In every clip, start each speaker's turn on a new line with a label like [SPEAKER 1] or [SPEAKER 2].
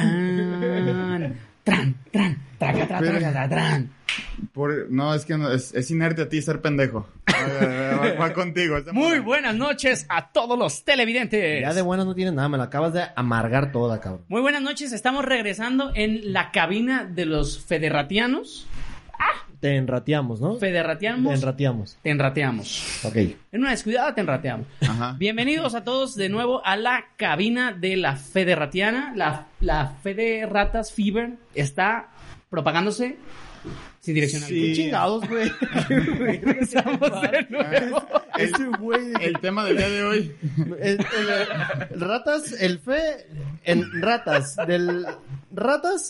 [SPEAKER 1] Tran, tran, tran, traca, traca, traca, traca, tran.
[SPEAKER 2] Por- no, es que no, es, es inerte a ti ser pendejo. Va, va- va contigo. está
[SPEAKER 1] Muy
[SPEAKER 2] bien.
[SPEAKER 1] buenas noches a todos los televidentes.
[SPEAKER 3] Ya de buenas no tienes nada, me la acabas de amargar toda, cabrón.
[SPEAKER 1] Muy buenas noches, estamos regresando en la cabina de los federatianos.
[SPEAKER 3] Te enrateamos, ¿no? Te
[SPEAKER 1] Federatianos,
[SPEAKER 3] enrateamos.
[SPEAKER 1] te enrateamos.
[SPEAKER 3] Ok.
[SPEAKER 1] En una descuidada te enrateamos.
[SPEAKER 2] Ajá.
[SPEAKER 1] Bienvenidos a todos de nuevo a la cabina de la federatiana. La, la Fede Ratas Fever está propagándose sin dirección
[SPEAKER 2] Sí.
[SPEAKER 3] Chingados, güey.
[SPEAKER 1] alguna. Estamos de nuevo. Este
[SPEAKER 3] Ese güey.
[SPEAKER 2] El tema del día de hoy.
[SPEAKER 3] El- el- ratas, el fe en ratas. Del ratas,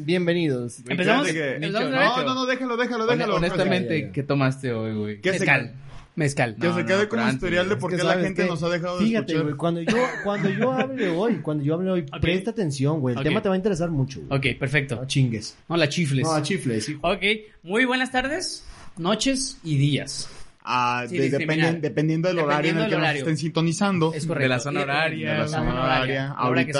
[SPEAKER 3] bienvenidos.
[SPEAKER 1] Empezamos-
[SPEAKER 2] Fíjate que-
[SPEAKER 1] empezamos de
[SPEAKER 2] No,
[SPEAKER 1] nuevo.
[SPEAKER 2] no, no, déjalo, déjalo,
[SPEAKER 4] Hone-
[SPEAKER 2] déjalo.
[SPEAKER 4] honestamente,
[SPEAKER 3] Ya, ya, ya.
[SPEAKER 4] ¿qué tomaste hoy, güey?
[SPEAKER 2] ¿Qué se-
[SPEAKER 1] Mezcal. Mezcal.
[SPEAKER 2] Que
[SPEAKER 4] No,
[SPEAKER 2] se
[SPEAKER 4] no,
[SPEAKER 2] quede como
[SPEAKER 4] Fran,
[SPEAKER 2] historial de
[SPEAKER 4] es
[SPEAKER 2] por
[SPEAKER 3] Es
[SPEAKER 2] qué
[SPEAKER 3] que
[SPEAKER 2] la
[SPEAKER 3] sabes
[SPEAKER 2] gente
[SPEAKER 3] qué,
[SPEAKER 2] nos ha dejado de
[SPEAKER 3] Fíjate, güey,
[SPEAKER 2] escuchar.
[SPEAKER 3] cuando yo, cuando yo hable hoy, cuando yo hable hoy,
[SPEAKER 1] Ok.
[SPEAKER 3] presta atención, güey. El
[SPEAKER 1] Ok.
[SPEAKER 3] tema te va a interesar mucho, güey.
[SPEAKER 1] Ok, perfecto.
[SPEAKER 3] No chingues.
[SPEAKER 1] No la chifles.
[SPEAKER 3] No, chifles, hijo.
[SPEAKER 1] Ok, muy buenas tardes, noches y días.
[SPEAKER 2] Ah,
[SPEAKER 1] Sí,
[SPEAKER 2] de-
[SPEAKER 1] discriminar.
[SPEAKER 2] dependen- dependiendo del horario en
[SPEAKER 1] Dependiendo
[SPEAKER 2] el que
[SPEAKER 1] del
[SPEAKER 2] nos
[SPEAKER 1] horario.
[SPEAKER 2] estén sintonizando.
[SPEAKER 1] Es correcto.
[SPEAKER 4] De la zona
[SPEAKER 1] Y-
[SPEAKER 4] horaria,
[SPEAKER 1] de la zona horaria. la hora que sea.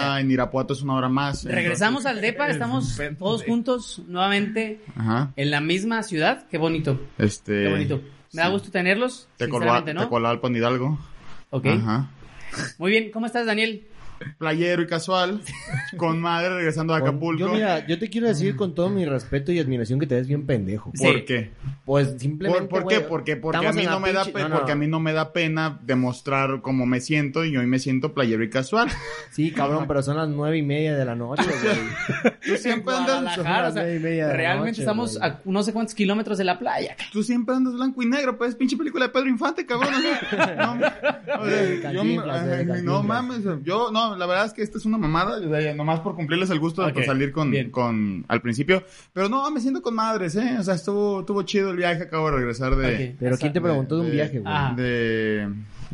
[SPEAKER 2] Ahorita en Irapuato es una hora más.
[SPEAKER 1] Regresamos al DEPA, estamos
[SPEAKER 4] pendejo.
[SPEAKER 1] todos juntos nuevamente
[SPEAKER 2] entonces- Ajá.
[SPEAKER 1] en la misma ciudad. Qué bonito,
[SPEAKER 2] Este.
[SPEAKER 1] qué bonito. Me da
[SPEAKER 2] sí.
[SPEAKER 1] gusto tenerlos,
[SPEAKER 2] Te colaba,
[SPEAKER 1] sinceramente,
[SPEAKER 2] te
[SPEAKER 1] ¿no?
[SPEAKER 2] colaba al Hidalgo.
[SPEAKER 1] Ok.
[SPEAKER 2] Ajá.
[SPEAKER 1] Muy bien, ¿cómo estás, Daniel?
[SPEAKER 2] Playero y casual. con madre regresando a
[SPEAKER 3] Con-
[SPEAKER 2] Acapulco.
[SPEAKER 3] Yo, mira, yo te quiero decir con todo mi respeto y admiración que te ves bien pendejo.
[SPEAKER 1] Sí.
[SPEAKER 2] ¿Por qué?
[SPEAKER 3] Pues
[SPEAKER 2] ¿Por,
[SPEAKER 3] simplemente.
[SPEAKER 2] por
[SPEAKER 3] güey,
[SPEAKER 2] qué? Porque, porque, a
[SPEAKER 3] estamos
[SPEAKER 2] mí
[SPEAKER 3] en la
[SPEAKER 2] no me da
[SPEAKER 3] pinche-
[SPEAKER 2] pe-
[SPEAKER 3] no, no.
[SPEAKER 2] porque a mí no me da pena demostrar cómo me siento y hoy me siento playero y casual.
[SPEAKER 3] Sí, cabrón, pero son las nueve y media de la noche, güey.
[SPEAKER 2] Tú siempre andas,
[SPEAKER 1] Guadalajara, o sea,
[SPEAKER 3] Son las nueve y media de la
[SPEAKER 1] realmente
[SPEAKER 3] noche,
[SPEAKER 1] estamos
[SPEAKER 3] güey.
[SPEAKER 1] a no sé cuántos kilómetros de la playa.
[SPEAKER 2] tú siempre andas blanco y negro, pues pinche película de Pedro Infante, cabrón. o sea, No, o sea, yo me-
[SPEAKER 3] Cantinflas, eh,
[SPEAKER 2] ay,
[SPEAKER 3] Cantinflas.
[SPEAKER 2] no mames, yo no, la verdad es que esta es una mamada, o sea, nomás por cumplirles el gusto de
[SPEAKER 1] Ok,
[SPEAKER 2] pues, salir con,
[SPEAKER 1] bien.
[SPEAKER 2] con al principio, pero no, me siento con madres, eh, o sea, estuvo, estuvo chido el viaje, acabo de regresar de...
[SPEAKER 1] Ok.
[SPEAKER 3] Pero ¿quién te preguntó de un
[SPEAKER 2] de-
[SPEAKER 3] viaje, güey?
[SPEAKER 1] Ah.
[SPEAKER 2] de,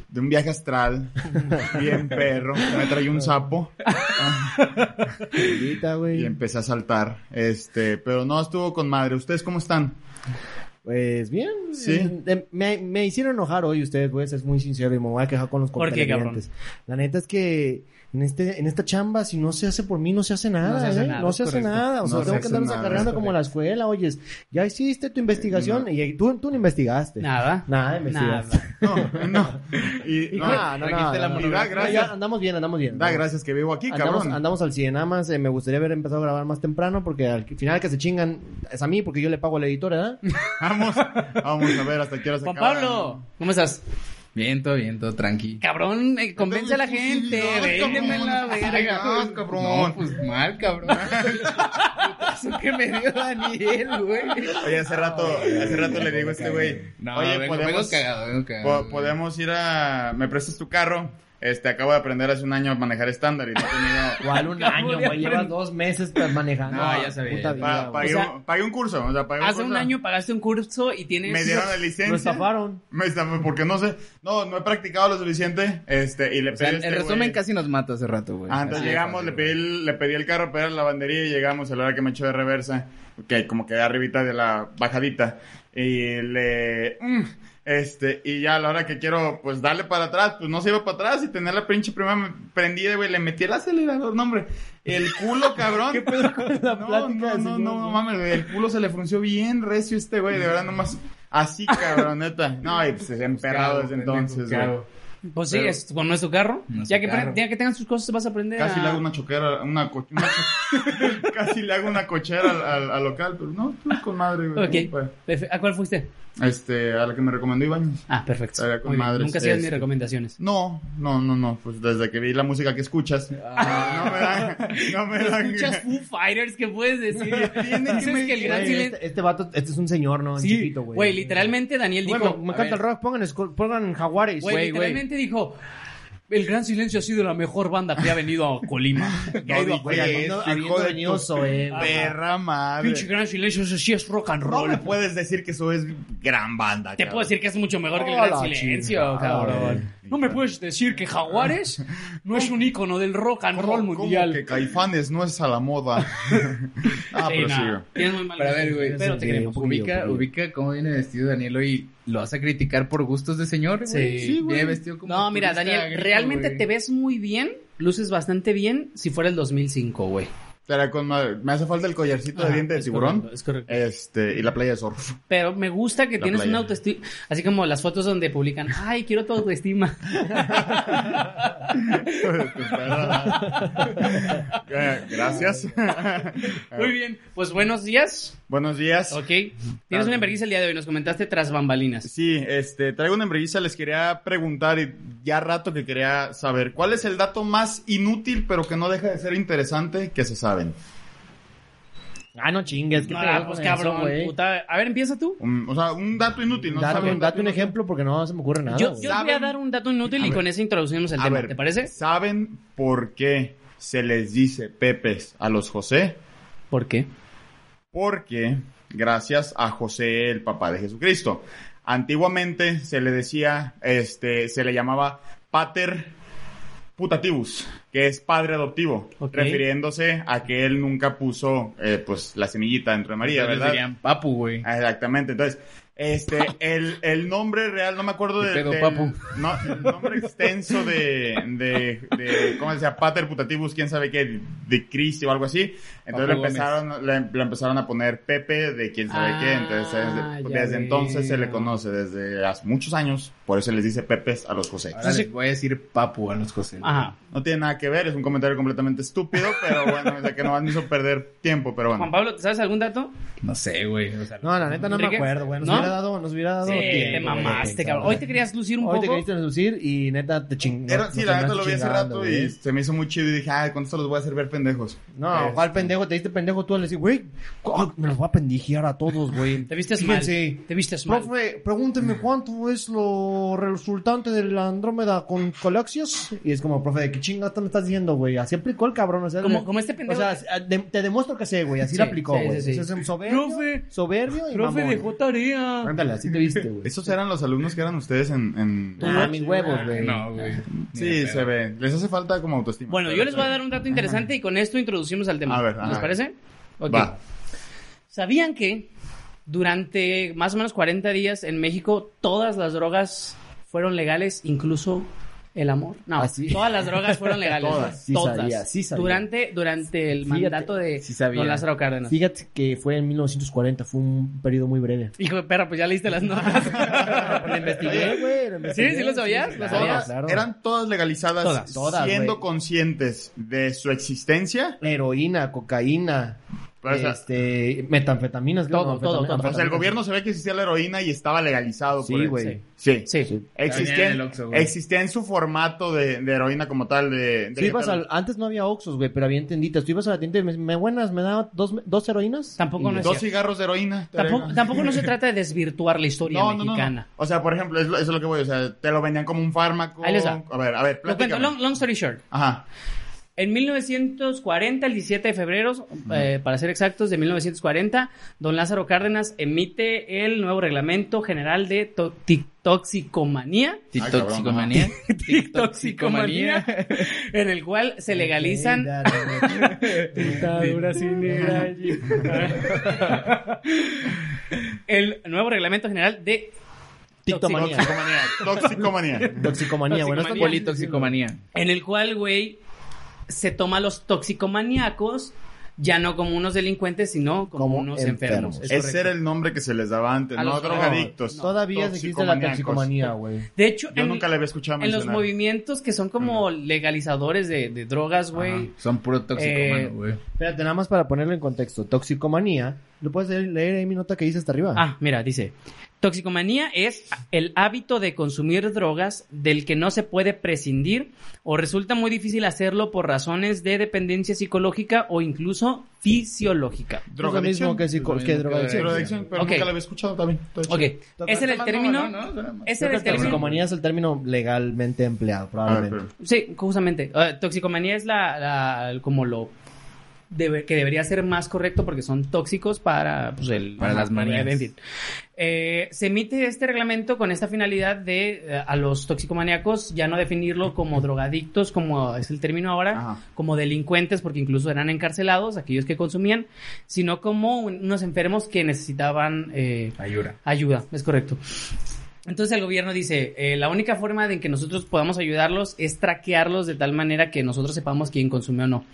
[SPEAKER 2] de un viaje astral, bien perro, me traí un sapo
[SPEAKER 3] Ahorita,
[SPEAKER 2] y
[SPEAKER 3] güey.
[SPEAKER 2] empecé a saltar, este, pero no, estuvo con madre. ¿Ustedes cómo están?
[SPEAKER 3] Pues bien.
[SPEAKER 2] Sí.
[SPEAKER 3] eh, eh, me, me hicieron enojar hoy ustedes, voy a ser muy sincero y me voy a quejar con los
[SPEAKER 1] ¿Por qué,
[SPEAKER 3] comentaristas. La neta es que en este en esta chamba, si no se hace por mí, no se hace nada. No se hace, nada, no
[SPEAKER 1] es
[SPEAKER 3] se hace
[SPEAKER 1] correcto.
[SPEAKER 3] nada. O
[SPEAKER 2] No
[SPEAKER 3] sea,
[SPEAKER 2] se
[SPEAKER 3] tengo
[SPEAKER 2] hace
[SPEAKER 3] que andarme
[SPEAKER 2] nada,
[SPEAKER 3] sacarreando
[SPEAKER 2] es Eh,
[SPEAKER 3] como la escuela. Oyes, ya hiciste tu investigación
[SPEAKER 2] no.
[SPEAKER 3] y tú, tú no investigaste.
[SPEAKER 1] Nada.
[SPEAKER 3] Nada, investigaste.
[SPEAKER 1] Nada.
[SPEAKER 2] No, no. Y, no,
[SPEAKER 3] Ah, no, no,
[SPEAKER 4] trajiste
[SPEAKER 3] no,
[SPEAKER 4] la
[SPEAKER 3] no,
[SPEAKER 2] monografía,
[SPEAKER 3] no, ya
[SPEAKER 2] gracias.
[SPEAKER 3] Andamos bien, andamos bien.
[SPEAKER 2] Da
[SPEAKER 3] andamos
[SPEAKER 2] gracias que vivo aquí,
[SPEAKER 3] Andamos,
[SPEAKER 2] cabrón.
[SPEAKER 3] andamos al 100, nada más eh, me gustaría haber empezado a grabar más temprano porque al final que se chingan es a mí porque yo le pago a la editora, ¿verdad?
[SPEAKER 2] Vamos, vamos a ver hasta qué hora se
[SPEAKER 1] Juan
[SPEAKER 2] acaba.
[SPEAKER 1] Pablo, ¿cómo estás?
[SPEAKER 4] Bien, todo bien, todo tranqui.
[SPEAKER 1] Cabrón, eh, convence a la gente. véndeme la verga.
[SPEAKER 2] No,
[SPEAKER 4] No,
[SPEAKER 2] cabrón.
[SPEAKER 4] pues mal, cabrón. Eso que me dio Daniel, güey.
[SPEAKER 2] Oye, hace rato, hace rato le digo a este güey.
[SPEAKER 4] No,
[SPEAKER 2] Oye,
[SPEAKER 4] vengo, vengo
[SPEAKER 2] podemos,
[SPEAKER 4] cagado, vengo
[SPEAKER 2] po-
[SPEAKER 4] cagado.
[SPEAKER 2] podemos ir a. ¿Me prestas tu carro? Este, acabo de aprender hace un año a manejar estándar y no he tenido.
[SPEAKER 3] ¿Cuál un
[SPEAKER 1] año, güey? Llevas
[SPEAKER 3] dos meses pues, manejando.
[SPEAKER 4] No, ya sabía,
[SPEAKER 3] Puta
[SPEAKER 4] ya
[SPEAKER 3] vida,
[SPEAKER 2] Pa-
[SPEAKER 3] güey.
[SPEAKER 2] pagué,
[SPEAKER 1] O sea,
[SPEAKER 2] un, pagué un curso. O sea, pagué
[SPEAKER 1] Hace
[SPEAKER 2] curso.
[SPEAKER 1] un año pagaste un curso y tienes.
[SPEAKER 2] Me dieron la
[SPEAKER 3] Lo
[SPEAKER 2] licencia.
[SPEAKER 3] estafaron.
[SPEAKER 2] Me estafaron porque no sé. No, no he practicado lo suficiente. Este, y le
[SPEAKER 4] O sea,
[SPEAKER 2] pedí a
[SPEAKER 4] en
[SPEAKER 2] este
[SPEAKER 4] resumen,
[SPEAKER 2] güey-
[SPEAKER 4] casi nos mata hace rato, güey.
[SPEAKER 2] Ah, entonces
[SPEAKER 4] Así de
[SPEAKER 2] llegamos,
[SPEAKER 4] fácil,
[SPEAKER 2] le
[SPEAKER 4] güey.
[SPEAKER 2] pedí, el, le pedí el carro para ir a la lavandería y llegamos a la hora que me echó de reversa, que como quedé arribita de la bajadita. Y le... mm, este, y ya a la hora que quiero, pues, darle para atrás, pues, no se iba para atrás y tener la pinche primera prendida, güey, le metí el acelerador, no, hombre. El culo, cabrón. ¿Qué pedo con
[SPEAKER 3] la
[SPEAKER 2] no, No,
[SPEAKER 3] plática del
[SPEAKER 2] no,
[SPEAKER 3] señor,
[SPEAKER 2] no,
[SPEAKER 3] güey?
[SPEAKER 2] mames, güey, el culo se le frunció bien recio este, güey, de verdad, nomás... Así, cabrón, neta. No, y pues, emperrado
[SPEAKER 4] Cago,
[SPEAKER 2] desde
[SPEAKER 4] pendejo,
[SPEAKER 2] entonces,
[SPEAKER 4] cago.
[SPEAKER 2] güey.
[SPEAKER 1] Pues sí,
[SPEAKER 2] Pero-
[SPEAKER 1] es con nuestro carro.
[SPEAKER 4] Nuestro
[SPEAKER 1] ya, que,
[SPEAKER 4] carro.
[SPEAKER 1] ya que tengan sus cosas, vas a aprender.
[SPEAKER 2] Casi
[SPEAKER 1] a-
[SPEAKER 2] le hago una choquera, una, co- una cho- casi le hago una cochera al, al- al local, pero no, tú pues. con madre, güey.
[SPEAKER 1] Ok.
[SPEAKER 2] Bueno,
[SPEAKER 1] Perfe- ¿A cuál fuiste?
[SPEAKER 2] Este, a la que me recomendó Ibañez.
[SPEAKER 1] Ah, perfecto.
[SPEAKER 2] Estaría con
[SPEAKER 1] Muy bien.
[SPEAKER 2] madres,
[SPEAKER 1] Nunca hacías mis
[SPEAKER 2] este.
[SPEAKER 1] recomendaciones.
[SPEAKER 2] No, no, no, no, pues desde que vi la música que escuchas, no me dan, no me dan.
[SPEAKER 1] Ah. Escuchas Foo Fighters, ¿qué puedes decir?
[SPEAKER 2] Tiene
[SPEAKER 1] Dices que el gran
[SPEAKER 3] Güey,
[SPEAKER 1] silencio.
[SPEAKER 3] este, este vato, este es un señor, ¿no? Un
[SPEAKER 1] Sí,
[SPEAKER 3] chiquito, güey.
[SPEAKER 1] güey, literalmente Daniel
[SPEAKER 3] Güey,
[SPEAKER 1] dijo.
[SPEAKER 3] me, me encanta el rock, pongan, esco- pongan jaguares.
[SPEAKER 1] Güey,
[SPEAKER 4] Güey, güey.
[SPEAKER 1] literalmente dijo. El Gran Silencio ha sido la mejor banda que ha venido a Colima. Que ha ido a
[SPEAKER 2] No,
[SPEAKER 1] Colima.
[SPEAKER 2] dije
[SPEAKER 3] habiendo-
[SPEAKER 2] eso,
[SPEAKER 3] habiendo
[SPEAKER 2] hijo de
[SPEAKER 3] venido
[SPEAKER 2] tu
[SPEAKER 3] Zoé, güey.
[SPEAKER 2] Perra
[SPEAKER 1] Pinche
[SPEAKER 2] madre.
[SPEAKER 1] Gran Silencio, eso sí es rock and
[SPEAKER 2] No
[SPEAKER 1] roll.
[SPEAKER 2] me puedes decir que eso es gran banda.
[SPEAKER 1] Te
[SPEAKER 2] cabrón.
[SPEAKER 1] puedo decir que es mucho mejor que el
[SPEAKER 3] Hola,
[SPEAKER 1] Gran Silencio,
[SPEAKER 3] chingada,
[SPEAKER 1] cabrón. No me puedes decir que Jaguares no es un ícono del rock and
[SPEAKER 2] ¿Cómo-
[SPEAKER 1] roll
[SPEAKER 2] cómo
[SPEAKER 1] mundial.
[SPEAKER 2] que Caifanes no es a la moda. ah,
[SPEAKER 1] Sí,
[SPEAKER 2] pero
[SPEAKER 1] no,
[SPEAKER 2] sí.
[SPEAKER 1] tienes muy mal
[SPEAKER 4] Pero a ver,
[SPEAKER 1] gusto,
[SPEAKER 4] güey,
[SPEAKER 1] Pero te
[SPEAKER 3] sí,
[SPEAKER 1] queremos.
[SPEAKER 3] un poquillo,
[SPEAKER 4] ubica,
[SPEAKER 3] un poquillo.
[SPEAKER 4] ubica cómo viene vestido Daniel y lo vas a criticar por gustos de señor, güey.
[SPEAKER 1] Sí. Sí,
[SPEAKER 2] güey.
[SPEAKER 4] Viene vestido como
[SPEAKER 1] No, mira,
[SPEAKER 4] turista
[SPEAKER 1] Daniel,
[SPEAKER 4] gringo,
[SPEAKER 1] realmente
[SPEAKER 4] güey.
[SPEAKER 1] te ves muy bien luces bastante bien si fuera el 2005, güey.
[SPEAKER 2] Estará con madre. Me hace falta el collarcito de
[SPEAKER 1] Ajá,
[SPEAKER 2] diente de
[SPEAKER 1] es
[SPEAKER 2] tiburón.
[SPEAKER 1] correcto, es correcto.
[SPEAKER 2] Este, y la playa de surf.
[SPEAKER 1] Pero me gusta que
[SPEAKER 2] La
[SPEAKER 1] tienes
[SPEAKER 2] playa.
[SPEAKER 1] una autoestima. Así como las fotos donde publican, ay, quiero tu autoestima.
[SPEAKER 2] Eh, Gracias.
[SPEAKER 1] Muy bien, pues buenos días.
[SPEAKER 2] Buenos días.
[SPEAKER 1] Ok. Tienes
[SPEAKER 2] Ah,
[SPEAKER 1] una envergüenza el día de hoy, nos comentaste tras bambalinas.
[SPEAKER 2] Sí, este, traigo una embrelliza, les quería preguntar y ya rato que quería saber, ¿cuál es el dato más inútil pero que no deja de ser interesante que se saben?
[SPEAKER 3] Ah, no chingues. ¿qué
[SPEAKER 1] No,
[SPEAKER 3] pedo
[SPEAKER 1] ah, pues
[SPEAKER 3] con eso,
[SPEAKER 1] cabrón,
[SPEAKER 3] güey?
[SPEAKER 1] puta. A ver, empieza tú.
[SPEAKER 2] Un- o sea, un dato inútil, no
[SPEAKER 3] Date,
[SPEAKER 2] saben.
[SPEAKER 3] un- date un ejemplo porque no se me ocurre nada.
[SPEAKER 1] Yo,
[SPEAKER 3] güey.
[SPEAKER 1] yo te voy a
[SPEAKER 2] ¿Saben?
[SPEAKER 1] dar un dato inútil
[SPEAKER 2] A
[SPEAKER 1] y
[SPEAKER 2] ver.
[SPEAKER 1] con ese introducimos el
[SPEAKER 2] A
[SPEAKER 1] tema.
[SPEAKER 2] ver,
[SPEAKER 1] ¿Te parece?
[SPEAKER 2] ¿Saben por qué se les dice pepes a los José?
[SPEAKER 1] ¿Por qué?
[SPEAKER 2] Porque gracias a José, el papá de Jesucristo. Antiguamente se le decía, este, se le llamaba pater putativus, que es padre adoptivo,
[SPEAKER 1] Ok.
[SPEAKER 2] refiriéndose a que él nunca puso, eh, pues, la semillita entre María,
[SPEAKER 4] Entonces
[SPEAKER 2] ¿verdad?
[SPEAKER 4] dirían papu, güey.
[SPEAKER 2] Ah, Exactamente, entonces, este, el, el nombre real, no me acuerdo
[SPEAKER 4] ¿Qué
[SPEAKER 2] de,
[SPEAKER 4] pedo,
[SPEAKER 2] del-
[SPEAKER 4] papu?
[SPEAKER 2] no, el nombre extenso de, de, de, ¿cómo se decía? Pater putativus, quién sabe qué, de Cristo o algo así.
[SPEAKER 4] Papu
[SPEAKER 2] Entonces le
[SPEAKER 4] Gómez.
[SPEAKER 2] empezaron, le, le empezaron a poner Pepe de quién sabe qué. Entonces,
[SPEAKER 1] Ah,
[SPEAKER 2] desde,
[SPEAKER 1] ya
[SPEAKER 2] desde
[SPEAKER 1] veo.
[SPEAKER 2] entonces se le conoce, desde hace muchos años, por eso les dice Pepes a los José.
[SPEAKER 4] Ahora les voy a decir papu a los José.
[SPEAKER 1] Ajá.
[SPEAKER 2] No tiene nada que ver, es un comentario completamente estúpido, pero bueno, es de que no me hizo perder tiempo, pero
[SPEAKER 1] Juan
[SPEAKER 2] bueno.
[SPEAKER 1] Pablo, ¿te sabes algún dato?
[SPEAKER 4] No sé, güey. o sea,
[SPEAKER 3] No, la neta no me
[SPEAKER 1] ¿Enrique?
[SPEAKER 3] acuerdo, güey. Nos
[SPEAKER 1] ¿No?
[SPEAKER 3] hubiera dado, nos hubiera dado.
[SPEAKER 1] Sí,
[SPEAKER 3] tiempo,
[SPEAKER 1] te
[SPEAKER 3] güey,
[SPEAKER 1] mamaste,
[SPEAKER 3] pensar,
[SPEAKER 1] cabrón.
[SPEAKER 3] güey.
[SPEAKER 1] Hoy te querías lucir un
[SPEAKER 3] Hoy te
[SPEAKER 1] poco.
[SPEAKER 3] queríste reducir y neta te chingaste.
[SPEAKER 2] Era, sí, la neta lo vi hace rato y
[SPEAKER 4] ¿eh?
[SPEAKER 2] se me hizo muy chido y dije, ay, con esto los voy a hacer ver pendejos.
[SPEAKER 3] No,
[SPEAKER 2] Eh,
[SPEAKER 3] ¿cuál pendejo? Te diste pendejo tú al decir, güey, co- me los voy a pendijear a todos, güey.
[SPEAKER 1] Te vistes mal.
[SPEAKER 3] Fíjense.
[SPEAKER 1] Te vistes mal.
[SPEAKER 3] Profe, pregúnteme cuánto es lo resultante de la Andrómeda con Calaxias. Y es como, profe, ¿de qué chingados me estás diciendo, güey? Así aplicó el cabrón. O sea,
[SPEAKER 1] Como-
[SPEAKER 3] de-
[SPEAKER 1] como este pendejo
[SPEAKER 3] O sea, de- te demuestro que sé, güey. Así
[SPEAKER 1] Sí,
[SPEAKER 3] lo aplicó,
[SPEAKER 1] sí, sí,
[SPEAKER 3] güey.
[SPEAKER 1] sí.
[SPEAKER 3] O sea, es un soberbio,
[SPEAKER 1] Profe,
[SPEAKER 3] soberbio y
[SPEAKER 1] Profe,
[SPEAKER 3] mamón.
[SPEAKER 1] dejó tarea.
[SPEAKER 3] Ándale, así te viste, güey.
[SPEAKER 2] ¿Esos eran los alumnos que eran ustedes en...? en-
[SPEAKER 3] Ah, mis huevos, güey.
[SPEAKER 4] No, güey.
[SPEAKER 2] Sí, se ve. Les hace falta como autoestima.
[SPEAKER 1] Bueno,
[SPEAKER 2] Pero
[SPEAKER 1] yo les voy a
[SPEAKER 2] está
[SPEAKER 1] dar un dato interesante y con esto introducimos al tema.
[SPEAKER 2] A ver, a
[SPEAKER 1] ¿Les
[SPEAKER 2] ver.
[SPEAKER 1] parece? Ok.
[SPEAKER 2] bien. Va.
[SPEAKER 1] ¿Sabían que durante más o menos 40 días en México todas las drogas fueron legales, incluso el amor? No,
[SPEAKER 3] Ah, sí.
[SPEAKER 1] todas las drogas fueron legales.
[SPEAKER 3] Todas, sí sabía, sí sabía.
[SPEAKER 1] Durante, durante el
[SPEAKER 3] Fíjate,
[SPEAKER 1] mandato de
[SPEAKER 4] sí sabía.
[SPEAKER 1] don Lázaro Cárdenas.
[SPEAKER 3] Fíjate que fue en 1940, fue un periodo muy breve.
[SPEAKER 1] Hijo de perra, pues ya leíste las notas.
[SPEAKER 3] Lo investigué, güey. lo investigué.
[SPEAKER 1] ¿Sí? ¿Sí lo sabías? ¿Lo
[SPEAKER 3] claro,
[SPEAKER 1] sabías?
[SPEAKER 3] claro.
[SPEAKER 2] Eran todas legalizadas,
[SPEAKER 1] Todas.
[SPEAKER 3] Todas,
[SPEAKER 2] siendo
[SPEAKER 3] güey.
[SPEAKER 2] conscientes de su existencia.
[SPEAKER 3] heroína, cocaína,
[SPEAKER 2] Pero, o sea,
[SPEAKER 3] este, metanfetaminas, creo,
[SPEAKER 1] Todo,
[SPEAKER 3] no,
[SPEAKER 1] todo, todo.
[SPEAKER 2] o
[SPEAKER 3] anfetamina-
[SPEAKER 2] sea, el
[SPEAKER 3] anfetaminas.
[SPEAKER 2] gobierno sabía que existía la heroína y estaba legalizado. por
[SPEAKER 3] Sí,
[SPEAKER 2] él.
[SPEAKER 3] güey.
[SPEAKER 2] Sí.
[SPEAKER 1] Sí.
[SPEAKER 2] Existía,
[SPEAKER 4] Venía en el Oxxo, güey.
[SPEAKER 2] existía en su formato de, de heroína como tal. De, de
[SPEAKER 3] Tú ibas al- antes no había Oxxos, güey, pero había entenditas. Tú ibas a la tienda y me, me buenas, me da dos, dos heroínas.
[SPEAKER 1] Tampoco
[SPEAKER 3] Y
[SPEAKER 1] no
[SPEAKER 3] ya.
[SPEAKER 1] es
[SPEAKER 2] Dos cigarros de heroína. te
[SPEAKER 1] Tampoco,
[SPEAKER 2] agrego.
[SPEAKER 1] tampoco no se trata de desvirtuar la historia
[SPEAKER 2] No, no, no,
[SPEAKER 1] mexicana.
[SPEAKER 2] no. O sea, por ejemplo, es lo- eso es lo que voy. O sea, te lo vendían como un fármaco.
[SPEAKER 1] Ahí les va.
[SPEAKER 2] A ver, a ver,
[SPEAKER 1] Lo cuento,
[SPEAKER 2] platícame.
[SPEAKER 1] long- long story short.
[SPEAKER 2] Ajá.
[SPEAKER 1] En 1940, el 17 de febrero, eh, para ser exactos, de 1940, don Lázaro Cárdenas emite el nuevo reglamento general de to- tic- toxicomanía,
[SPEAKER 4] Tic-toxicomanía.
[SPEAKER 1] Tic-toxicomanía. en el cual se legalizan...
[SPEAKER 3] Dictadura sin
[SPEAKER 1] el nuevo reglamento general de...
[SPEAKER 3] Tictomanía.
[SPEAKER 2] Toxicomanía. Toxicomanía.
[SPEAKER 3] Toxicomanía, bueno, esto-
[SPEAKER 1] Toxicomanía.
[SPEAKER 4] Politoxicomanía.
[SPEAKER 1] En el cual, güey, se toma a los toxicomaníacos ya no como unos delincuentes, sino como,
[SPEAKER 3] Como
[SPEAKER 1] unos enfermos.
[SPEAKER 3] enfermos.
[SPEAKER 1] Es
[SPEAKER 2] Ese
[SPEAKER 1] correcto.
[SPEAKER 2] era el nombre que se les daba antes,
[SPEAKER 1] A
[SPEAKER 2] no
[SPEAKER 1] los-
[SPEAKER 2] drogadictos.
[SPEAKER 3] Todavía se existe la
[SPEAKER 2] Toxicomaníacos.
[SPEAKER 3] toxicomanía, güey.
[SPEAKER 1] De hecho,
[SPEAKER 2] Yo
[SPEAKER 1] en-
[SPEAKER 2] nunca la había escuchado
[SPEAKER 1] En los
[SPEAKER 2] mencionar.
[SPEAKER 1] movimientos que son como legalizadores de, de drogas, güey.
[SPEAKER 4] Ajá. Son puro
[SPEAKER 1] Eh,
[SPEAKER 4] toxicomano, güey.
[SPEAKER 3] Espérate, nada más para ponerlo en contexto. Toxicomanía, ¿lo puedes leer, leer ahí mi nota que dice hasta arriba?
[SPEAKER 1] Ah, mira, dice. Toxicomanía es el hábito de consumir drogas del que no se puede prescindir o resulta muy difícil hacerlo por razones de dependencia psicológica o incluso fisiológica.
[SPEAKER 3] Es lo mismo que, psico-
[SPEAKER 4] Drogadicción.
[SPEAKER 3] que drogadicción.
[SPEAKER 2] Drogadicción, pero
[SPEAKER 1] Ok.
[SPEAKER 2] nunca la había escuchado también. Entonces,
[SPEAKER 1] Ok, ese era el
[SPEAKER 4] Está más
[SPEAKER 1] término.
[SPEAKER 4] mamón, ¿no? Suena más-
[SPEAKER 1] Ese era
[SPEAKER 3] Creo que
[SPEAKER 1] el término.
[SPEAKER 3] toxicomanía es el término legalmente empleado,
[SPEAKER 2] A ver,
[SPEAKER 3] probablemente.
[SPEAKER 2] Ah, pero-
[SPEAKER 1] Sí, justamente. Eh, toxicomanía es la, la- como lo debe- que debería ser más correcto porque son tóxicos para pues, el
[SPEAKER 4] Para las manías.
[SPEAKER 1] En fin. Eh, se emite este reglamento con esta finalidad de eh, a los toxicomaníacos ya no definirlo como drogadictos, como es el término ahora,
[SPEAKER 4] Ah.
[SPEAKER 2] Ajá.
[SPEAKER 1] como delincuentes porque incluso eran encarcelados aquellos que consumían, sino como un- unos enfermos que necesitaban eh,
[SPEAKER 4] Ayura.
[SPEAKER 1] ayuda, es correcto. Entonces el gobierno dice, eh, la única forma de que nosotros podamos ayudarlos es traquearlos de tal manera que nosotros sepamos quién consume o no.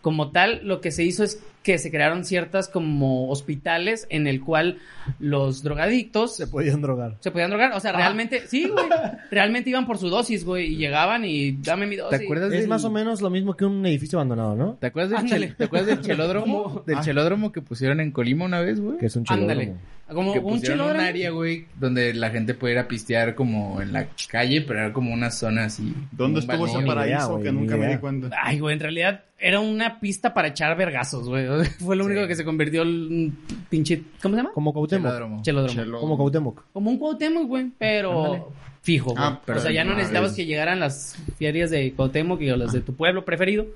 [SPEAKER 1] Como tal, lo que se hizo es que se crearon ciertas como hospitales en el cual los drogadictos
[SPEAKER 3] Se podían drogar.
[SPEAKER 1] se podían drogar. O sea, realmente, sí, güey. Realmente iban por su dosis, güey, y llegaban y dame mi dosis.
[SPEAKER 4] ¿Te acuerdas
[SPEAKER 3] Es
[SPEAKER 4] del-
[SPEAKER 3] más o menos lo mismo que un edificio abandonado, ¿no?
[SPEAKER 4] ¿Te acuerdas del,
[SPEAKER 1] Ándale.
[SPEAKER 4] chel- ¿te acuerdas del
[SPEAKER 1] ¿Cómo?
[SPEAKER 4] chelódromo? Del
[SPEAKER 2] Ah.
[SPEAKER 4] chelódromo que pusieron en Colima una vez, güey.
[SPEAKER 3] Que es un chilódromo.
[SPEAKER 1] Ándale. Como
[SPEAKER 4] que
[SPEAKER 1] un
[SPEAKER 4] pusieron
[SPEAKER 1] chilodrón.
[SPEAKER 4] un área, güey, donde la gente pudiera pistear como en la calle, pero era como una zona así.
[SPEAKER 2] ¿Dónde
[SPEAKER 4] como un
[SPEAKER 2] estuvo ese
[SPEAKER 4] balneario.
[SPEAKER 3] idea,
[SPEAKER 2] paraíso
[SPEAKER 3] güey,
[SPEAKER 2] que
[SPEAKER 3] ni
[SPEAKER 2] nunca me
[SPEAKER 3] idea.
[SPEAKER 2] di cuenta?
[SPEAKER 1] Ay, güey, en realidad era una pista para echar vergazos, güey. Fue lo único
[SPEAKER 4] Sí.
[SPEAKER 1] que se convirtió en un pinche. ¿Cómo se llama?
[SPEAKER 3] Como Cuauhtémoc.
[SPEAKER 4] Chelódromo.
[SPEAKER 1] Chelódromo.
[SPEAKER 2] Chelo.
[SPEAKER 3] Como Cuauhtémoc.
[SPEAKER 1] Como un Cuauhtémoc, güey, pero fijo, güey.
[SPEAKER 2] Ah, pero
[SPEAKER 1] o sea, ya
[SPEAKER 2] de
[SPEAKER 1] no
[SPEAKER 2] una
[SPEAKER 1] necesitabas
[SPEAKER 2] vez.
[SPEAKER 1] que llegaran las ferias de Cuauhtémoc y o las de tu pueblo preferido.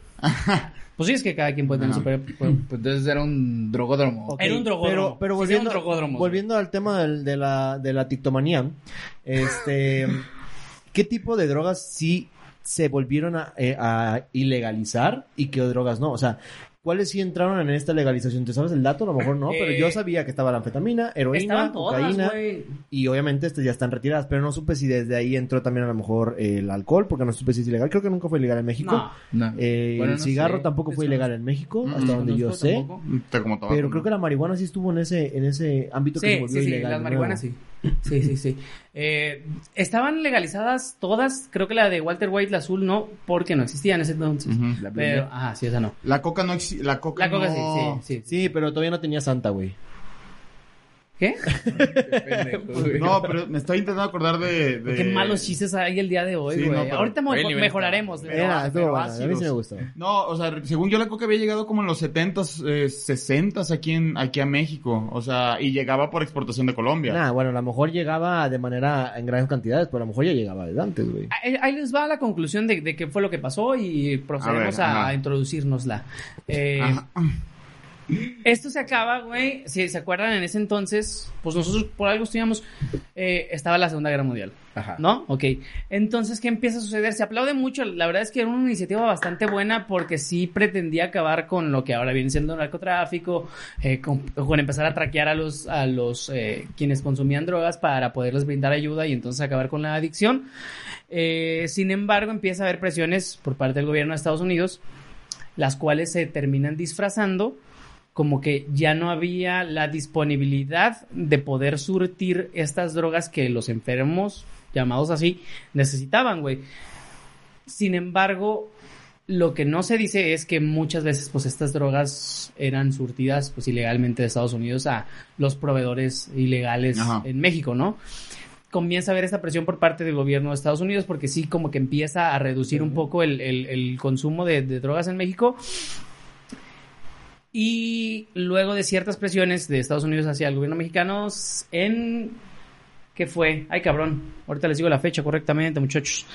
[SPEAKER 1] Pues sí, es que cada quien puede tener
[SPEAKER 2] Ajá.
[SPEAKER 1] su propio pueblo.
[SPEAKER 4] Pues entonces era un drogodromo.
[SPEAKER 3] Ok,
[SPEAKER 1] Era un drogódromo.
[SPEAKER 3] Pero,
[SPEAKER 1] Sí, era
[SPEAKER 3] pero
[SPEAKER 1] un
[SPEAKER 3] volviendo,
[SPEAKER 1] drogódromo,
[SPEAKER 3] volviendo al tema del- de, la, de la tictomanía, este, ¿qué tipo de drogas sí se volvieron a, eh, a ilegalizar y qué drogas no? O sea, ¿cuáles sí entraron en esta legalización? ¿Te sabes el dato? A lo mejor no, pero
[SPEAKER 1] Eh,
[SPEAKER 3] yo sabía que estaba la anfetamina, heroína,
[SPEAKER 1] Estaban todas,
[SPEAKER 3] cocaína
[SPEAKER 1] güey.
[SPEAKER 3] y obviamente estas ya están retiradas, pero no supe si desde ahí entró también a lo mejor eh, el alcohol, porque no supe si es ilegal, creo que nunca fue ilegal en México.
[SPEAKER 1] No.
[SPEAKER 4] No.
[SPEAKER 3] Eh,
[SPEAKER 4] Bueno,
[SPEAKER 3] el
[SPEAKER 4] no
[SPEAKER 3] cigarro
[SPEAKER 4] sé.
[SPEAKER 3] tampoco fue
[SPEAKER 1] Desconozco.
[SPEAKER 3] ilegal en México,
[SPEAKER 2] Mm,
[SPEAKER 3] hasta donde yo
[SPEAKER 1] Desconozco
[SPEAKER 3] sé.
[SPEAKER 1] tampoco.
[SPEAKER 2] Está como tabaco,
[SPEAKER 3] Pero creo que la marihuana sí estuvo en ese, en ese ámbito que se
[SPEAKER 1] Sí,
[SPEAKER 3] volvió
[SPEAKER 1] sí, sí,
[SPEAKER 3] ilegal.
[SPEAKER 1] las
[SPEAKER 3] de
[SPEAKER 1] marihuanas
[SPEAKER 3] nuevo.
[SPEAKER 1] sí. Sí, sí, sí. Eh, estaban legalizadas todas, creo que la de Walter White, la azul, no, porque no existía en ese entonces.
[SPEAKER 2] Ujú. La,
[SPEAKER 1] Pero, ah, sí, esa no.
[SPEAKER 2] coca no existe. La coca,
[SPEAKER 1] La coca
[SPEAKER 2] no...
[SPEAKER 1] sí, sí, sí.
[SPEAKER 3] Sí, pero todavía no tenía santa, güey.
[SPEAKER 1] ¿Qué?
[SPEAKER 4] Pendejo, güey.
[SPEAKER 2] No, pero me estoy intentando acordar de. de-
[SPEAKER 1] Qué malos chistes hay el día de hoy,
[SPEAKER 2] Sí,
[SPEAKER 1] güey.
[SPEAKER 2] no, pero-
[SPEAKER 1] Ahorita mo-
[SPEAKER 4] Oye, ni me-
[SPEAKER 1] mejoraremos.
[SPEAKER 2] Pero- ah,
[SPEAKER 3] Era, estuvo
[SPEAKER 2] pero
[SPEAKER 3] buena, A mí sí me
[SPEAKER 2] ácidos.
[SPEAKER 3] gustó.
[SPEAKER 2] No, o sea, según yo la coca había llegado como en los 70s, eh, 60s aquí, en, aquí a México. O sea, y llegaba por exportación de Colombia.
[SPEAKER 3] Nah, bueno, a lo mejor llegaba de manera en grandes cantidades, pero a lo mejor ya llegaba desde antes, güey.
[SPEAKER 1] Ahí Ah, eh, ahí les va la conclusión de, de qué fue lo que pasó y procedemos
[SPEAKER 2] A ver,
[SPEAKER 1] a,
[SPEAKER 2] ajá.
[SPEAKER 1] introducirnosla. Eh,
[SPEAKER 2] Ajá.
[SPEAKER 1] esto se acaba, güey. Si se acuerdan, en ese entonces, pues nosotros por algo estuvimos. eh, estaba la Segunda Guerra Mundial,
[SPEAKER 4] Ajá.
[SPEAKER 1] ¿no? Ok. Entonces, ¿qué empieza a suceder? Se aplaude mucho. La verdad es que era una iniciativa bastante buena porque sí pretendía acabar con lo que ahora viene siendo narcotráfico, eh, con, con empezar a traquear a los, a los eh, quienes consumían drogas para poderles brindar ayuda y entonces acabar con la adicción. Eh, sin embargo, empieza a haber presiones por parte del gobierno de Estados Unidos, las cuales se terminan disfrazando como que ya no había la disponibilidad de poder surtir estas drogas que los enfermos, llamados así, necesitaban, güey. Sin embargo, lo que no se dice es que muchas veces, pues, estas drogas eran surtidas, pues, ilegalmente de Estados Unidos a los proveedores ilegales
[SPEAKER 2] Ajá.
[SPEAKER 1] en México, ¿no? comienza a haber esta presión por parte del gobierno de Estados Unidos porque sí como que empieza a reducir un poco el, el- el consumo de, de drogas en México. Y luego de ciertas presiones de Estados Unidos hacia el gobierno mexicano s- en... ¿Qué fue? Ay, cabrón. Ahorita les digo la fecha correctamente, muchachos.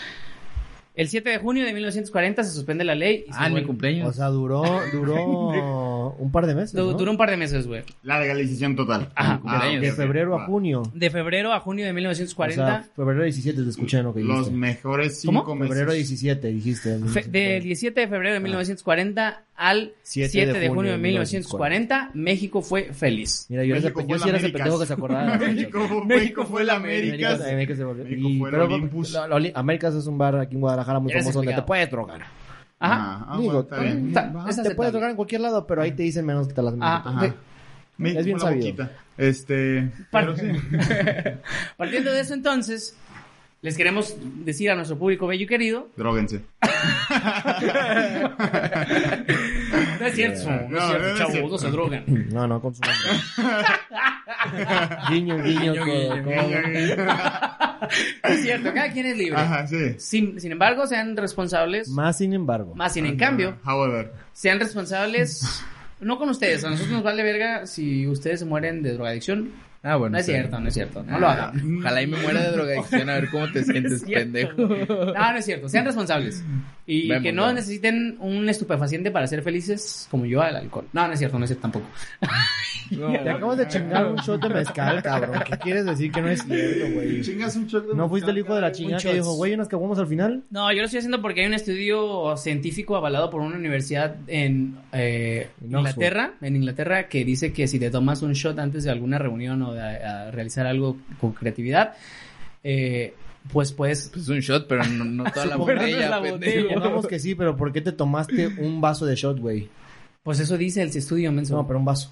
[SPEAKER 1] El 7 de junio de 1940 se suspende la ley. y se
[SPEAKER 4] Ah, en mi
[SPEAKER 1] vuelve-
[SPEAKER 4] cumpleaños.
[SPEAKER 3] O sea, duró, duró un par de meses.
[SPEAKER 1] Du-
[SPEAKER 3] ¿no?
[SPEAKER 1] Duró un par de meses, güey.
[SPEAKER 2] La legalización total.
[SPEAKER 1] Ajá.
[SPEAKER 2] Ah, ok,
[SPEAKER 3] De
[SPEAKER 2] ok,
[SPEAKER 3] febrero
[SPEAKER 2] va.
[SPEAKER 3] a junio.
[SPEAKER 1] De febrero a junio de
[SPEAKER 3] O
[SPEAKER 1] 1940.
[SPEAKER 3] sea, febrero 17 te escuché en lo que
[SPEAKER 2] Ah, Los
[SPEAKER 3] dijiste.
[SPEAKER 2] mejores
[SPEAKER 1] ¿Cómo?
[SPEAKER 2] cinco meses.
[SPEAKER 3] Febrero 17 dijiste.
[SPEAKER 1] Fe- del 17 de febrero de 1940 al 7, de, junio de 1940, México fue feliz.
[SPEAKER 3] Mira, yo, era ese-
[SPEAKER 2] México fue
[SPEAKER 3] yo
[SPEAKER 2] la
[SPEAKER 3] sí era ese
[SPEAKER 2] Américas.
[SPEAKER 3] pendejo que se acordaba. de las fechas,
[SPEAKER 2] México, fue-
[SPEAKER 1] México
[SPEAKER 2] México fue la América.
[SPEAKER 3] Américas, América se volvió.
[SPEAKER 2] México
[SPEAKER 3] y-
[SPEAKER 2] fue el
[SPEAKER 3] pero-
[SPEAKER 2] Olympus.
[SPEAKER 3] la- la Oli- Américas es un bar aquí en Guadalajara muy
[SPEAKER 1] Ya les
[SPEAKER 3] famoso donde te
[SPEAKER 1] explicaba.
[SPEAKER 3] puedes drogar.
[SPEAKER 1] Ajá.
[SPEAKER 2] Ah, ah,
[SPEAKER 3] Digo,
[SPEAKER 2] bueno, está bien.
[SPEAKER 1] está-
[SPEAKER 2] Va.
[SPEAKER 1] esa-
[SPEAKER 3] Te
[SPEAKER 1] aceptable.
[SPEAKER 3] puedes drogar en cualquier lado, pero ahí te dicen menos que te las
[SPEAKER 1] Ah,
[SPEAKER 3] metas.
[SPEAKER 2] Ajá.
[SPEAKER 1] de-
[SPEAKER 2] México
[SPEAKER 3] es bien
[SPEAKER 2] fue la
[SPEAKER 3] sabido.
[SPEAKER 2] boquita. Este,
[SPEAKER 1] Par-
[SPEAKER 2] pero sí.
[SPEAKER 1] Partiendo de eso entonces, les queremos decir a nuestro público bello y querido,
[SPEAKER 2] Dróguense.
[SPEAKER 1] no es cierto,
[SPEAKER 3] Yeah.
[SPEAKER 1] no es
[SPEAKER 2] No, no
[SPEAKER 1] cierto,
[SPEAKER 2] es
[SPEAKER 1] chavos,
[SPEAKER 2] cierto.
[SPEAKER 1] no se drogan.
[SPEAKER 3] No, no, con su nombre. guiño, guiño,
[SPEAKER 4] Guiño,
[SPEAKER 3] codo,
[SPEAKER 4] guiño,
[SPEAKER 3] codo.
[SPEAKER 1] No es cierto, cada quien es libre.
[SPEAKER 2] Ajá, sí.
[SPEAKER 1] Sin, sin embargo, sean responsables.
[SPEAKER 3] Más sin embargo.
[SPEAKER 1] Más sin en cambio,
[SPEAKER 2] However.
[SPEAKER 1] sean responsables, no con ustedes, a nosotros nos vale verga si ustedes se mueren de drogadicción.
[SPEAKER 4] ah, bueno.
[SPEAKER 1] No es
[SPEAKER 4] está bien.
[SPEAKER 1] cierto, no es cierto, no lo hagan.
[SPEAKER 4] Ojalá y me muera de drogadicción a ver cómo te sientes, pendejo.
[SPEAKER 1] No, no es cierto. Sean responsables. Y
[SPEAKER 4] Vemos,
[SPEAKER 1] que no
[SPEAKER 4] vemos.
[SPEAKER 1] necesiten un estupefaciente para ser felices como yo al alcohol. No, no es cierto, no es cierto tampoco.
[SPEAKER 3] Te acabas de chingar un shot de mezcal, cabrón. ¿Qué quieres decir que no es cierto, güey?
[SPEAKER 2] Chingas un choque de
[SPEAKER 3] ¿No fuiste el hijo de la chingada que
[SPEAKER 1] shot.
[SPEAKER 3] dijo, güey, unas caguamas al final?
[SPEAKER 1] No, yo lo estoy haciendo porque hay un estudio científico avalado por una universidad en eh,
[SPEAKER 3] En Oxford.
[SPEAKER 1] Inglaterra, en Inglaterra, que dice que si te tomas un shot antes de alguna reunión o de a- a realizar algo con creatividad, eh, pues puedes...
[SPEAKER 4] Pues un shot, pero no, no toda la
[SPEAKER 1] Supongamos
[SPEAKER 4] botella,
[SPEAKER 1] la
[SPEAKER 4] pendejo.
[SPEAKER 1] botella.
[SPEAKER 3] Supongamos que sí, pero ¿por qué te tomaste un vaso de shot, güey?
[SPEAKER 1] Pues eso dice el estudio, menso.
[SPEAKER 3] No, pero un vaso.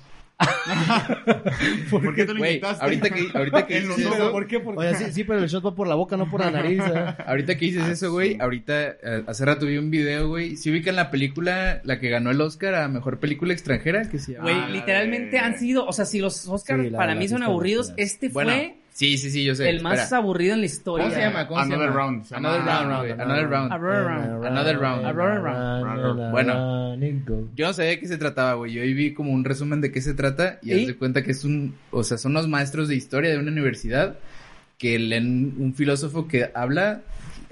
[SPEAKER 2] ¿Por qué te lo
[SPEAKER 4] Güey,
[SPEAKER 2] inventaste?
[SPEAKER 4] ahorita que, ahorita que
[SPEAKER 2] En los
[SPEAKER 4] dices
[SPEAKER 2] ojos.
[SPEAKER 4] eso,
[SPEAKER 2] ¿por
[SPEAKER 1] qué?
[SPEAKER 3] Oye, sí, sí, pero el shot va por la boca, no por la nariz. ¿eh?
[SPEAKER 4] ahorita que
[SPEAKER 1] Ah,
[SPEAKER 4] dices eso, güey, ahorita, eh, hace rato vi un video, güey, si ubican la película, la que ganó el Oscar a Mejor Película Extranjera, que se llama...
[SPEAKER 1] Güey,
[SPEAKER 2] Ah, la
[SPEAKER 1] literalmente
[SPEAKER 2] de-
[SPEAKER 1] han sido, o sea, si los Oscars
[SPEAKER 3] Sí, la
[SPEAKER 1] para
[SPEAKER 3] de
[SPEAKER 1] mí
[SPEAKER 3] las
[SPEAKER 1] son
[SPEAKER 3] historias.
[SPEAKER 1] aburridos, este
[SPEAKER 4] Bueno,
[SPEAKER 1] fue
[SPEAKER 4] sí, sí, sí, yo sé.
[SPEAKER 1] el más
[SPEAKER 4] espera.
[SPEAKER 1] aburrido en la historia.
[SPEAKER 4] ¿Cómo se llama? ¿Cómo se
[SPEAKER 2] Another
[SPEAKER 4] llama?
[SPEAKER 2] Round, se llama.
[SPEAKER 4] Another Round,
[SPEAKER 2] Another
[SPEAKER 4] güey,
[SPEAKER 2] Round,
[SPEAKER 4] Another Round.
[SPEAKER 1] Aurora Round.
[SPEAKER 4] Another round.
[SPEAKER 1] Another round.
[SPEAKER 2] Another
[SPEAKER 3] Bueno.
[SPEAKER 4] Yo no sabía de qué se trataba, güey. Yo ahí vi como un resumen de qué se trata y,
[SPEAKER 1] ¿Y?
[SPEAKER 4] haz de cuenta que es un, o sea, son los maestros de historia de una universidad que leen un filósofo que habla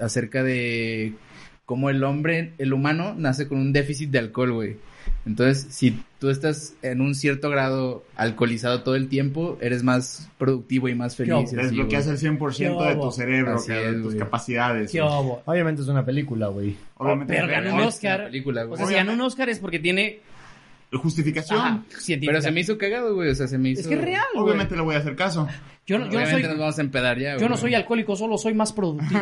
[SPEAKER 4] acerca de cómo el hombre, el humano, nace con un déficit de alcohol, güey. Entonces, si tú estás en un cierto grado alcoholizado todo el tiempo, eres más productivo y
[SPEAKER 1] Yo,
[SPEAKER 4] más feliz. y así,
[SPEAKER 2] Desbloqueas
[SPEAKER 4] güey.
[SPEAKER 2] el 100%
[SPEAKER 1] Qué
[SPEAKER 2] de
[SPEAKER 1] bobo.
[SPEAKER 2] tu cerebro,
[SPEAKER 4] Así
[SPEAKER 2] que-
[SPEAKER 4] es,
[SPEAKER 2] de tus
[SPEAKER 4] güey.
[SPEAKER 2] capacidades.
[SPEAKER 1] Qué obo.
[SPEAKER 3] Obviamente es una película, güey.
[SPEAKER 2] Obviamente,
[SPEAKER 1] Pero ganó un
[SPEAKER 2] obviamente.
[SPEAKER 4] Es una
[SPEAKER 1] Oscar.
[SPEAKER 4] película,
[SPEAKER 1] O
[SPEAKER 4] güey.
[SPEAKER 1] sea, si ganó un Oscar es porque tiene
[SPEAKER 2] Justificación.
[SPEAKER 1] ajá, científica.
[SPEAKER 4] Pero se me hizo cagado, güey. O sea, se me hizo.
[SPEAKER 1] Es que es real, güey.
[SPEAKER 2] Obviamente le voy a hacer caso.
[SPEAKER 1] Yo, no- yo no soy,
[SPEAKER 4] Obviamente nos vamos a empedar ya,
[SPEAKER 1] yo no
[SPEAKER 4] güey.
[SPEAKER 1] soy alcohólico, solo soy más productivo.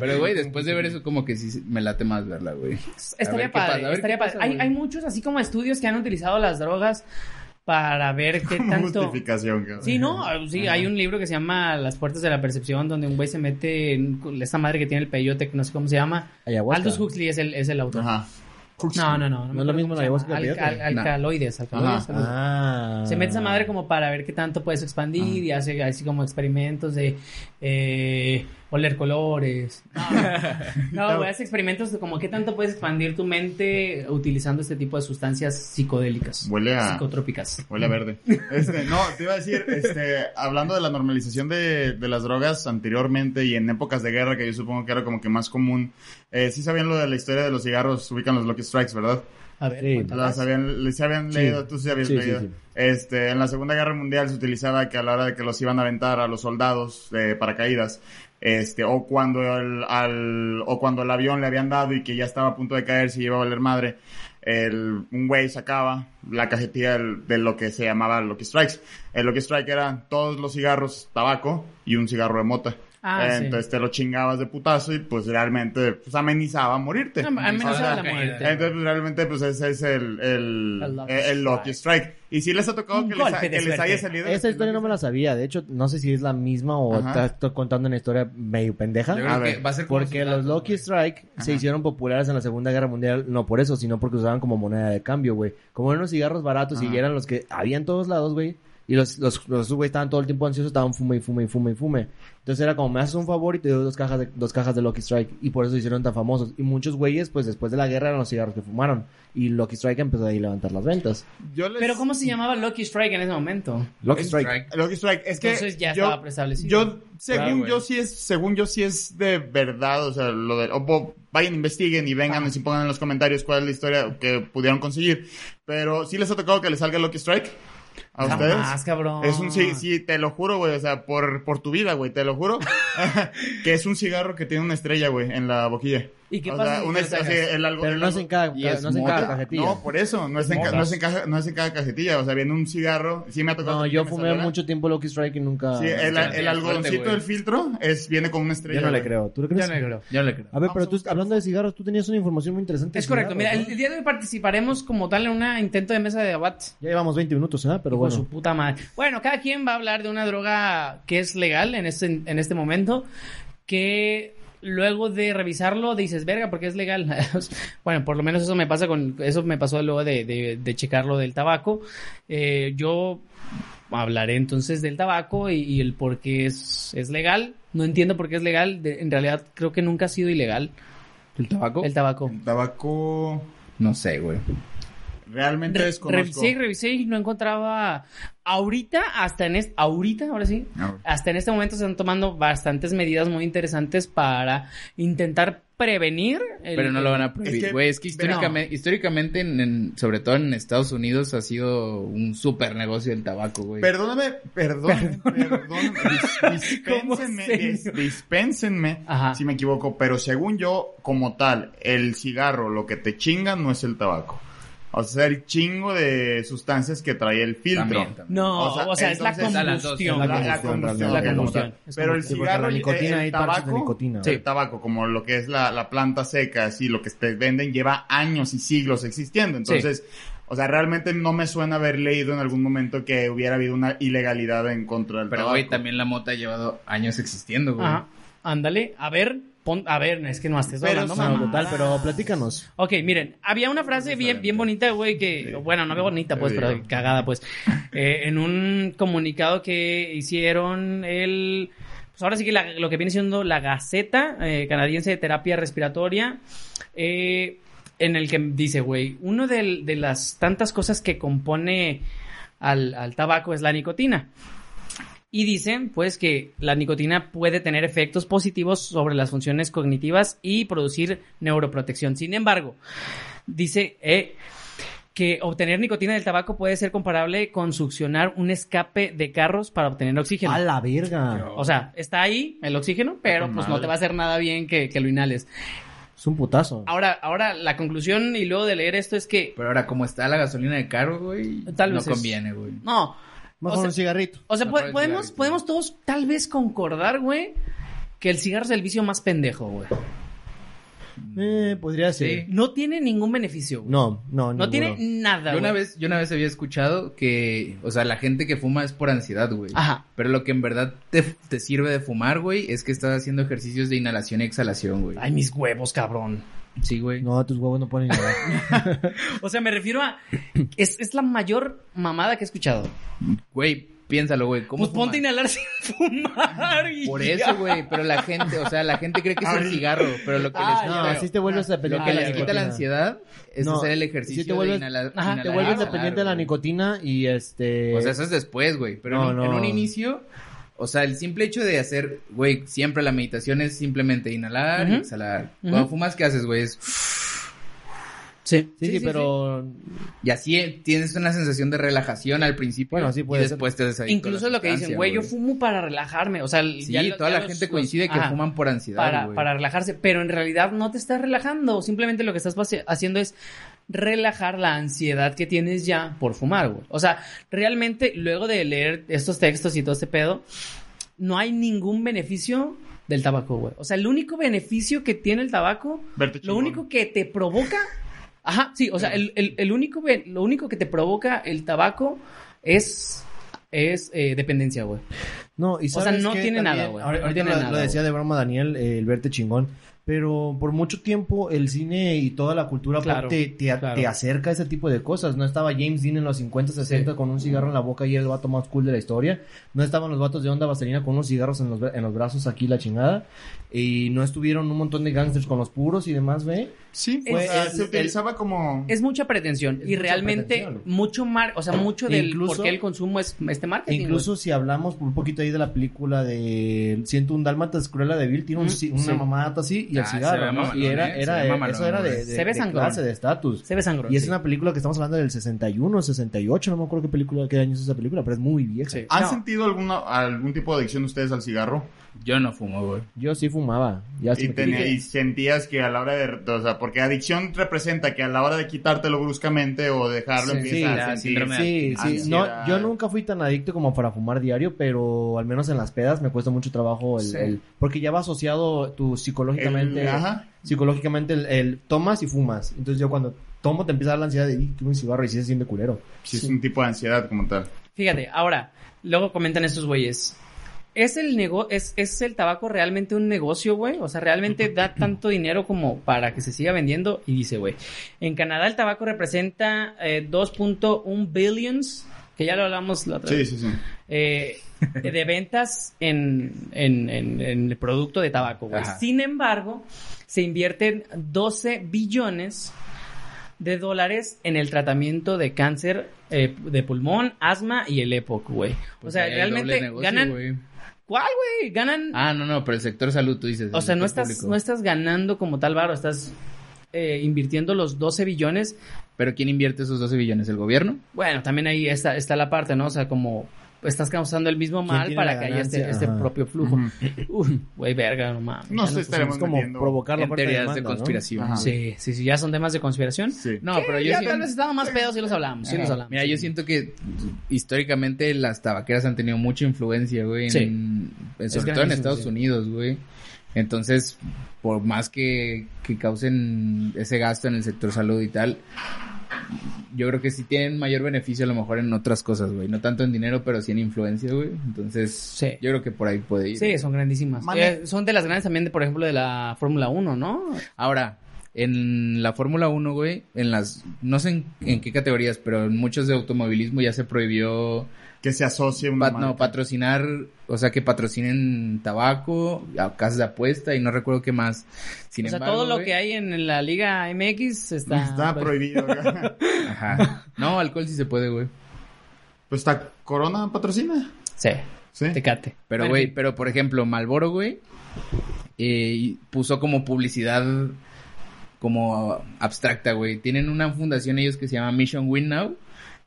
[SPEAKER 4] Pero, güey, después de ver eso, como que sí me late más verla, güey. A ver
[SPEAKER 1] Estaría
[SPEAKER 4] qué pasa, a
[SPEAKER 1] padre,
[SPEAKER 4] ver
[SPEAKER 1] estaría
[SPEAKER 4] qué
[SPEAKER 1] padre.
[SPEAKER 4] pasa,
[SPEAKER 1] Hay,
[SPEAKER 4] güey.
[SPEAKER 1] hay muchos así como estudios que han utilizado las drogas para ver qué
[SPEAKER 2] Como
[SPEAKER 1] tanto...
[SPEAKER 2] Justificación, cabrón.
[SPEAKER 1] Sí, ¿no? Ah, Sí, hay un libro que se llama Las puertas de la percepción, donde un güey se mete en con esta madre que tiene el peyote, que no sé cómo se llama.
[SPEAKER 3] Ayahuasca. Ah,
[SPEAKER 1] Aldous Huxley es el, es el autor.
[SPEAKER 2] Ajá.
[SPEAKER 1] No, no, no.
[SPEAKER 3] ¿No es lo mismo la ayahuasca que el
[SPEAKER 1] ayahuasca.
[SPEAKER 3] peyote?
[SPEAKER 4] No.
[SPEAKER 1] alcaloides, alcaloides.
[SPEAKER 2] Ajá.
[SPEAKER 1] algo así.
[SPEAKER 3] Ah.
[SPEAKER 1] Se mete esa madre como para ver qué tanto puedes expandir
[SPEAKER 2] Ah.
[SPEAKER 1] y hace así como experimentos de eh, oler colores. No, güey, hace experimentos de como qué tanto puedes expandir tu mente utilizando este tipo de sustancias psicodélicas.
[SPEAKER 2] Huele a...
[SPEAKER 1] Psicotrópicas.
[SPEAKER 2] Huele a verde. Este, no, te iba a decir, este, hablando de la normalización de, de las drogas anteriormente y en épocas de guerra, que yo supongo que era como que más común, eh, sí sabían lo de la historia de los cigarros, ubican los Lucky Strikes, ¿verdad?
[SPEAKER 1] A ver,
[SPEAKER 3] Sí.
[SPEAKER 1] cuéntame.
[SPEAKER 2] Las habían, les habían
[SPEAKER 3] Sí.
[SPEAKER 2] leído, tú sí habías
[SPEAKER 3] Sí, sí,
[SPEAKER 2] leído.
[SPEAKER 3] sí.
[SPEAKER 2] Este, en la Segunda Guerra Mundial se utilizaba que a la hora de que los iban a aventar a los soldados de paracaídas, este, o cuando el, al, o cuando el avión le habían dado y que ya estaba a punto de caer, se iba a valer madre, el, un güey sacaba la cajetilla del- de lo que se llamaba Lucky Strikes. El Lucky Strike era todos los cigarros tabaco y un cigarro de mota.
[SPEAKER 1] Ah,
[SPEAKER 2] Eh,
[SPEAKER 1] sí.
[SPEAKER 2] Entonces te lo chingabas de putazo y pues realmente pues, amenizaba morirte.
[SPEAKER 1] No, amenazaba la muerte.
[SPEAKER 2] Entonces, pues, realmente, pues ese es el, el,
[SPEAKER 1] El Lucky
[SPEAKER 2] el- el Lucky Strike. Y si les ha tocado
[SPEAKER 1] Un
[SPEAKER 2] que les, ha-
[SPEAKER 1] golpe de
[SPEAKER 2] que les
[SPEAKER 1] suerte.
[SPEAKER 2] haya salido.
[SPEAKER 3] Esa historia no me la sabía. De hecho, no sé si es la misma o
[SPEAKER 2] Ajá.
[SPEAKER 3] estás to- contando una historia medio pendeja.
[SPEAKER 4] Yo creo
[SPEAKER 2] A
[SPEAKER 4] que
[SPEAKER 2] ver,
[SPEAKER 4] va a ser como
[SPEAKER 3] Ah, Porque
[SPEAKER 4] sus
[SPEAKER 3] los
[SPEAKER 4] datos,
[SPEAKER 3] Lucky
[SPEAKER 4] güey.
[SPEAKER 3] Strike se hicieron populares en la Segunda Guerra Mundial, no por eso, sino porque usaban como moneda de cambio, güey. Como eran unos cigarros baratos y
[SPEAKER 2] Ajá.
[SPEAKER 3] eran los que había en todos lados, güey. Y los, los, los güey estaban todo el tiempo ansiosos, estaban fume y fume y fume y fume. Entonces era como, me haces un favor y te doy dos cajas de, dos cajas de Lucky Strike. Y por eso se hicieron tan famosos. Y muchos güeyes, pues después de la guerra eran los cigarros que fumaron. Y Lucky Strike empezó ahí a levantar las ventas.
[SPEAKER 2] Yo les-
[SPEAKER 1] Pero ¿cómo se llamaba Lucky Strike en ese momento?
[SPEAKER 3] Lucky Strike.
[SPEAKER 2] El Lucky Strike. Es que.
[SPEAKER 1] Entonces ya
[SPEAKER 2] yo,
[SPEAKER 1] estaba preestablecido.
[SPEAKER 2] Yo,
[SPEAKER 4] Claro,
[SPEAKER 2] según
[SPEAKER 4] güey.
[SPEAKER 2] yo sí es, según yo sí es de verdad, o sea, lo de, o po- vayan, investiguen y vengan y si pongan en los comentarios cuál es la historia que pudieron conseguir. Pero sí les ha tocado que les salga Lucky Strike a ustedes.
[SPEAKER 1] Jamás, cabrón.
[SPEAKER 2] Es un sí, sí, te lo juro, güey, o sea, por, por tu vida, güey, te lo juro, que es un cigarro que tiene una estrella, güey, en la boquilla.
[SPEAKER 1] ¿Y qué
[SPEAKER 2] O
[SPEAKER 1] pasa
[SPEAKER 2] sea,
[SPEAKER 1] si
[SPEAKER 2] una
[SPEAKER 1] te lo
[SPEAKER 2] estrella,
[SPEAKER 1] sacas?
[SPEAKER 2] sí, el algo-
[SPEAKER 3] Pero
[SPEAKER 2] el
[SPEAKER 3] no es
[SPEAKER 2] algo-
[SPEAKER 3] en cada,
[SPEAKER 4] Y es
[SPEAKER 3] no es en
[SPEAKER 4] mota.
[SPEAKER 3] cada cajetilla.
[SPEAKER 2] no, por eso, no es, en ca- no, es en caja- no es en cada cajetilla, o sea, viene un cigarro, sí me ha tocado.
[SPEAKER 3] No,
[SPEAKER 2] que
[SPEAKER 3] yo
[SPEAKER 2] me
[SPEAKER 3] fumé
[SPEAKER 2] saliera.
[SPEAKER 3] mucho tiempo Lucky Strike y nunca...
[SPEAKER 2] Sí, el,
[SPEAKER 4] Muchas
[SPEAKER 2] el
[SPEAKER 4] gracias,
[SPEAKER 2] algodoncito
[SPEAKER 4] suerte,
[SPEAKER 2] del
[SPEAKER 4] güey.
[SPEAKER 2] filtro es, viene con una estrella.
[SPEAKER 3] Yo no le
[SPEAKER 2] güey.
[SPEAKER 3] creo. ¿Tú le
[SPEAKER 1] Yo
[SPEAKER 3] crees?
[SPEAKER 1] no creo.
[SPEAKER 4] Yo no le
[SPEAKER 3] A
[SPEAKER 4] creo.
[SPEAKER 3] ver,
[SPEAKER 2] Vamos
[SPEAKER 3] pero
[SPEAKER 2] a
[SPEAKER 3] tú,
[SPEAKER 2] buscar.
[SPEAKER 3] hablando de cigarros, tú tenías una información muy interesante.
[SPEAKER 1] Es
[SPEAKER 3] de
[SPEAKER 1] correcto. Mira,
[SPEAKER 3] cigarros,
[SPEAKER 1] el,
[SPEAKER 3] ¿no?
[SPEAKER 1] el día de hoy participaremos como tal en un intento de mesa de debate.
[SPEAKER 3] Ya llevamos 20 minutos, ¿ah? Pero
[SPEAKER 1] Hijo de
[SPEAKER 3] bueno.
[SPEAKER 1] su puta madre. Bueno, cada quien va a hablar de una droga que es legal en este, en este momento, que luego de revisarlo dices, verga, porque es legal. bueno, por lo menos eso me pasa con, eso me pasó luego de, de, de checarlo del tabaco. Eh, yo hablaré entonces del tabaco y, y el por qué es, es legal. No entiendo por qué es legal. De- en realidad creo que nunca ha sido ilegal
[SPEAKER 4] ¿El tabaco?
[SPEAKER 1] el tabaco.
[SPEAKER 2] Tabaco,
[SPEAKER 4] No sé, güey.
[SPEAKER 2] realmente desconozco.
[SPEAKER 1] Revisé y revisé y no encontraba. Ahorita, hasta en este, ahorita, ahora sí,
[SPEAKER 2] No.
[SPEAKER 1] hasta en este momento se están tomando bastantes medidas muy interesantes para intentar prevenir. el-
[SPEAKER 4] Pero no lo van a prohibir.
[SPEAKER 2] Es que-
[SPEAKER 4] güey, es que históricamente, históricamente en- en- sobre todo en Estados Unidos, ha sido un súper negocio el tabaco, güey.
[SPEAKER 2] Perdóname, perdóname, perdóname, dis- dispénsenme,
[SPEAKER 1] ¿Cómo serio?
[SPEAKER 2] dis- dispénsenme
[SPEAKER 1] Ajá.
[SPEAKER 2] si me equivoco, pero según yo, como tal, el cigarro, lo que te chinga no es el tabaco. O sea, el chingo de sustancias que trae el filtro.
[SPEAKER 4] También, también.
[SPEAKER 1] No,
[SPEAKER 2] O sea,
[SPEAKER 1] o sea, es la
[SPEAKER 2] entonces-
[SPEAKER 4] A las dos,
[SPEAKER 1] combustión.
[SPEAKER 4] a
[SPEAKER 2] La, la combustión.
[SPEAKER 1] La
[SPEAKER 2] ok,
[SPEAKER 1] combustión.
[SPEAKER 2] o sea,
[SPEAKER 3] Es
[SPEAKER 2] Pero el
[SPEAKER 3] combustión, porque
[SPEAKER 2] cigarro,
[SPEAKER 3] la
[SPEAKER 2] y-
[SPEAKER 3] nicotina,
[SPEAKER 2] el,
[SPEAKER 3] hay parches de
[SPEAKER 2] tabaco,
[SPEAKER 3] nicotina.
[SPEAKER 2] el tabaco, como lo que es la, la planta seca, así, lo que te venden lleva años y siglos existiendo. Entonces, o sea, realmente no me suena haber leído en algún momento que hubiera habido una ilegalidad en contra del
[SPEAKER 4] Pero,
[SPEAKER 2] tabaco.
[SPEAKER 4] güey, también la mota ha llevado años existiendo, güey.
[SPEAKER 1] Ajá. Ándale, a ver, pon- a ver, es que no estés
[SPEAKER 2] Pero
[SPEAKER 1] hablando
[SPEAKER 2] son
[SPEAKER 1] mamadas.
[SPEAKER 3] total, pero platícanos.
[SPEAKER 1] Ok, miren, había una frase bien, bien bonita, güey, que,
[SPEAKER 2] Sí.
[SPEAKER 1] bueno, no bonita, pues,
[SPEAKER 2] Sí.
[SPEAKER 1] pero cagada, pues, Eh, en un comunicado que hicieron el, pues ahora sí que la- lo que viene siendo la Gaceta eh, Canadiense de Terapia Respiratoria, eh, en el que dice, güey, una de las tantas cosas que compone al, al tabaco es la nicotina. Y dicen, pues, que la nicotina puede tener efectos positivos sobre las funciones cognitivas y producir neuroprotección. Sin embargo, dice eh, que obtener nicotina del tabaco puede ser comparable con succionar un escape de carros para obtener oxígeno.
[SPEAKER 3] A la verga.
[SPEAKER 1] O sea, está ahí el oxígeno, pero
[SPEAKER 2] con
[SPEAKER 1] pues no
[SPEAKER 2] madre.
[SPEAKER 1] te va a hacer nada bien que, que lo inhales.
[SPEAKER 3] Es un putazo.
[SPEAKER 1] Ahora, ahora la conclusión y luego de leer esto es que
[SPEAKER 4] Pero ahora, como está la gasolina de caro, güey,
[SPEAKER 1] Tal
[SPEAKER 4] no
[SPEAKER 1] vez es-
[SPEAKER 4] conviene, güey.
[SPEAKER 1] no.
[SPEAKER 3] Mejor
[SPEAKER 1] o sea-
[SPEAKER 3] un cigarrito.
[SPEAKER 1] O sea,
[SPEAKER 4] Me
[SPEAKER 1] po-
[SPEAKER 4] acuerdo del
[SPEAKER 1] podemos,
[SPEAKER 4] cigarrito.
[SPEAKER 1] podemos todos tal vez concordar, güey, que el cigarro es el vicio más pendejo, güey.
[SPEAKER 3] Eh, podría ser.
[SPEAKER 4] mm. Sí.
[SPEAKER 1] No tiene ningún beneficio, güey.
[SPEAKER 3] No, no,
[SPEAKER 1] No tiene
[SPEAKER 3] ninguno.
[SPEAKER 1] nada,
[SPEAKER 4] Yo una,
[SPEAKER 1] güey.
[SPEAKER 4] vez, yo una vez había escuchado que, o sea, la gente que fuma es por ansiedad, güey.
[SPEAKER 1] Ajá.
[SPEAKER 4] Pero lo que en verdad te, te sirve de fumar, güey, es que estás haciendo ejercicios de inhalación y exhalación, güey.
[SPEAKER 1] Ay, mis huevos, cabrón.
[SPEAKER 4] Sí, güey.
[SPEAKER 3] No, tus huevos no ponen nada.
[SPEAKER 1] O sea, me refiero a. Es, es la mayor mamada que he escuchado.
[SPEAKER 4] Güey, piénsalo, güey. ¿Cómo
[SPEAKER 1] Pues ponte a
[SPEAKER 4] fumas?
[SPEAKER 1] inhalar sin fumar. y
[SPEAKER 4] Por
[SPEAKER 1] ya.
[SPEAKER 4] eso, güey. Pero la gente, o sea, la gente cree que es el
[SPEAKER 2] Ahorita.
[SPEAKER 4] cigarro, pero lo que
[SPEAKER 1] Ah,
[SPEAKER 4] les
[SPEAKER 1] ya
[SPEAKER 3] No,
[SPEAKER 1] veo.
[SPEAKER 3] así te vuelves
[SPEAKER 4] Lo
[SPEAKER 3] dependiente
[SPEAKER 4] que
[SPEAKER 1] Ah,
[SPEAKER 3] de
[SPEAKER 1] ya,
[SPEAKER 4] les
[SPEAKER 1] ya.
[SPEAKER 4] quita la ansiedad es
[SPEAKER 3] No,
[SPEAKER 4] hacer el
[SPEAKER 3] sí
[SPEAKER 4] ejercicio
[SPEAKER 3] te vuelves-
[SPEAKER 4] de inhalar.
[SPEAKER 1] Ajá, te
[SPEAKER 3] Te
[SPEAKER 4] inhalar,
[SPEAKER 3] vuelves
[SPEAKER 4] exhalar,
[SPEAKER 3] dependiente de la
[SPEAKER 4] güey.
[SPEAKER 3] nicotina y este...
[SPEAKER 4] O sea, Pues eso es después, güey. Pero
[SPEAKER 3] No,
[SPEAKER 4] en, un- en
[SPEAKER 3] no.
[SPEAKER 4] un inicio, o sea, el simple hecho de hacer, güey, siempre la meditación es simplemente inhalar y
[SPEAKER 1] Ujú.
[SPEAKER 4] exhalar.
[SPEAKER 1] Ujú.
[SPEAKER 4] Cuando fumas, ¿qué haces, güey? Es-
[SPEAKER 1] Sí.
[SPEAKER 3] Sí, sí,
[SPEAKER 4] sí, sí,
[SPEAKER 3] pero...
[SPEAKER 4] Y así eh, tienes una sensación de relajación al principio.
[SPEAKER 3] Bueno, sí puede
[SPEAKER 4] Y
[SPEAKER 3] ser.
[SPEAKER 4] después te desayunas.
[SPEAKER 1] Incluso es lo que dicen, güey, yo fumo para relajarme. O sea, el-
[SPEAKER 4] Sí,
[SPEAKER 1] ya lo-
[SPEAKER 4] toda
[SPEAKER 1] ya
[SPEAKER 4] la
[SPEAKER 1] los-
[SPEAKER 4] gente
[SPEAKER 1] los-
[SPEAKER 4] coincide que
[SPEAKER 1] ajá,
[SPEAKER 4] fuman por ansiedad,
[SPEAKER 1] Para,
[SPEAKER 4] güey.
[SPEAKER 1] para relajarse, pero en realidad no te estás relajando. Simplemente lo que estás pase- haciendo es relajar la ansiedad que tienes ya por fumar, güey. O sea, realmente luego de leer estos textos y todo este pedo, no hay ningún beneficio del tabaco, güey. O sea, el único beneficio que tiene el tabaco
[SPEAKER 2] Verte
[SPEAKER 1] lo
[SPEAKER 2] chingón.
[SPEAKER 1] único que te provoca. Ajá, sí, o sea, el, el- el único, be- lo único que te provoca el tabaco es, es eh, dependencia, güey.
[SPEAKER 3] No, y
[SPEAKER 1] sea,
[SPEAKER 3] sabes
[SPEAKER 1] no
[SPEAKER 3] qué
[SPEAKER 1] tiene
[SPEAKER 3] también,
[SPEAKER 1] nada, güey.
[SPEAKER 3] ahor-
[SPEAKER 1] No
[SPEAKER 3] Ahorita
[SPEAKER 1] tiene
[SPEAKER 3] lo,
[SPEAKER 1] nada,
[SPEAKER 3] lo decía de broma Daniel, eh, el verte chingón. Pero por mucho tiempo el cine y toda la cultura pop
[SPEAKER 1] Claro,
[SPEAKER 3] te, te,
[SPEAKER 1] claro.
[SPEAKER 3] te acerca a ese tipo de cosas. No estaba James Dean en los 50, 60 con un
[SPEAKER 1] Mm.
[SPEAKER 3] cigarro en la boca y el vato más cool de la historia. No estaban los vatos de onda vaselina con unos cigarros en los, bra- en los brazos aquí la chingada. Y no estuvieron un montón de gangsters con los puros y demás, ¿ve?
[SPEAKER 2] Sí,
[SPEAKER 1] Es-
[SPEAKER 2] o sea,
[SPEAKER 1] es-
[SPEAKER 2] se utilizaba como...
[SPEAKER 1] Es mucha pretensión
[SPEAKER 3] Es
[SPEAKER 1] y
[SPEAKER 3] mucha
[SPEAKER 1] realmente
[SPEAKER 3] pretensión, güey.
[SPEAKER 1] mucho mar, o sea, mucho del
[SPEAKER 3] Incluso-
[SPEAKER 1] por qué el consumo es este
[SPEAKER 3] E
[SPEAKER 1] marketing.
[SPEAKER 3] incluso si hablamos por un poquito ahí de la película de Siento un Dálmatas Cruella de Bill, tiene un
[SPEAKER 1] Mm,
[SPEAKER 3] ci- una
[SPEAKER 1] sí.
[SPEAKER 3] mamata así y el
[SPEAKER 4] Ah, se
[SPEAKER 3] cigarro,
[SPEAKER 4] ve
[SPEAKER 3] ¿no?
[SPEAKER 4] mamalón,
[SPEAKER 3] y era,
[SPEAKER 4] eh, se
[SPEAKER 3] era,
[SPEAKER 4] ve
[SPEAKER 3] eh,
[SPEAKER 4] mamalón,
[SPEAKER 3] eso era de, de-
[SPEAKER 4] eh.
[SPEAKER 1] Se ve
[SPEAKER 3] de
[SPEAKER 1] sangrón.
[SPEAKER 3] clase, de estatus.
[SPEAKER 1] güey. se ve sangrón.
[SPEAKER 3] Y es
[SPEAKER 1] sí.
[SPEAKER 3] una película que estamos hablando del 61, 68, no me acuerdo qué película, qué año es esa película, pero es muy vieja.
[SPEAKER 1] Sí.
[SPEAKER 2] ¿Han
[SPEAKER 1] No.
[SPEAKER 2] sentido alguna, algún tipo de adicción ustedes al cigarro?
[SPEAKER 4] Yo no fumo, güey.
[SPEAKER 3] Yo sí fumaba, ya se
[SPEAKER 2] Y,
[SPEAKER 3] me
[SPEAKER 2] tenía-
[SPEAKER 3] quitó.
[SPEAKER 2] y sentías que a la hora de... O sea, porque adicción representa que a la hora de quitártelo bruscamente o dejarlo
[SPEAKER 3] Sí,
[SPEAKER 2] empiezas
[SPEAKER 4] sí,
[SPEAKER 2] a
[SPEAKER 4] la
[SPEAKER 2] sentir...
[SPEAKER 4] síndrome
[SPEAKER 3] Sí, sí, no,
[SPEAKER 2] Ansiedad.
[SPEAKER 3] yo nunca fui tan adicto como para fumar diario, pero al menos en las pedas me cuesta mucho trabajo el,
[SPEAKER 4] Sí.
[SPEAKER 3] el- porque ya va asociado tu psicológicamente,
[SPEAKER 2] El- ajá.
[SPEAKER 3] psicológicamente el, el tomas y fumas. Entonces yo cuando tomo te empieza a dar la ansiedad de, "Ih, tuve un cigarro y sí se siente culero.
[SPEAKER 2] Sí, es un tipo de ansiedad como tal.
[SPEAKER 1] Fíjate, ahora, luego comentan estos güeyes. ¿Es el, nego es, ¿Es el tabaco realmente un negocio, güey? O sea, ¿realmente da tanto dinero como para que se siga vendiendo? Y dice, güey, en Canadá el tabaco representa eh, 2.1 billions, que ya lo hablamos la otra
[SPEAKER 2] Sí,
[SPEAKER 1] vez,
[SPEAKER 2] sí, sí.
[SPEAKER 1] eh, de ventas en, en- en- en el producto de tabaco, güey.
[SPEAKER 4] Ajá.
[SPEAKER 1] Sin embargo, se invierten 12 billones de dólares en el tratamiento de cáncer eh, de pulmón, asma y el EPOC, güey. o
[SPEAKER 4] Pues
[SPEAKER 1] sea,
[SPEAKER 4] ahí hay
[SPEAKER 1] realmente
[SPEAKER 4] doble negocio,
[SPEAKER 1] ganan...
[SPEAKER 4] güey.
[SPEAKER 1] ¿Cuál, güey? Ganan...
[SPEAKER 4] Ah, no, no, pero el sector salud, tú dices.
[SPEAKER 1] o
[SPEAKER 4] el
[SPEAKER 1] sea, no
[SPEAKER 4] sector
[SPEAKER 1] estás,
[SPEAKER 4] público.
[SPEAKER 1] no estás ganando como tal varo, estás eh, invirtiendo los 12 billones.
[SPEAKER 4] Pero ¿quién invierte esos 12 billones? ¿El gobierno?
[SPEAKER 1] Bueno, también ahí está, está la parte, ¿no? O sea, como estás causando el mismo mal
[SPEAKER 3] tiene
[SPEAKER 1] para
[SPEAKER 3] la
[SPEAKER 1] que haya este,
[SPEAKER 3] ganancia?
[SPEAKER 1] este
[SPEAKER 3] Ajá.
[SPEAKER 1] propio flujo. Uf, güey, verga, no mames.
[SPEAKER 2] No
[SPEAKER 1] ya
[SPEAKER 2] sé, estaremos
[SPEAKER 3] es como
[SPEAKER 2] metiendo.
[SPEAKER 3] provocar la
[SPEAKER 4] en
[SPEAKER 3] oferta y
[SPEAKER 4] teorías de
[SPEAKER 3] demanda, ¿no?
[SPEAKER 4] conspiración.
[SPEAKER 2] Ajá.
[SPEAKER 1] Sí, sí, sí, ya son temas de conspiración.
[SPEAKER 2] Sí.
[SPEAKER 4] No, pero yo
[SPEAKER 1] ya
[SPEAKER 4] siento-
[SPEAKER 1] cuando estaban más pedos sí los hablamos, sí los
[SPEAKER 4] Ajá.
[SPEAKER 1] hablamos.
[SPEAKER 4] Mira, yo siento que históricamente las tabaqueras han tenido mucha influencia, güey. en-
[SPEAKER 1] Sí.
[SPEAKER 4] en-
[SPEAKER 1] Es
[SPEAKER 4] sobre
[SPEAKER 1] gran
[SPEAKER 4] todo en
[SPEAKER 1] influencia.
[SPEAKER 4] Estados Unidos, güey. Entonces, por más que, que causen ese gasto en el sector salud y tal, yo creo que sí tienen mayor beneficio a lo mejor en otras cosas, güey. No tanto en dinero, pero sí en influencia, güey. Entonces,
[SPEAKER 1] Sí.
[SPEAKER 4] yo creo que por ahí puede ir.
[SPEAKER 1] Sí, son grandísimas.
[SPEAKER 2] Mane-
[SPEAKER 1] Eh, son de las grandes también, de, por ejemplo, de la Fórmula 1, ¿no?
[SPEAKER 4] Ahora, en la Fórmula 1, güey, en las, no sé en, en qué categorías, pero en muchos de automovilismo ya se prohibió
[SPEAKER 2] Que se asocie una
[SPEAKER 4] Pat- no,
[SPEAKER 2] marca.
[SPEAKER 4] patrocinar, o sea, que patrocinen tabaco, a casas de apuesta y no recuerdo qué más. Sin
[SPEAKER 1] o sea,
[SPEAKER 4] embargo,
[SPEAKER 1] todo lo
[SPEAKER 4] güey,
[SPEAKER 1] que hay en la Liga MX está, pues,
[SPEAKER 2] Está prohibido. güey.
[SPEAKER 4] Ajá. No, alcohol sí se puede, güey.
[SPEAKER 2] pues está Corona patrocina.
[SPEAKER 1] Sí,
[SPEAKER 2] Sí.
[SPEAKER 1] tecate.
[SPEAKER 4] Pero,
[SPEAKER 1] Bueno,
[SPEAKER 4] güey,
[SPEAKER 1] en fin.
[SPEAKER 4] pero por ejemplo, Malboro, güey, eh, y puso como publicidad como abstracta, güey. Tienen una fundación ellos que se llama Mission Win Now.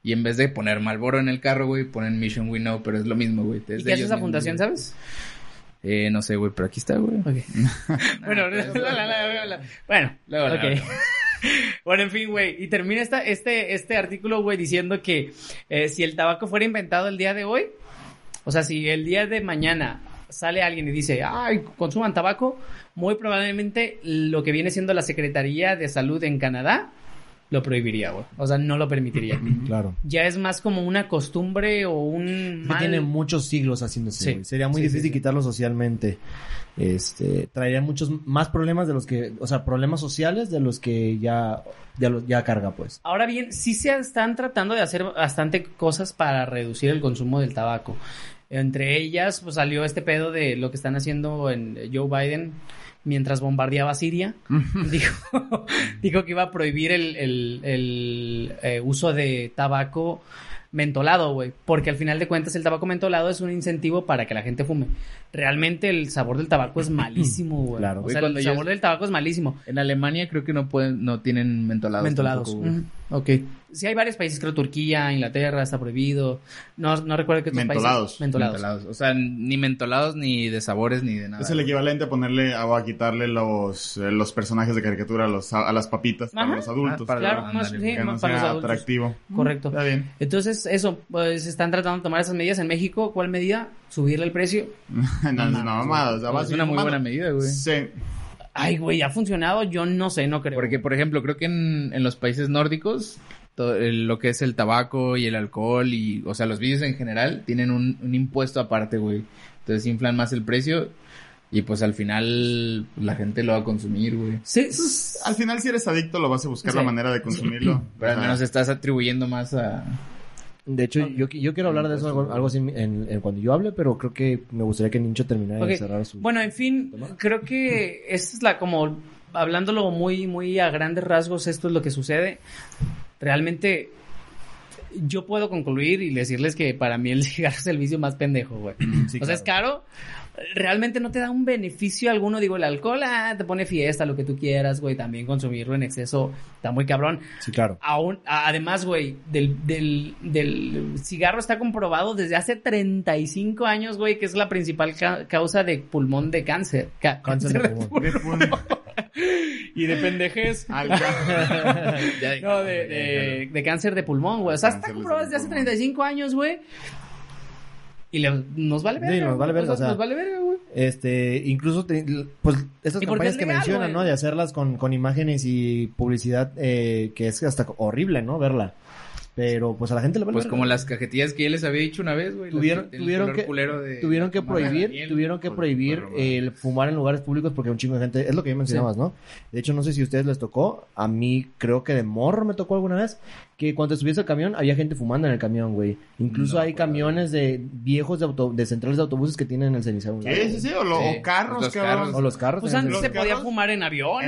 [SPEAKER 4] Y en vez de poner Malboro en el carro, güey, ponen Mission Win Now, pero es lo mismo, güey.
[SPEAKER 1] ¿Y qué hace esa fundación, sabes?
[SPEAKER 4] Eh, no sé, güey, pero aquí está, güey.
[SPEAKER 1] Ok. bueno,
[SPEAKER 4] pero eso-
[SPEAKER 1] la, la, la, la, la. bueno,
[SPEAKER 4] Luego la
[SPEAKER 1] ok.
[SPEAKER 4] hablamos.
[SPEAKER 1] Bueno, en fin, güey, y termina esta, este, este artículo, güey, diciendo que eh, si el tabaco fuera inventado el día de hoy, o sea, si el día de mañana sale alguien y dice, ay, consuman tabaco, muy probablemente lo que viene siendo la Secretaría de Salud en Canadá lo prohibiría, güey. O sea, no lo permitiría.
[SPEAKER 3] Claro.
[SPEAKER 1] Ya es más como una costumbre o un
[SPEAKER 3] Que
[SPEAKER 1] mal...
[SPEAKER 3] tiene muchos siglos haciéndose.
[SPEAKER 1] Sí.
[SPEAKER 3] güey. Sería muy
[SPEAKER 1] Sí, sí,
[SPEAKER 3] difícil
[SPEAKER 1] sí.
[SPEAKER 3] quitarlo socialmente. Este, traería muchos más problemas de los que, o sea, problemas sociales de los que ya, ya, lo- ya carga, pues.
[SPEAKER 1] Ahora bien, sí se están tratando de hacer bastante cosas para reducir el consumo del tabaco. Entre ellas, pues salió este pedo de lo que están haciendo en Joe Biden mientras bombardeaba Siria. dijo, dijo que iba a prohibir el, el- el, eh, uso de tabaco mentolado, güey. Porque al final de cuentas el tabaco mentolado es un incentivo para que la gente fume. Realmente el sabor del tabaco es malísimo, güey.
[SPEAKER 3] Claro.
[SPEAKER 1] O
[SPEAKER 4] Güey,
[SPEAKER 1] sea,
[SPEAKER 4] cuando
[SPEAKER 1] el
[SPEAKER 4] yo-
[SPEAKER 1] sabor del tabaco es malísimo.
[SPEAKER 4] En Alemania creo que no pueden, no tienen mentolados.
[SPEAKER 1] Mentolados.
[SPEAKER 4] tampoco, güey.
[SPEAKER 1] Ujú, ok. Sí, hay varios países, creo Turquía, Inglaterra, está prohibido. No, no recuerdo qué otros
[SPEAKER 2] Mentolados.
[SPEAKER 1] países. Mentolados.
[SPEAKER 4] Mentolados. O sea, ni mentolados, ni de sabores, ni de nada.
[SPEAKER 2] Es el equivalente a ponerle o a quitarle los, eh, los personajes de caricatura a, los, a, a las papitas
[SPEAKER 1] Ajá.
[SPEAKER 2] para los adultos.
[SPEAKER 4] Ah, para-
[SPEAKER 1] Claro,
[SPEAKER 4] Ándale,
[SPEAKER 1] más, sí,
[SPEAKER 4] que
[SPEAKER 2] que no
[SPEAKER 1] más para los
[SPEAKER 2] sea
[SPEAKER 1] adultos.
[SPEAKER 2] atractivo.
[SPEAKER 1] Correcto.
[SPEAKER 2] Está bien.
[SPEAKER 1] Entonces, eso, pues están tratando de tomar esas medidas en México. ¿Cuál medida? Subirle el precio.
[SPEAKER 2] no, no, no, mamadas.
[SPEAKER 4] Pero Es una muy buena medida, güey.
[SPEAKER 2] Sí.
[SPEAKER 1] Ay, güey, ¿ha funcionado? Yo no sé, no creo.
[SPEAKER 4] Porque, por ejemplo, creo que en, en los países nórdicos, to- el- lo que es el tabaco y el alcohol y, o sea, los vídeos en general tienen un, un impuesto aparte, güey. Entonces inflan más el precio y, pues, al final la gente lo va a consumir, güey.
[SPEAKER 1] Sí,
[SPEAKER 2] Al final, si eres adicto, lo vas a buscar
[SPEAKER 1] Sí.
[SPEAKER 2] la manera de consumirlo.
[SPEAKER 4] Pero al
[SPEAKER 2] O sea,
[SPEAKER 4] menos estás atribuyendo más a...
[SPEAKER 3] De hecho, yo, qui- yo quiero hablar de eso algo, algo así en, en cuando yo hable, pero creo que me gustaría que Nincho terminara de
[SPEAKER 1] Ok.
[SPEAKER 3] cerrar su.
[SPEAKER 1] Bueno, en fin,
[SPEAKER 3] Toma.
[SPEAKER 1] creo que esta es la como hablándolo muy muy a grandes rasgos, esto es lo que sucede. Realmente yo puedo concluir y decirles que para mí el cigarro es el vicio más pendejo, güey.
[SPEAKER 3] Sí,
[SPEAKER 1] o sea, es
[SPEAKER 3] claro.
[SPEAKER 1] caro, realmente no te da un beneficio alguno, digo, el alcohol ah, te pone fiesta, lo que tú quieras, güey, también consumirlo en exceso está muy cabrón.
[SPEAKER 3] Sí, claro.
[SPEAKER 1] Aún- a- además, güey, del, del, del cigarro está comprobado desde hace 35 años, güey, que es la principal ca- causa de pulmón de cáncer. Ca-
[SPEAKER 3] Cáncer de pulmón.
[SPEAKER 2] de pun-
[SPEAKER 1] Y de pendejez.
[SPEAKER 2] al ca-
[SPEAKER 1] No, de, de- de cáncer de pulmón, güey. O sea, está
[SPEAKER 2] Cáncer de
[SPEAKER 1] comprobado desde hace
[SPEAKER 2] pulmón.
[SPEAKER 1] 35 años, güey. Y le- nos vale
[SPEAKER 3] Sí,
[SPEAKER 1] verga.
[SPEAKER 3] nos vale
[SPEAKER 1] güey.
[SPEAKER 3] verga,
[SPEAKER 1] O sea,
[SPEAKER 3] o sea,
[SPEAKER 1] Nos vale verga, güey.
[SPEAKER 3] Este, incluso, te- pues, estas
[SPEAKER 1] Y porque
[SPEAKER 3] campañas
[SPEAKER 1] es
[SPEAKER 3] que
[SPEAKER 1] legal,
[SPEAKER 3] mencionan,
[SPEAKER 1] güey.
[SPEAKER 3] ¿no? De hacerlas con, con imágenes y publicidad, eh, que es hasta horrible, ¿no? Verla. Pero, pues, a la gente le vale
[SPEAKER 4] Pues
[SPEAKER 3] verga.
[SPEAKER 4] como las cajetillas que ya les había dicho una vez, güey. las
[SPEAKER 3] Tuvieron-
[SPEAKER 4] que- el
[SPEAKER 3] tuvieron
[SPEAKER 4] color
[SPEAKER 3] que-
[SPEAKER 4] culero de-
[SPEAKER 3] Tuvieron que
[SPEAKER 4] de tomar
[SPEAKER 3] prohibir,
[SPEAKER 4] Daniel.
[SPEAKER 3] tuvieron que
[SPEAKER 2] Por-
[SPEAKER 3] prohibir
[SPEAKER 2] por lo
[SPEAKER 3] el fumar en lugares públicos porque un chingo de gente, es lo que yo mencionabas, ¿no? De hecho, no sé si a ustedes les tocó, a mí creo que de morro me tocó alguna vez, que cuando subías al camión había gente fumando en el camión, güey. Incluso
[SPEAKER 4] No,
[SPEAKER 3] hay
[SPEAKER 4] güey.
[SPEAKER 3] camiones de viejos de, auto- de centrales de autobuses que tienen el cenicero. a un lado,
[SPEAKER 2] Sí, sí, sí, O, lo-
[SPEAKER 4] Sí,
[SPEAKER 2] o carros,
[SPEAKER 4] los
[SPEAKER 2] cabrón.
[SPEAKER 4] carros.
[SPEAKER 3] O los carros.
[SPEAKER 1] Pues
[SPEAKER 3] tienen
[SPEAKER 1] antes
[SPEAKER 2] los
[SPEAKER 1] se
[SPEAKER 3] cenicero.
[SPEAKER 1] podía
[SPEAKER 2] carros-
[SPEAKER 1] fumar en
[SPEAKER 2] En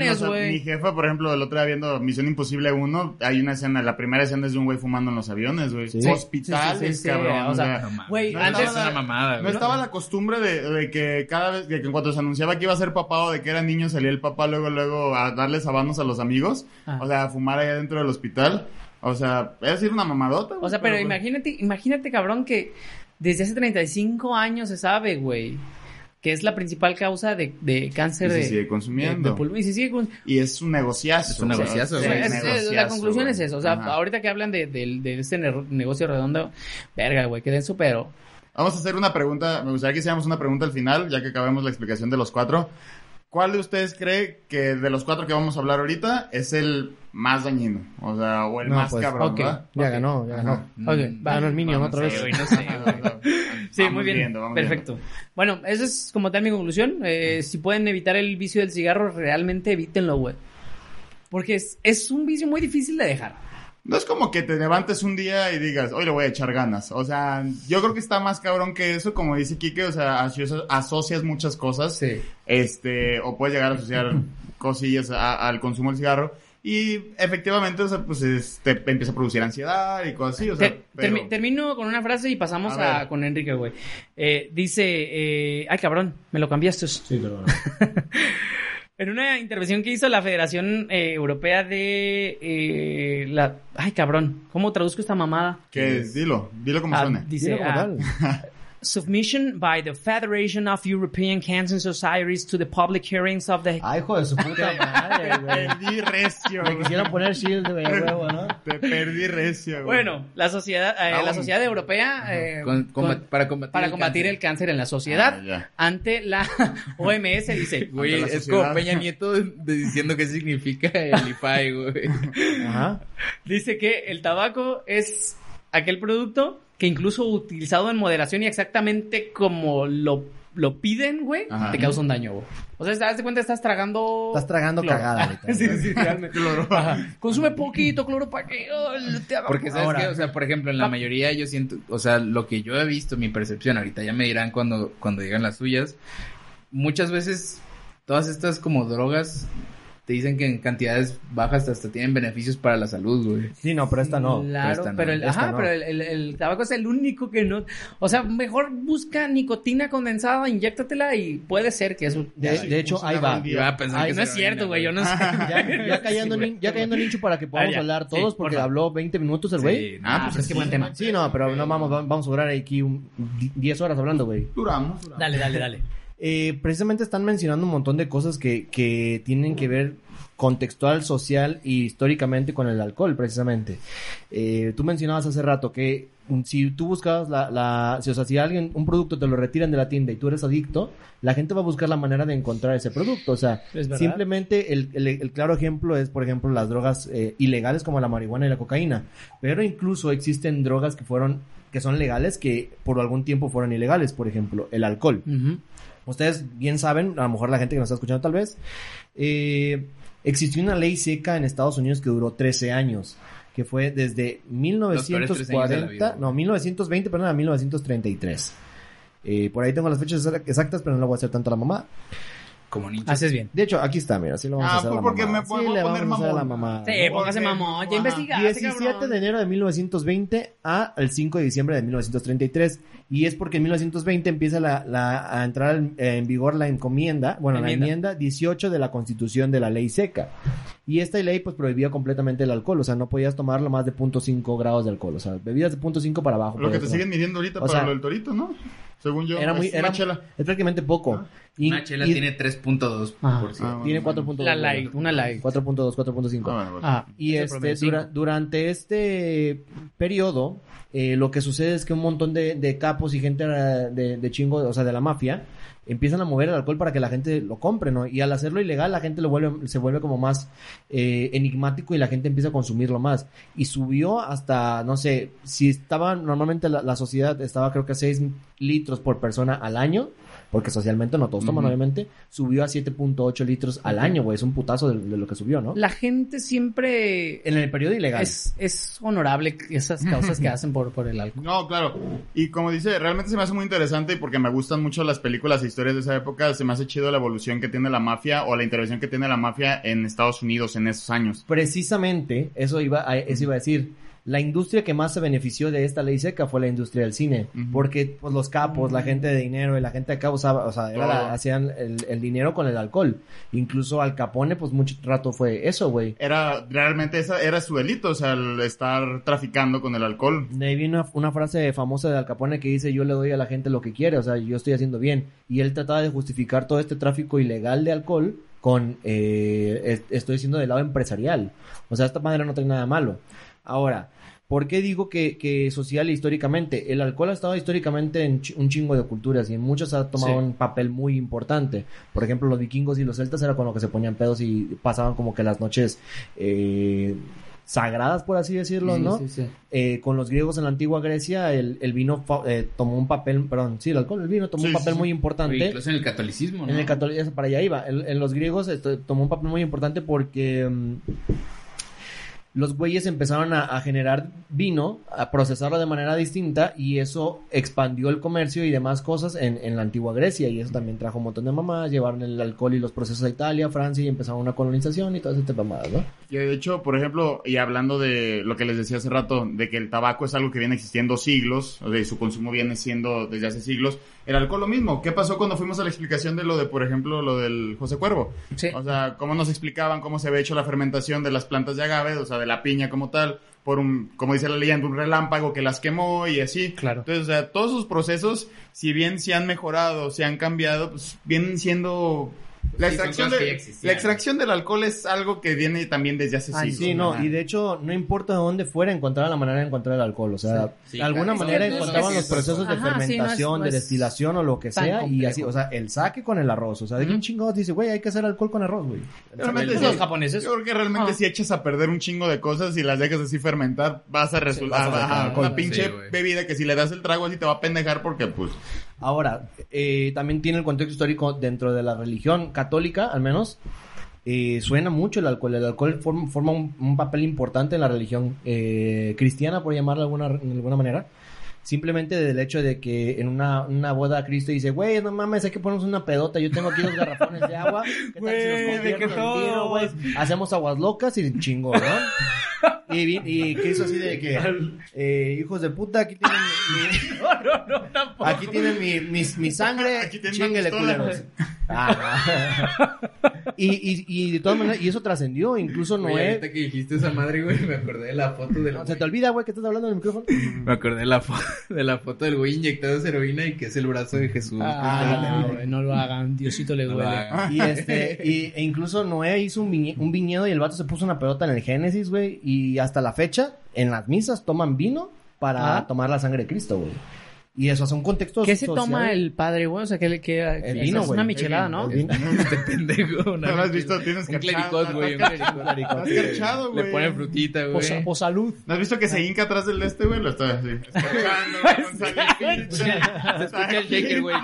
[SPEAKER 2] los
[SPEAKER 1] aviones,
[SPEAKER 2] av- mi
[SPEAKER 1] güey.
[SPEAKER 2] jefa, por ejemplo, el otro día viendo Misión Imposible 1, hay una escena, la primera escena es de un güey fumando en los aviones, güey.
[SPEAKER 3] Sí.
[SPEAKER 2] Hospitales,
[SPEAKER 1] Sí, sí, sí, sí,
[SPEAKER 2] cabrón.
[SPEAKER 1] o
[SPEAKER 2] o
[SPEAKER 1] sea,
[SPEAKER 2] sea,
[SPEAKER 1] Güey,
[SPEAKER 4] no,
[SPEAKER 1] antes-
[SPEAKER 4] es una mamada,
[SPEAKER 2] no
[SPEAKER 4] güey.
[SPEAKER 2] estaba la costumbre de, de que cada vez de que en cuanto se anunciaba que iba a ser papá o de que era niño, salía el papá luego, luego a darle sabanos a los amigos.
[SPEAKER 1] Ah.
[SPEAKER 2] O sea, a fumar allá dentro del hospital. O sea, es decir, una mamadota.
[SPEAKER 1] O
[SPEAKER 2] güey, pues,
[SPEAKER 1] sea, pero
[SPEAKER 2] güey.
[SPEAKER 1] imagínate, imagínate, cabrón, que Desde hace 35 años se sabe, güey, que es la principal causa de, de
[SPEAKER 2] Y
[SPEAKER 1] cáncer
[SPEAKER 2] se
[SPEAKER 1] de,
[SPEAKER 2] sigue
[SPEAKER 1] de, de
[SPEAKER 2] consumiendo.
[SPEAKER 1] pulmón. Y se sigue con-
[SPEAKER 2] Y es un negociazo.
[SPEAKER 4] Es un
[SPEAKER 2] o sea,
[SPEAKER 4] negociazo,
[SPEAKER 1] o
[SPEAKER 4] Sí,
[SPEAKER 1] sea,
[SPEAKER 4] güey.
[SPEAKER 1] es- es- la
[SPEAKER 2] negociazo,
[SPEAKER 1] conclusión
[SPEAKER 2] güey.
[SPEAKER 1] es eso. O sea,
[SPEAKER 2] Ajá.
[SPEAKER 1] ahorita que hablan de, de- de este ner- negocio redondo, verga, güey, que denso, pero
[SPEAKER 2] Vamos a hacer una pregunta. Me gustaría que hiciéramos una pregunta al final, ya que acabamos la explicación de los cuatro. ¿Cuál de ustedes cree que de los cuatro que vamos a hablar ahorita es el más dañino? O sea, o el
[SPEAKER 3] No,
[SPEAKER 2] más
[SPEAKER 3] pues,
[SPEAKER 2] cabrón,
[SPEAKER 1] ok.
[SPEAKER 2] ¿verdad?
[SPEAKER 3] Ya ganó, ya ganó.
[SPEAKER 2] Ajá.
[SPEAKER 1] Ok, va.
[SPEAKER 3] Ganó el Minion
[SPEAKER 4] vamos
[SPEAKER 3] otra
[SPEAKER 4] a
[SPEAKER 3] vez.
[SPEAKER 4] ver,
[SPEAKER 1] güey, no sé, güey. Sí,
[SPEAKER 2] Vamos
[SPEAKER 1] muy bien.
[SPEAKER 2] viendo, vamos
[SPEAKER 1] Perfecto. Bueno, esa es como tal mi conclusión. Eh, si pueden evitar el vicio del cigarro, realmente evítenlo, güey. Porque es, es un vicio muy difícil de dejar.
[SPEAKER 2] No es como que te levantes un día y digas, hoy le voy a echar ganas. O sea, yo creo que está más cabrón que eso, como dice Kike, o sea, asocia- asocias muchas cosas.
[SPEAKER 4] Sí.
[SPEAKER 2] Este, o puedes llegar a asociar cosillas a- al consumo del cigarro. Y efectivamente, o sea, pues este, empieza a producir ansiedad y cosas así. O sea,
[SPEAKER 1] Ter-
[SPEAKER 2] pero-
[SPEAKER 1] termi- termino con una frase y pasamos
[SPEAKER 2] A
[SPEAKER 1] a
[SPEAKER 2] ver.
[SPEAKER 1] con Enrique, güey. Eh, dice, eh, ay cabrón, me lo cambiaste.
[SPEAKER 3] Sí, perdón.
[SPEAKER 1] En una intervención que hizo la Federación eh, Europea de eh, la, ay cabrón, ¿cómo traduzco esta mamada?
[SPEAKER 2] ¿Qué es? Dilo, dilo como
[SPEAKER 1] Ah,
[SPEAKER 2] suena.
[SPEAKER 1] dice,
[SPEAKER 3] como
[SPEAKER 1] ah,
[SPEAKER 3] tal.
[SPEAKER 1] submission by the Federation of European Cancer Societies to the public hearings of
[SPEAKER 2] Ah,
[SPEAKER 1] the
[SPEAKER 3] Ay, hijo de su puta madre, güey.
[SPEAKER 2] Perdí recio,
[SPEAKER 3] Me
[SPEAKER 2] güey.
[SPEAKER 3] quisieron poner shield, güey, a huevo, ¿no?
[SPEAKER 2] Te perdí recio, güey.
[SPEAKER 1] Bueno, la sociedad, eh,
[SPEAKER 2] Ah,
[SPEAKER 1] la
[SPEAKER 2] bueno.
[SPEAKER 1] sociedad europea eh,
[SPEAKER 4] Con- combat-
[SPEAKER 1] con-
[SPEAKER 4] para combatir
[SPEAKER 1] para combatir el cáncer en la sociedad
[SPEAKER 2] Ah, ya.
[SPEAKER 1] ante la OMS dice.
[SPEAKER 4] Güey,
[SPEAKER 2] Ante la
[SPEAKER 4] es como
[SPEAKER 2] sociedad.
[SPEAKER 4] Peña Nieto de- diciendo qué significa el IFAI, güey.
[SPEAKER 3] Ajá.
[SPEAKER 1] Dice que el tabaco es aquel producto que incluso utilizado en moderación y exactamente como lo, lo piden, güey,
[SPEAKER 2] Ajá.
[SPEAKER 1] te causa un daño, güey. O sea, te das de cuenta, estás tragando...
[SPEAKER 3] Estás tragando
[SPEAKER 1] cloro.
[SPEAKER 3] cagada ahorita.
[SPEAKER 1] sí, sí, realmente.
[SPEAKER 2] Cloro.
[SPEAKER 1] Ajá. Consume poquito cloro para que... oh, te haga-
[SPEAKER 4] Porque, ¿sabes
[SPEAKER 3] Ahora.
[SPEAKER 4] qué? O sea, por ejemplo, en la mayoría yo siento, o sea, lo que yo he visto, mi percepción, ahorita ya me dirán cuando, cuando llegan las suyas, muchas veces todas estas como drogas te dicen que en cantidades bajas hasta tienen beneficios para la salud, güey.
[SPEAKER 3] Sí, no, pero esta no.
[SPEAKER 1] Claro,
[SPEAKER 4] Esta no,
[SPEAKER 1] pero, el,
[SPEAKER 3] esta
[SPEAKER 1] ajá,
[SPEAKER 3] no.
[SPEAKER 1] pero el, el- el tabaco es el único que no. O sea, mejor busca nicotina condensada, inyéctatela y puede ser que eso.
[SPEAKER 3] De, de hecho, ahí va.
[SPEAKER 4] Y va a pensar
[SPEAKER 3] Ay,
[SPEAKER 4] que
[SPEAKER 1] no es
[SPEAKER 4] heroína,
[SPEAKER 1] cierto, güey, yo no sé.
[SPEAKER 3] Ya, ya cayendo, lin- ya cayendo lincho para que podamos
[SPEAKER 1] Ah, ya.
[SPEAKER 3] hablar
[SPEAKER 1] Sí,
[SPEAKER 3] todos, porque
[SPEAKER 1] porfa.
[SPEAKER 3] habló 20 minutos el güey.
[SPEAKER 4] Sí,
[SPEAKER 2] Ah,
[SPEAKER 1] Ah,
[SPEAKER 2] pues
[SPEAKER 1] pues es que buen tema.
[SPEAKER 3] Sí, no, pero no vamos, vamos a durar aquí un- 10 horas hablando, güey.
[SPEAKER 2] Duramos, duramos.
[SPEAKER 1] Dale, dale, dale.
[SPEAKER 3] Eh, precisamente están mencionando un montón de cosas que, que tienen que ver contextual, social y históricamente con el alcohol, precisamente. Eh, tú mencionabas hace rato que mm, si tú buscabas la, la- si, o sea, si alguien, un producto te lo retiran de la tienda y tú eres adicto, la gente va a buscar la manera de encontrar ese producto. O sea,
[SPEAKER 1] Es verdad.
[SPEAKER 3] simplemente el, el- el claro ejemplo es, por ejemplo, las drogas eh, ilegales como la marihuana y la cocaína. Pero incluso existen drogas que fueron, que son legales que por algún tiempo fueron ilegales, por ejemplo, el alcohol.
[SPEAKER 1] Ujú.
[SPEAKER 3] Ustedes bien saben, a lo mejor la gente que nos está escuchando tal vez, eh, existió una ley seca en Estados Unidos que duró 13 años, que fue desde
[SPEAKER 4] peores 13 años de la
[SPEAKER 3] 1940,
[SPEAKER 4] vida.
[SPEAKER 3] no, 1920, perdón, a 1933. Eh, por ahí tengo las fechas exactas, pero no le voy a hacer tanto a la mamá.
[SPEAKER 4] Como nicho.
[SPEAKER 1] Haces bien.
[SPEAKER 3] De hecho, aquí está, mira, sí lo vamos
[SPEAKER 2] Ah,
[SPEAKER 3] a hacer a la
[SPEAKER 2] fue porque
[SPEAKER 3] mamá.
[SPEAKER 2] me puedo
[SPEAKER 3] sí, le
[SPEAKER 2] poner
[SPEAKER 3] vamos a hacer a la
[SPEAKER 2] mamón.
[SPEAKER 3] mamá.
[SPEAKER 1] Sí, póngase
[SPEAKER 2] Porque-
[SPEAKER 1] mamón.
[SPEAKER 2] Ajá.
[SPEAKER 1] Ya investiga.
[SPEAKER 3] 17 de enero de 1920 a el 5 de diciembre de 1933. Y es porque en 1920 empieza la, la- a entrar en, en vigor la encomienda, bueno,
[SPEAKER 1] Enmienda.
[SPEAKER 3] la enmienda 18 de la constitución de la ley seca. Y esta ley pues prohibía completamente el alcohol, o sea, no podías tomarlo más de 0.5 grados de alcohol, o sea, bebidas de 0.5 para abajo. pues,
[SPEAKER 2] Lo que
[SPEAKER 3] podías
[SPEAKER 2] te
[SPEAKER 3] tomar.
[SPEAKER 2] siguen midiendo ahorita
[SPEAKER 3] O
[SPEAKER 2] para
[SPEAKER 3] sea,
[SPEAKER 2] lo del torito, ¿no? Según yo,
[SPEAKER 3] Era muy,
[SPEAKER 2] es
[SPEAKER 3] era,
[SPEAKER 2] una chela.
[SPEAKER 3] es prácticamente poco. Y,
[SPEAKER 4] Ah, Una chela
[SPEAKER 3] y
[SPEAKER 4] tiene 3.2%.
[SPEAKER 1] Ah.
[SPEAKER 2] Ah,
[SPEAKER 3] tiene
[SPEAKER 2] bueno.
[SPEAKER 3] 4.2.
[SPEAKER 1] La light, una light.
[SPEAKER 3] 4.2, 4.5.
[SPEAKER 2] Ah, bueno, bueno.
[SPEAKER 1] Ah,
[SPEAKER 3] Y
[SPEAKER 1] es el
[SPEAKER 3] este,
[SPEAKER 1] promedio,
[SPEAKER 3] dura-
[SPEAKER 1] cinco.
[SPEAKER 3] durante este periodo, eh, lo que sucede es que un montón de, de capos y gente eh, de, de chingo, o sea, de la mafia, empiezan a mover el alcohol para que la gente lo compre, ¿no? Y al hacerlo ilegal, la gente lo vuelve, se vuelve como más eh, enigmático y la gente empieza a consumirlo más. Y subió hasta, no sé, si estaba, normalmente la, la sociedad estaba creo que a 6 litros por persona al año, porque socialmente no todos toman,
[SPEAKER 4] Ujú.
[SPEAKER 3] obviamente, subió a 7.8 litros al año, güey, es un putazo de, de lo que subió, ¿no?
[SPEAKER 1] La gente siempre
[SPEAKER 3] En el periodo ilegal.
[SPEAKER 1] es, es honorable esas causas que hacen por, por el alcohol.
[SPEAKER 2] No, claro. Y como dice, realmente se me hace muy interesante y porque me gustan mucho las películas e historias de esa época, se me hace chido la evolución que tiene la mafia o la intervención que tiene la mafia en Estados Unidos en esos años.
[SPEAKER 3] Precisamente, eso iba a, eso iba a decir. la industria que más se benefició de esta ley seca fue la industria del cine,
[SPEAKER 2] Ujú.
[SPEAKER 3] porque pues los capos, la gente de dinero y la gente de acá usaba, o sea, era la-
[SPEAKER 2] Todo.
[SPEAKER 3] hacían el, el dinero con el alcohol. Incluso Al Capone, pues mucho rato fue eso, güey.
[SPEAKER 2] Era, realmente esa era su delito, o sea, el estar traficando con el alcohol.
[SPEAKER 3] De ahí viene una, una frase famosa de Al Capone que dice, yo le doy a la gente lo que quiere, o sea, yo estoy haciendo bien. Y él trataba de justificar todo este tráfico ilegal de alcohol con, eh, es- estoy diciendo del lado empresarial. O sea, esta madre no tiene nada malo. Ahora, ¿por qué digo que, que social e históricamente? El alcohol ha estado históricamente en chi- un chingo de culturas y en muchas ha tomado
[SPEAKER 4] Sí.
[SPEAKER 3] un papel muy importante. Por ejemplo, los vikingos y los celtas era con lo que se ponían pedos y pasaban como que las noches... eh, sagradas por así decirlo,
[SPEAKER 4] Sí,
[SPEAKER 3] ¿no?
[SPEAKER 4] sí, sí.
[SPEAKER 3] eh, con los griegos en la antigua Grecia, el, el vino fa- eh, tomó un papel, perdón, sí, el alcohol, el vino tomó
[SPEAKER 2] Sí,
[SPEAKER 3] un
[SPEAKER 2] sí,
[SPEAKER 3] papón
[SPEAKER 2] sí.
[SPEAKER 3] muy importante.
[SPEAKER 4] Oye, incluso en el catolicismo, ¿no?
[SPEAKER 3] En el catolicismo, para allá iba. En, en los griegos esto, tomó un papel muy importante porque mm, los güeyes empezaron a, a generar vino, a procesarlo de manera distinta y eso expandió el comercio y demás cosas en, en la antigua Grecia y eso también trajo un montón de mamás, llevaron el alcohol y los procesos a Italia, Francia y empezaron una colonización y todas estas mamadas, ¿no?
[SPEAKER 2] Y de hecho, por ejemplo, y hablando de lo que les decía hace rato, de que el tabaco es algo que viene existiendo siglos, o sea, y su consumo viene siendo desde hace siglos, el alcohol lo mismo. ¿Qué pasó cuando fuimos a la explicación de lo de, por ejemplo, lo del José Cuervo?
[SPEAKER 4] Sí.
[SPEAKER 2] O sea, cómo nos explicaban cómo se había hecho la fermentación de las plantas de agave, o sea, de la piña como tal, por un, como dice la leyenda, un relámpago que las quemó y así.
[SPEAKER 1] Claro.
[SPEAKER 2] Entonces, o sea, todos sus procesos, si bien se han mejorado, se han cambiado, pues vienen siendo... La
[SPEAKER 4] Sí, son
[SPEAKER 2] extracción,
[SPEAKER 4] cosas que ya
[SPEAKER 2] de-
[SPEAKER 4] existían.
[SPEAKER 2] la extracción del alcohol es algo que viene también desde hace
[SPEAKER 3] Sí,
[SPEAKER 2] siglos.
[SPEAKER 3] no,
[SPEAKER 4] ajá.
[SPEAKER 3] y de hecho, no importa de dónde fuera, encontrar la manera de encontrar el alcohol. O sea,
[SPEAKER 4] Sí,
[SPEAKER 3] de alguna
[SPEAKER 4] claro.
[SPEAKER 3] manera
[SPEAKER 4] Sí, no,
[SPEAKER 3] encontraban
[SPEAKER 4] no,
[SPEAKER 3] los
[SPEAKER 4] sí,
[SPEAKER 3] procesos
[SPEAKER 1] sí.
[SPEAKER 3] de
[SPEAKER 1] Ajá, sí, no es-
[SPEAKER 3] fermentación,
[SPEAKER 1] no
[SPEAKER 3] de
[SPEAKER 1] es
[SPEAKER 3] destilación o lo que
[SPEAKER 1] tan
[SPEAKER 3] sea, y
[SPEAKER 1] complejo.
[SPEAKER 3] así, o sea, el saque con el arroz. O sea, de qué
[SPEAKER 2] Ujú.
[SPEAKER 3] chingados dice, güey, hay que hacer alcohol con arroz, güey.
[SPEAKER 2] Realmente
[SPEAKER 1] Pues Los
[SPEAKER 2] sí.
[SPEAKER 1] japoneses.
[SPEAKER 2] Yo creo que realmente
[SPEAKER 1] Ah.
[SPEAKER 2] si echas a perder un chingo de cosas y las dejas así fermentar, vas a resultar
[SPEAKER 3] vas a
[SPEAKER 2] ajá,
[SPEAKER 3] sacar.
[SPEAKER 2] una pinche
[SPEAKER 4] Sí, güey.
[SPEAKER 2] bebida que si le das el trago así te va a pendejar porque pues
[SPEAKER 3] Ahora, eh, también tiene el contexto histórico dentro de la religión católica, al menos. eh, suena mucho el alcohol. El alcohol form- forma un, un papel importante en la religión eh, cristiana, por llamarla de alguna, de alguna manera. Simplemente del hecho de que en una, una boda Cristo dice, güey, no mames, hay que ponernos una pedota. Yo tengo aquí dos garrafones de agua. ¿Qué tal si
[SPEAKER 1] Güey, de
[SPEAKER 3] nos
[SPEAKER 1] que
[SPEAKER 3] convierto en vino,
[SPEAKER 1] todo.
[SPEAKER 3] güey? Hacemos aguas locas y chingo, ¿no? Y, vi- y Cristo así de que, eh, hijos de puta, aquí tienen mi- mi-
[SPEAKER 1] No, no, no, tampoco.
[SPEAKER 3] Aquí tienen mi, mi, mi sangre.
[SPEAKER 2] Aquí tienen
[SPEAKER 3] Chinguele,
[SPEAKER 2] una pistola.
[SPEAKER 3] culeros. Ah. y, y, y de todas maneras, y eso trascendió. Incluso
[SPEAKER 4] Oye,
[SPEAKER 3] Noé.
[SPEAKER 4] ahorita que dijiste esa madre, güey, me acordé de la foto del
[SPEAKER 3] Se te olvida, güey, que estás hablando en el micrófono.
[SPEAKER 4] Me acordé de la, fo- de la foto del güey inyectado heroína y que es el brazo de Jesús.
[SPEAKER 1] Ah, güey, no lo hagan, Diosito le
[SPEAKER 4] No lo
[SPEAKER 1] duele.
[SPEAKER 4] hagan.
[SPEAKER 3] Y este, y, e incluso Noé hizo un, viñe- un viñedo y el vato se puso una pelota en el Génesis, güey. Y hasta la fecha, en las misas toman vino para
[SPEAKER 1] Ah.
[SPEAKER 3] tomar la sangre de Cristo, güey. Y eso hace un contexto
[SPEAKER 1] ¿Qué se
[SPEAKER 3] social.
[SPEAKER 1] toma el padre, güey? O sea, que, que
[SPEAKER 3] El
[SPEAKER 1] es
[SPEAKER 3] vino,
[SPEAKER 1] una
[SPEAKER 3] güey.
[SPEAKER 1] michelada, ¿no?
[SPEAKER 3] El vino.
[SPEAKER 4] Este pendejo. una-
[SPEAKER 2] No lo has visto, tienes
[SPEAKER 4] Un
[SPEAKER 2] que-
[SPEAKER 4] clericot, güey. un clericot.
[SPEAKER 3] Marico?
[SPEAKER 2] Estás escarchado,
[SPEAKER 4] Le
[SPEAKER 2] güey.
[SPEAKER 4] ponen frutita, güey.
[SPEAKER 1] Pues, pues, salud.
[SPEAKER 2] ¿No has visto que se hinca atrás del este, güey? Lo está así. escarchando, güey, con sal y pinche.
[SPEAKER 4] Se escucha el shaker, güey.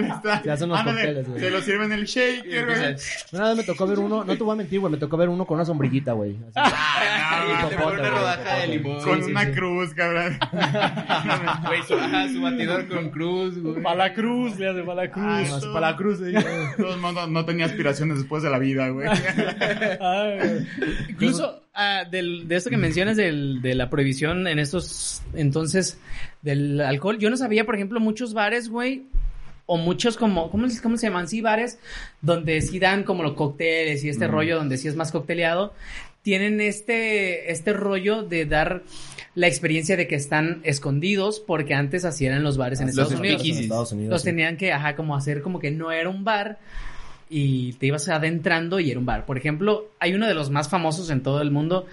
[SPEAKER 2] Le está-
[SPEAKER 3] Se hacen unos
[SPEAKER 2] Ándale,
[SPEAKER 3] cócteles, güey.
[SPEAKER 2] Se lo sirven en el shaker,
[SPEAKER 4] Ah,
[SPEAKER 2] güey.
[SPEAKER 3] Una vez me tocó ver uno, no te voy a mentir, güey, me tocó ver uno con una sombrillita, güey. Así.
[SPEAKER 2] Ah,
[SPEAKER 4] Y
[SPEAKER 2] no,
[SPEAKER 4] te pone una
[SPEAKER 3] güey,
[SPEAKER 4] rodaja de limón.
[SPEAKER 2] Con
[SPEAKER 4] Sí,
[SPEAKER 2] una
[SPEAKER 4] sí.
[SPEAKER 2] cruz, cabrón.
[SPEAKER 4] Güey, su, ajá, su batidor con cruz, güey.
[SPEAKER 1] la cruz, le hace para la
[SPEAKER 2] Ay, no, sí, para la
[SPEAKER 1] cruz.
[SPEAKER 2] Todo el mundo no tenía aspiraciones después de la vida, güey.
[SPEAKER 1] Incluso ah, del- de esto que mencionas del- de la prohibición en estos entonces del alcohol, yo no sabía, por ejemplo, muchos bares, güey, o muchos como, ¿cómo, les- cómo se llaman? Sí, bares donde sí dan como los cócteles y este rollo donde sí es más cocteleado, tienen este, este rollo de dar la experiencia de que están escondidos porque antes así eran los bares en
[SPEAKER 3] Así
[SPEAKER 1] Estados
[SPEAKER 3] Ah, los
[SPEAKER 1] Unidos.
[SPEAKER 3] speakeasies. En Estados Unidos,
[SPEAKER 1] Los
[SPEAKER 3] sí.
[SPEAKER 1] tenían que, ajá, como hacer como que no era un bar y te ibas adentrando y era un bar. Por ejemplo, hay uno de los más famosos en todo el mundo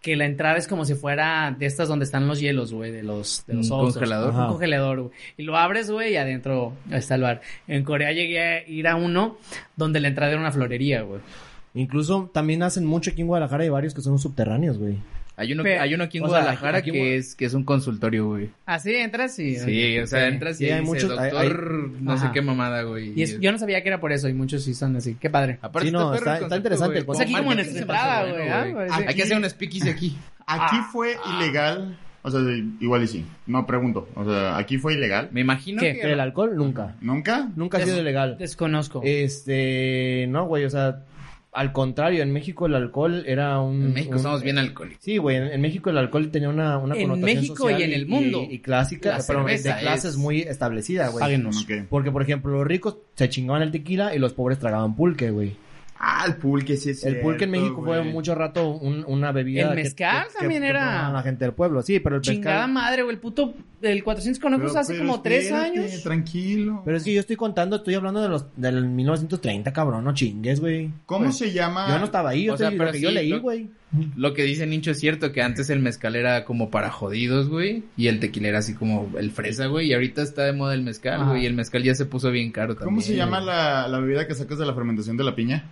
[SPEAKER 1] que la entrada es como si fuera de estas donde están los hielos, güey, de los, de los
[SPEAKER 4] Un
[SPEAKER 1] Oxxos.
[SPEAKER 4] congelador.
[SPEAKER 1] Un
[SPEAKER 3] Ajá.
[SPEAKER 1] congelador, güey. Y lo abres, güey, y adentro está el bar. En Corea llegué a ir a uno donde la entrada era una florería, güey.
[SPEAKER 3] Incluso también hacen mucho aquí en Guadalajara hay varios que son subterráneos, güey.
[SPEAKER 4] Hay uno,
[SPEAKER 1] Pero-
[SPEAKER 4] hay uno aquí en
[SPEAKER 3] o sea,
[SPEAKER 4] Guadalajara
[SPEAKER 3] aquí en Gua-
[SPEAKER 4] que, es, que es un consultorio, güey.
[SPEAKER 1] Así entras y...
[SPEAKER 4] Sí, o sea, entras y
[SPEAKER 3] Sí, hay
[SPEAKER 4] hay muchos,
[SPEAKER 3] muchos- hay-
[SPEAKER 4] doctor, no
[SPEAKER 1] Ajá.
[SPEAKER 4] sé qué mamada, güey.
[SPEAKER 1] Y es- yo no sabía que era por eso y muchos sí son así. Qué padre.
[SPEAKER 4] Aparte,
[SPEAKER 3] Sí, no, está-
[SPEAKER 4] perro el
[SPEAKER 3] está
[SPEAKER 4] concepto,
[SPEAKER 3] interesante
[SPEAKER 4] güey.
[SPEAKER 3] el concepto.
[SPEAKER 1] Es aquí como en
[SPEAKER 4] marketing se
[SPEAKER 1] nuestra
[SPEAKER 4] pasa
[SPEAKER 1] entrada,
[SPEAKER 4] bueno,
[SPEAKER 1] güey, ah, parece-
[SPEAKER 4] Hay que hacer un speakeasy aquí.
[SPEAKER 2] Aquí fue ilegal. O sea, igual y sí. No pregunto. O sea, aquí fue ilegal.
[SPEAKER 4] Me imagino
[SPEAKER 1] ¿Qué?
[SPEAKER 4] que...
[SPEAKER 3] Pero el alcohol nunca.
[SPEAKER 2] ¿Nunca?
[SPEAKER 3] Nunca ha sido ilegal.
[SPEAKER 1] Desconozco.
[SPEAKER 3] Este, no, güey, o sea, Al contrario, en México el alcohol era un...
[SPEAKER 4] En México
[SPEAKER 3] un-
[SPEAKER 4] somos bien alcohólicos.
[SPEAKER 3] Sí, güey, en, en México el alcohol tenía una, una
[SPEAKER 1] En
[SPEAKER 3] connotación
[SPEAKER 1] México
[SPEAKER 3] social
[SPEAKER 1] y en el mundo.
[SPEAKER 3] Y, y clásica,
[SPEAKER 4] La
[SPEAKER 3] pero de
[SPEAKER 4] cerveza
[SPEAKER 3] clases
[SPEAKER 4] es-
[SPEAKER 3] muy establecida, güey.
[SPEAKER 4] Páguenos.
[SPEAKER 2] Ok.
[SPEAKER 3] Porque, por ejemplo, los ricos se chingaban el tequila y los pobres tragaban pulque, güey.
[SPEAKER 2] Ah, el pulque, sí es
[SPEAKER 3] El pulque en
[SPEAKER 2] cierto,
[SPEAKER 3] México fue
[SPEAKER 2] güey.
[SPEAKER 3] mucho rato un- una bebida.
[SPEAKER 1] El mezcal también era-
[SPEAKER 3] tomaban la gente del pueblo, sí, pero el
[SPEAKER 1] Chingada
[SPEAKER 3] mezcal.
[SPEAKER 1] madre, güey. El puto. El 400 conejos
[SPEAKER 2] Pero-
[SPEAKER 1] pues, hace
[SPEAKER 2] pero
[SPEAKER 1] como tres
[SPEAKER 2] espérate,
[SPEAKER 1] años.
[SPEAKER 2] Tranquilo.
[SPEAKER 3] Pero es que yo estoy contando, estoy hablando de los del 1930, cabrón, no chingues, güey.
[SPEAKER 2] ¿Cómo
[SPEAKER 3] Pues,
[SPEAKER 2] se llama?
[SPEAKER 3] Yo no estaba ahí, yo
[SPEAKER 4] Ah, O sea,
[SPEAKER 3] estoy- lo
[SPEAKER 4] pero
[SPEAKER 3] que yo
[SPEAKER 4] sí,
[SPEAKER 3] leí,
[SPEAKER 4] lo-
[SPEAKER 3] güey.
[SPEAKER 4] Lo que dice Nincho es cierto, que antes el mezcal era como para jodidos, güey. Y el tequila era así como el fresa, güey. Y ahorita está de moda el mezcal,
[SPEAKER 1] Ajá.
[SPEAKER 4] güey. Y el mezcal ya se puso bien caro también.
[SPEAKER 2] ¿Cómo se llama la, la bebida que sacas de la fermentación de la piña?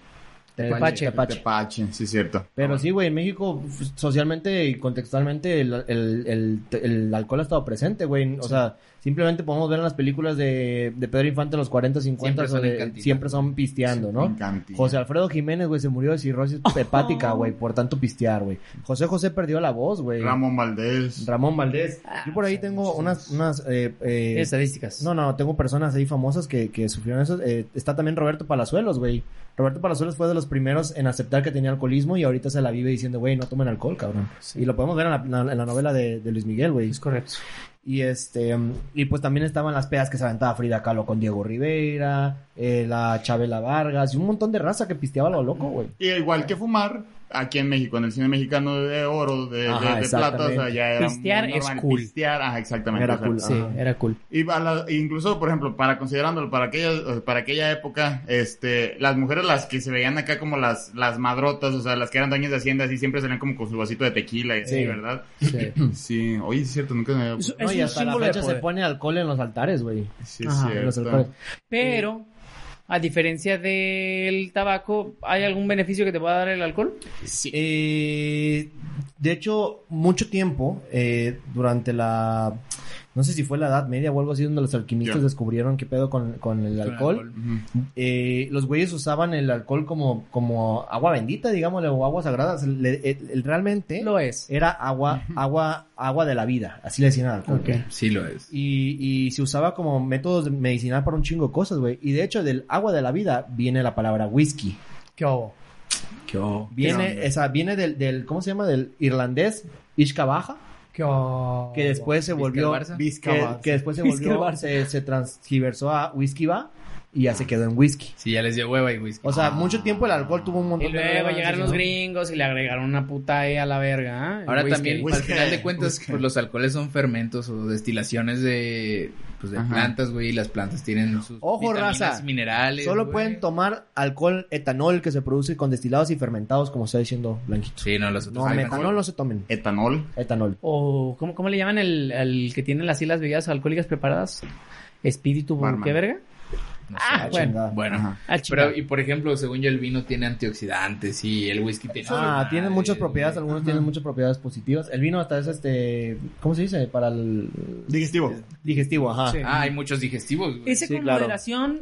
[SPEAKER 3] Tepache.
[SPEAKER 2] El Tepache, sí es cierto.
[SPEAKER 4] Ah,
[SPEAKER 3] Pero sí, güey, en México f- socialmente y contextualmente el, el- el- el alcohol ha estado presente, güey. O sea, simplemente podemos ver en las películas de, de Pedro Infante en los 40, 50,
[SPEAKER 4] Siempre son
[SPEAKER 3] o de-
[SPEAKER 4] en cantina.
[SPEAKER 3] siempre son pisteando,
[SPEAKER 2] Sí,
[SPEAKER 3] ¿no?
[SPEAKER 2] en cantina.
[SPEAKER 3] José Alfredo Jiménez, güey, se murió de cirrosis hepática, güey, por tanto pistear, güey. José José perdió la voz, güey.
[SPEAKER 2] Ramón Valdés.
[SPEAKER 3] Ramón Valdés.
[SPEAKER 1] Ah,
[SPEAKER 3] Yo por ahí
[SPEAKER 1] o sea,
[SPEAKER 3] tengo
[SPEAKER 1] muchos
[SPEAKER 3] unas, unas, eh, eh,
[SPEAKER 1] Estadísticas.
[SPEAKER 3] no, no, tengo personas ahí famosas que, que sufrieron eso. Eh, está también Roberto Palazuelos, güey. Roberto Palazuelos fue de los primeros en aceptar que tenía alcoholismo y ahorita se la vive diciendo, güey, no tomen alcohol, cabrón. Y lo podemos ver en la, en la novela de, de Luis Miguel, güey.
[SPEAKER 1] Es correcto.
[SPEAKER 3] Y este, mm, y pues también estaban las pedas que se aventaba Frida Kahlo con Diego Rivera, eh, la Chabela Vargas y un montón de raza que pisteaba lo loco, güey.
[SPEAKER 2] Y igual que fumar, aquí en México, en el cine mexicano de oro, de, de-
[SPEAKER 3] Ajá,
[SPEAKER 2] de plata, o sea,
[SPEAKER 3] exactamente.
[SPEAKER 2] ya era muy
[SPEAKER 1] Pistear es
[SPEAKER 2] normal.
[SPEAKER 1] cool.
[SPEAKER 2] Pistear, ajá, exactamente.
[SPEAKER 3] Era
[SPEAKER 2] o sea,
[SPEAKER 3] cool.
[SPEAKER 1] Sí,
[SPEAKER 3] Ajá.
[SPEAKER 1] era cool.
[SPEAKER 2] Y a la- incluso, por ejemplo, para considerándolo, para aquella, para aquella época, este, las mujeres las que se veían acá como las, las madrotas, o sea, las que eran dueñas de haciendas y siempre salían como con su vasito de tequila y así,
[SPEAKER 3] Sí.
[SPEAKER 2] ¿verdad?
[SPEAKER 4] Sí.
[SPEAKER 2] Sí, oye, es cierto, nunca me había...
[SPEAKER 1] Es,
[SPEAKER 3] No,
[SPEAKER 1] es
[SPEAKER 3] y
[SPEAKER 1] un
[SPEAKER 3] hasta la
[SPEAKER 1] símbolo de
[SPEAKER 3] fecha se
[SPEAKER 1] poder.
[SPEAKER 3] pone alcohol en los altares, güey.
[SPEAKER 2] Sí, es
[SPEAKER 1] Ajá,
[SPEAKER 3] En los
[SPEAKER 2] cierto.
[SPEAKER 3] altares.
[SPEAKER 1] Pero, a diferencia del tabaco, ¿hay algún beneficio que te pueda dar el alcohol?
[SPEAKER 3] Eh, de hecho, mucho tiempo, eh, durante la... No sé si fue la Edad Media o algo así, donde los alquimistas
[SPEAKER 2] Ya.
[SPEAKER 3] descubrieron qué pedo con, con el
[SPEAKER 4] Con
[SPEAKER 3] alcohol.
[SPEAKER 2] Ujú.
[SPEAKER 3] Eh, los güeyes usaban el alcohol como, como agua bendita, digámosle, o agua sagrada. Se le- eh, el- realmente
[SPEAKER 1] Lo es.
[SPEAKER 3] era agua, agua, agua de la vida. Así le decían al alcohol. güey.
[SPEAKER 4] Sí lo es.
[SPEAKER 3] Y, y se usaba como método medicinal para un chingo de cosas, güey. Y de hecho, del agua de la vida viene la palabra whisky.
[SPEAKER 1] ¿Qué hago?
[SPEAKER 4] Qué ojo.
[SPEAKER 3] Viene, esa, viene del, del, ¿cómo se llama? Del irlandés Ishka Baja,
[SPEAKER 1] ¿Qué hago?
[SPEAKER 3] que después se
[SPEAKER 4] ¿Vizca
[SPEAKER 3] volvió,
[SPEAKER 4] el Barça?
[SPEAKER 3] que, que después se
[SPEAKER 1] Oh, Vizca el
[SPEAKER 3] volvió,
[SPEAKER 1] Barça.
[SPEAKER 3] se, se transgiversó a whisky va y ya se quedó en whisky.
[SPEAKER 4] Sí, ya les dio hueva y whisky.
[SPEAKER 3] O sea, mucho tiempo el alcohol tuvo
[SPEAKER 1] Ah.
[SPEAKER 3] un
[SPEAKER 1] Y
[SPEAKER 3] montón de
[SPEAKER 1] luego
[SPEAKER 3] relevancia,
[SPEAKER 1] llegaron los
[SPEAKER 3] ¿no?
[SPEAKER 1] gringos y le agregaron una puta E a la verga. ¿eh? El
[SPEAKER 4] Ahora
[SPEAKER 1] whisky.
[SPEAKER 4] también,
[SPEAKER 2] whisky,
[SPEAKER 4] al final de cuentas,
[SPEAKER 2] whisky.
[SPEAKER 4] pues los alcoholes son fermentos o destilaciones de, pues, de
[SPEAKER 2] Ajá.
[SPEAKER 4] plantas, güey, y las plantas tienen sus
[SPEAKER 3] Ojo,
[SPEAKER 4] vitaminas,
[SPEAKER 3] raza.
[SPEAKER 4] minerales.
[SPEAKER 3] Solo
[SPEAKER 4] güey.
[SPEAKER 3] pueden tomar alcohol etanol que se produce con destilados y fermentados, como está diciendo Blanquito.
[SPEAKER 4] Sí, no, los otros
[SPEAKER 3] No,
[SPEAKER 4] hay
[SPEAKER 3] metanol
[SPEAKER 4] mejor.
[SPEAKER 3] no se tomen.
[SPEAKER 2] Etanol.
[SPEAKER 3] Etanol.
[SPEAKER 1] O, ¿cómo, cómo le llaman el, al que tiene las las bebidas alcohólicas preparadas? Espíritu,
[SPEAKER 2] Barman.
[SPEAKER 1] ¿qué verga?
[SPEAKER 4] No sé,
[SPEAKER 1] Ah,
[SPEAKER 3] la
[SPEAKER 1] bueno.
[SPEAKER 3] chingada.
[SPEAKER 4] Bueno,
[SPEAKER 2] Ajá.
[SPEAKER 1] Al
[SPEAKER 4] pero
[SPEAKER 1] chingado.
[SPEAKER 4] y por ejemplo, según yo el vino tiene antioxidantes y el whisky tiene
[SPEAKER 3] Ah, tienen
[SPEAKER 4] madres,
[SPEAKER 3] muchas propiedades,
[SPEAKER 4] güey.
[SPEAKER 3] algunos tienen muchas propiedades positivas. El vino hasta es este, ¿cómo se dice? Para el
[SPEAKER 2] Digestivo.
[SPEAKER 3] digestivo, ajá.
[SPEAKER 1] Sí.
[SPEAKER 4] Ah, hay muchos digestivos, güey.
[SPEAKER 1] Ese
[SPEAKER 3] sí,
[SPEAKER 1] con
[SPEAKER 3] claro.
[SPEAKER 1] moderación.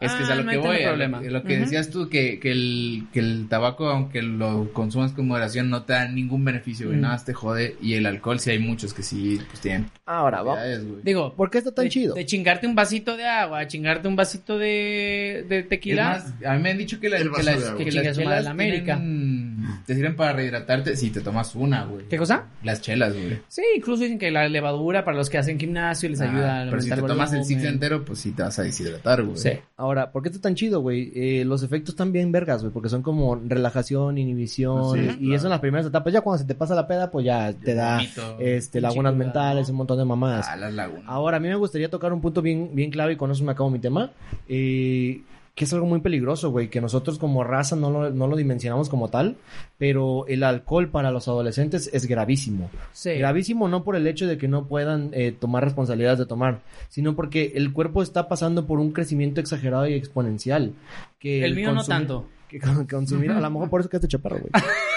[SPEAKER 4] Es que es
[SPEAKER 1] ah,
[SPEAKER 4] a lo
[SPEAKER 1] no
[SPEAKER 4] que
[SPEAKER 1] hay tanto
[SPEAKER 4] voy, a lo-
[SPEAKER 1] problema.
[SPEAKER 4] a lo que
[SPEAKER 1] Ujú.
[SPEAKER 4] decías tú, que, que, el, que el tabaco, aunque lo consumas con moderación, no te da ningún beneficio, güey,
[SPEAKER 1] Mm.
[SPEAKER 4] nada más te jode. Y el alcohol, sí hay muchos que sí, pues tienen
[SPEAKER 3] Ahora, vamos.
[SPEAKER 4] propiedades, güey.
[SPEAKER 1] Digo,
[SPEAKER 3] ¿Por qué está tan
[SPEAKER 1] de,
[SPEAKER 3] chido?
[SPEAKER 1] de chingarte un vasito de agua, chingarte un vasito de, de
[SPEAKER 4] Es
[SPEAKER 1] tequila.
[SPEAKER 4] más, a mí me han dicho que, la-
[SPEAKER 2] El
[SPEAKER 4] que
[SPEAKER 2] vaso de
[SPEAKER 4] las,
[SPEAKER 2] agua.
[SPEAKER 4] que
[SPEAKER 1] Que
[SPEAKER 4] las
[SPEAKER 1] chingue su madre
[SPEAKER 4] chelas
[SPEAKER 1] la América.
[SPEAKER 4] tienen- te sirven para rehidratarte si te tomas una, güey.
[SPEAKER 1] ¿Qué cosa?
[SPEAKER 4] Las chelas, güey.
[SPEAKER 1] Sí, incluso dicen que la levadura para los que hacen gimnasio les ayuda a
[SPEAKER 4] Ah, Pero si
[SPEAKER 1] aumentar
[SPEAKER 4] te tomas el
[SPEAKER 1] volumen.
[SPEAKER 4] sitio entero, pues sí te vas a deshidratar, güey.
[SPEAKER 1] Sí.
[SPEAKER 3] Ahora, ¿por qué está tan chido, güey? Eh, los efectos están bien vergas, güey, porque son como relajación, inhibición,
[SPEAKER 2] Sí,
[SPEAKER 3] y
[SPEAKER 2] claro.
[SPEAKER 3] eso en las primeras etapas. Ya cuando se te pasa la peda, pues ya te da
[SPEAKER 4] vomito.
[SPEAKER 3] este, lagunas
[SPEAKER 1] Chicuda,
[SPEAKER 3] mentales,
[SPEAKER 1] ¿no?
[SPEAKER 3] un montón de mamadas.
[SPEAKER 4] A las lagunas.
[SPEAKER 3] Ahora, a mí me gustaría tocar un punto bien, bien clave y con eso me acabo mi tema. eh, que es algo muy peligroso, güey, que nosotros como raza no lo, no lo dimensionamos como tal, pero el alcohol para los adolescentes es gravísimo.
[SPEAKER 1] Sí.
[SPEAKER 3] Gravísimo no por el hecho de que no puedan eh, tomar responsabilidades de tomar, sino porque el cuerpo está pasando por un crecimiento exagerado y exponencial. Que
[SPEAKER 1] El mío no
[SPEAKER 3] consumir-
[SPEAKER 1] tanto.
[SPEAKER 3] Que con- consumir, a lo mejor por eso que este chaparro, güey.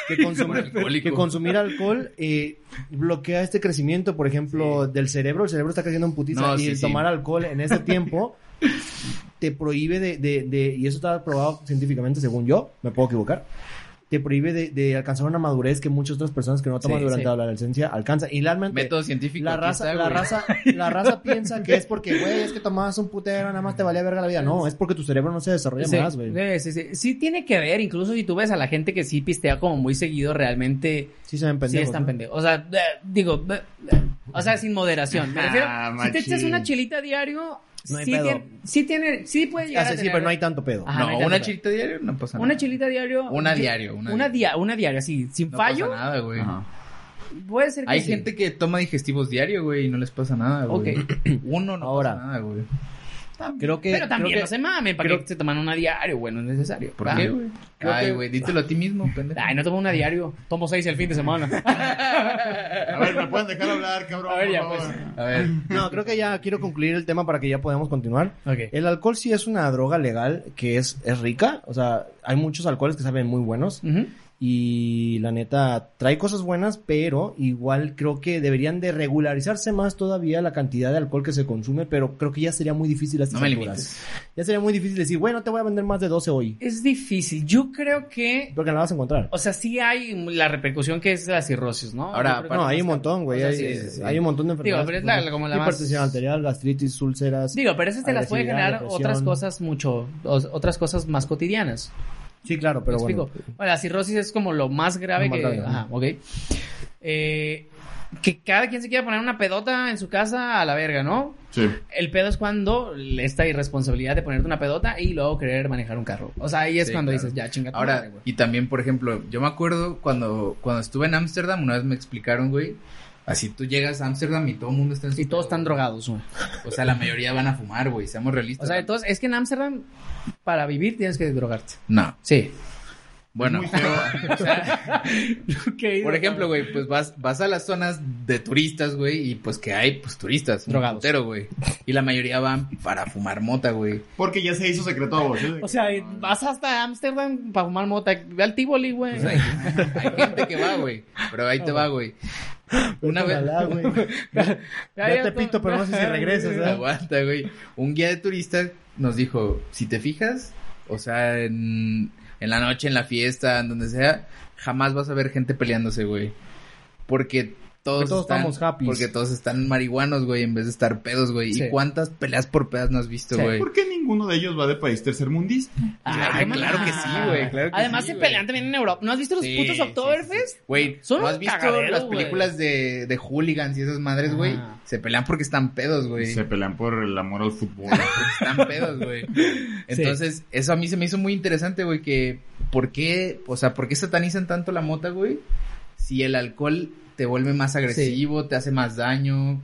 [SPEAKER 3] Que consumir,
[SPEAKER 4] alcohólico.
[SPEAKER 3] que consumir alcohol eh, bloquea este crecimiento, por ejemplo, del cerebro. El cerebro está creciendo en putiza
[SPEAKER 4] No,
[SPEAKER 3] y
[SPEAKER 4] sí,
[SPEAKER 3] el
[SPEAKER 4] sí.
[SPEAKER 3] tomar alcohol en ese tiempo te prohíbe de, de- de- y eso está probado científicamente, según yo, me puedo equivocar, te prohíbe de, de alcanzar una madurez que muchas otras personas que no toman
[SPEAKER 4] Sí,
[SPEAKER 3] durante
[SPEAKER 1] sí.
[SPEAKER 3] la adolescencia alcanzan. Y realmente
[SPEAKER 4] Método científico.
[SPEAKER 3] la
[SPEAKER 4] aquí
[SPEAKER 3] raza,
[SPEAKER 4] está,
[SPEAKER 3] la
[SPEAKER 4] güey.
[SPEAKER 3] raza, la raza piensa que es porque, güey, es que tomabas un putero, nada más te valía verga la vida. No, es porque tu cerebro no se desarrolla
[SPEAKER 1] Sí, eh,
[SPEAKER 3] más, güey.
[SPEAKER 1] sí, sí, sí. Sí tiene que ver, incluso si tú ves a la gente que sí pistea como muy seguido, realmente
[SPEAKER 3] Sí se ven pendejos.
[SPEAKER 1] sí están
[SPEAKER 3] ¿no?
[SPEAKER 1] pendejos. O sea, eh, digo, eh, o sea, sin moderación. Me refiero,
[SPEAKER 2] Ah,
[SPEAKER 1] si te echas
[SPEAKER 2] machín.
[SPEAKER 1] una chilita diario,
[SPEAKER 3] No hay
[SPEAKER 1] sí,
[SPEAKER 3] pedo.
[SPEAKER 1] tiene, sí tiene, sí puede
[SPEAKER 3] Ah,
[SPEAKER 1] llegar
[SPEAKER 3] sí,
[SPEAKER 1] a
[SPEAKER 3] sí,
[SPEAKER 1] tener-
[SPEAKER 3] pero no hay tanto pedo.
[SPEAKER 1] Ajá, no hay
[SPEAKER 4] no, una
[SPEAKER 1] tanto.
[SPEAKER 4] chilita diaria no pasa nada.
[SPEAKER 1] Una chilita diario.
[SPEAKER 4] Una
[SPEAKER 1] que-
[SPEAKER 4] diario, una
[SPEAKER 1] Una, dia- una diaria, sí, sin
[SPEAKER 4] No
[SPEAKER 1] fallo.
[SPEAKER 4] pasa nada, güey.
[SPEAKER 2] Ajá.
[SPEAKER 1] Puede ser que
[SPEAKER 4] Hay
[SPEAKER 1] sí.
[SPEAKER 4] gente que toma digestivos diario, güey, y no les pasa nada, güey.
[SPEAKER 1] Ok.
[SPEAKER 4] Uno no
[SPEAKER 3] Ahora.
[SPEAKER 4] pasa nada, güey.
[SPEAKER 3] Creo que.
[SPEAKER 1] Pero también
[SPEAKER 3] creo
[SPEAKER 1] no
[SPEAKER 3] que-
[SPEAKER 1] se mamen, ¿para
[SPEAKER 3] creo-
[SPEAKER 1] qué se toman una diario, güey? No es necesario.
[SPEAKER 4] ¿Por
[SPEAKER 1] Ah.
[SPEAKER 4] qué, güey?
[SPEAKER 3] Creo
[SPEAKER 4] Ay,
[SPEAKER 3] que-
[SPEAKER 4] güey, dítelo a ti mismo, pendejo.
[SPEAKER 1] Ay, no tomo una diario. Tomo seis el fin de semana.
[SPEAKER 2] A ver, ¿me pueden dejar hablar, cabrón?
[SPEAKER 1] A ver,
[SPEAKER 2] por
[SPEAKER 1] ya,
[SPEAKER 2] favor?
[SPEAKER 1] pues.
[SPEAKER 4] A ver.
[SPEAKER 3] No, creo que ya quiero concluir el tema para que ya podamos continuar.
[SPEAKER 1] ok.
[SPEAKER 3] El alcohol sí es una droga legal que es, es rica. O sea, hay muchos alcoholes que saben muy buenos.
[SPEAKER 1] Ujú.
[SPEAKER 3] Y la neta, trae cosas buenas, pero igual creo que deberían de regularizarse más todavía la cantidad de alcohol que se consume. Pero creo que ya sería muy difícil a estas
[SPEAKER 4] No me
[SPEAKER 3] alturas.
[SPEAKER 4] limites.
[SPEAKER 3] Ya sería muy difícil decir, bueno, te voy a vender más de 12 hoy.
[SPEAKER 1] Es difícil. Yo creo que.
[SPEAKER 3] Porque no la vas a encontrar.
[SPEAKER 1] O sea, sí hay la repercusión que es la cirrosis, ¿no?
[SPEAKER 4] Ahora,
[SPEAKER 1] Yo creo que
[SPEAKER 3] No,
[SPEAKER 1] más
[SPEAKER 3] hay un
[SPEAKER 1] que-
[SPEAKER 3] montón, güey.
[SPEAKER 1] o sea,
[SPEAKER 3] hay,
[SPEAKER 1] sí, sí, sí.
[SPEAKER 3] hay un montón de
[SPEAKER 1] Digo,
[SPEAKER 3] enfermedades.
[SPEAKER 1] pero es la- como la más-
[SPEAKER 3] Hipertensión arterial, gastritis, úlceras.
[SPEAKER 1] Digo, pero esas te las puede
[SPEAKER 3] Agresividad,
[SPEAKER 1] generar otras
[SPEAKER 3] depresión.
[SPEAKER 1] cosas mucho, o- otras cosas más cotidianas.
[SPEAKER 3] sí, claro,
[SPEAKER 1] ¿Me
[SPEAKER 3] pero bueno.
[SPEAKER 1] explico? Bueno, la cirrosis es como lo más grave
[SPEAKER 3] Lo más
[SPEAKER 1] que.
[SPEAKER 3] grave, ¿no?
[SPEAKER 1] ajá, ok. Eh, que cada quien se quiera poner una pedota en su casa a la verga, ¿no?
[SPEAKER 2] Sí.
[SPEAKER 1] El pedo es cuando esta irresponsabilidad de ponerte una pedota y luego querer manejar un carro. O sea, ahí es
[SPEAKER 4] Sí,
[SPEAKER 1] cuando
[SPEAKER 4] claro.
[SPEAKER 1] dices, ya, chinga tu madre,
[SPEAKER 4] Ahora,
[SPEAKER 1] güey.
[SPEAKER 4] y también, por ejemplo, yo me acuerdo cuando, cuando estuve en Ámsterdam, una vez me explicaron, güey, así tú llegas a Ámsterdam y todo el mundo está en su
[SPEAKER 1] Y todos
[SPEAKER 4] pedo,
[SPEAKER 1] están
[SPEAKER 4] güey.
[SPEAKER 1] drogados, güey.
[SPEAKER 4] O sea, la mayoría van a fumar, güey, seamos realistas.
[SPEAKER 1] O sea,
[SPEAKER 4] ¿no?
[SPEAKER 1] entonces, es que en Ámsterdam, para vivir tienes que drogarte.
[SPEAKER 4] No,
[SPEAKER 1] Sí.
[SPEAKER 4] bueno.
[SPEAKER 2] Muy feo.
[SPEAKER 4] Por ejemplo, güey, pues vas, vas a las zonas de turistas, güey, y pues que hay, pues turistas, un
[SPEAKER 1] Drogados.
[SPEAKER 4] putero, güey. Y la mayoría van para fumar mota, güey.
[SPEAKER 2] Porque ya se hizo secreto a vos. ¿eh? ¿sí?
[SPEAKER 1] O sea, vas hasta Ámsterdam para fumar mota. Ve al Tivoli, güey.
[SPEAKER 4] O sea, hay, hay gente que va, güey, pero ahí te
[SPEAKER 1] Ah,
[SPEAKER 4] va, güey. Una vez,
[SPEAKER 3] Ojalá, güey.
[SPEAKER 1] Ya,
[SPEAKER 3] Ya te
[SPEAKER 1] ya,
[SPEAKER 3] pito, pero no sé si regresas, ¿eh?
[SPEAKER 4] Aguanta, güey. Un guía de turistas nos dijo, si te fijas, o sea, en, en la noche, en la fiesta, en donde sea, jamás vas a ver gente peleándose, güey. Porque todos,
[SPEAKER 3] Porque todos
[SPEAKER 4] están-
[SPEAKER 3] estamos happy.
[SPEAKER 4] Porque todos están marihuanos, güey, en vez de estar pedos, güey.
[SPEAKER 1] Sí.
[SPEAKER 4] ¿Y cuántas peleas por pedas no has visto,
[SPEAKER 1] Sí.
[SPEAKER 4] güey?
[SPEAKER 2] ¿Por qué ninguno de ellos va de país tercermundista?
[SPEAKER 4] Ah,
[SPEAKER 1] qué mamada.
[SPEAKER 4] claro que sí, güey, claro que
[SPEAKER 1] Además,
[SPEAKER 4] sí,
[SPEAKER 1] se
[SPEAKER 4] güey.
[SPEAKER 1] pelean también en Europa. ¿No has visto los
[SPEAKER 4] Sí,
[SPEAKER 1] putos
[SPEAKER 4] sí,
[SPEAKER 1] Oktoberfest?
[SPEAKER 4] Güey,
[SPEAKER 1] Son
[SPEAKER 4] ¿no
[SPEAKER 1] unos
[SPEAKER 4] has visto
[SPEAKER 1] cagaderos,
[SPEAKER 4] las
[SPEAKER 1] güey.
[SPEAKER 4] películas de, de hooligans y esas madres, güey?
[SPEAKER 1] Ajá.
[SPEAKER 4] Se pelean porque están pedos, güey.
[SPEAKER 2] Se pelean por el amor al fútbol.
[SPEAKER 4] están pedos, güey. Entonces, eso a mí se me hizo muy interesante, güey, que ¿por qué, o sea, por qué satanizan tanto la mota, güey? Si el alcohol te vuelve más agresivo, te hace más daño,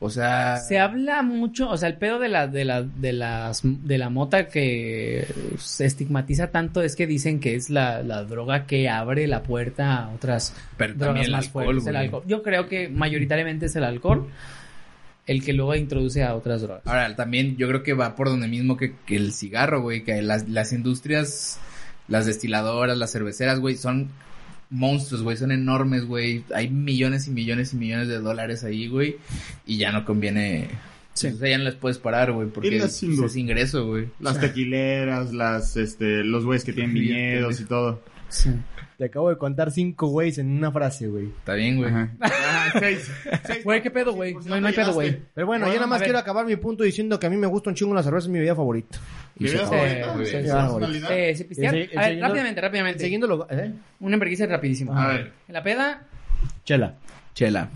[SPEAKER 4] o sea...
[SPEAKER 1] Se habla mucho, o sea, el pedo de la, de la, de las, de la mota que se estigmatiza tanto es que dicen que es la, la droga que abre la puerta a otras
[SPEAKER 4] pero
[SPEAKER 1] drogas
[SPEAKER 4] también el
[SPEAKER 1] más
[SPEAKER 4] alcohol,
[SPEAKER 1] fuertes. El
[SPEAKER 4] güey.
[SPEAKER 1] alcohol. Yo creo que mayoritariamente es el alcohol el que luego introduce a otras drogas.
[SPEAKER 4] Ahora, también yo creo que va por donde mismo que, que el cigarro, güey, que las, las industrias, las destiladoras, las cerveceras, güey, son monstruos, güey, son enormes, güey, hay millones y millones y millones de dólares ahí, güey, y ya no conviene,
[SPEAKER 1] Sí.
[SPEAKER 4] o sea, ya no les puedes parar, güey, porque
[SPEAKER 2] Y las
[SPEAKER 4] es,
[SPEAKER 2] industrias.
[SPEAKER 4] es ingreso, güey.
[SPEAKER 2] Las tequileras, las, este, los güeyes que tienen viñedos y todo.
[SPEAKER 1] Sí.
[SPEAKER 3] Te acabo de contar cinco güeyes en una frase, güey.
[SPEAKER 4] Está bien, güey.
[SPEAKER 2] Ajá. Ah, seis. Seis.
[SPEAKER 1] Güey, ¿qué pedo, güey?
[SPEAKER 2] Por si
[SPEAKER 1] No, no hay pedo,
[SPEAKER 2] llegaste.
[SPEAKER 1] güey.
[SPEAKER 3] Pero bueno,
[SPEAKER 2] Bueno,
[SPEAKER 3] yo nada
[SPEAKER 1] a
[SPEAKER 3] más
[SPEAKER 1] ver.
[SPEAKER 3] quiero acabar mi punto diciendo que a mí me gusta un chingo la cerveza, es mi bebida favorita.
[SPEAKER 2] ¿Mi vida
[SPEAKER 1] Sí,
[SPEAKER 4] "Oh,
[SPEAKER 2] favorita?
[SPEAKER 1] muy bien.
[SPEAKER 2] ¿Mi
[SPEAKER 3] Sí,
[SPEAKER 2] personalidad?
[SPEAKER 1] Eh, sí, pistear. a
[SPEAKER 3] El se- el
[SPEAKER 1] ver,
[SPEAKER 3] seguido-
[SPEAKER 1] rápidamente, rápidamente.
[SPEAKER 3] Siguiendo lo... ¿eh?
[SPEAKER 1] Un hamburguesa rapidísimo.
[SPEAKER 2] A ver,
[SPEAKER 1] La peda,
[SPEAKER 3] Chela.
[SPEAKER 4] Chela.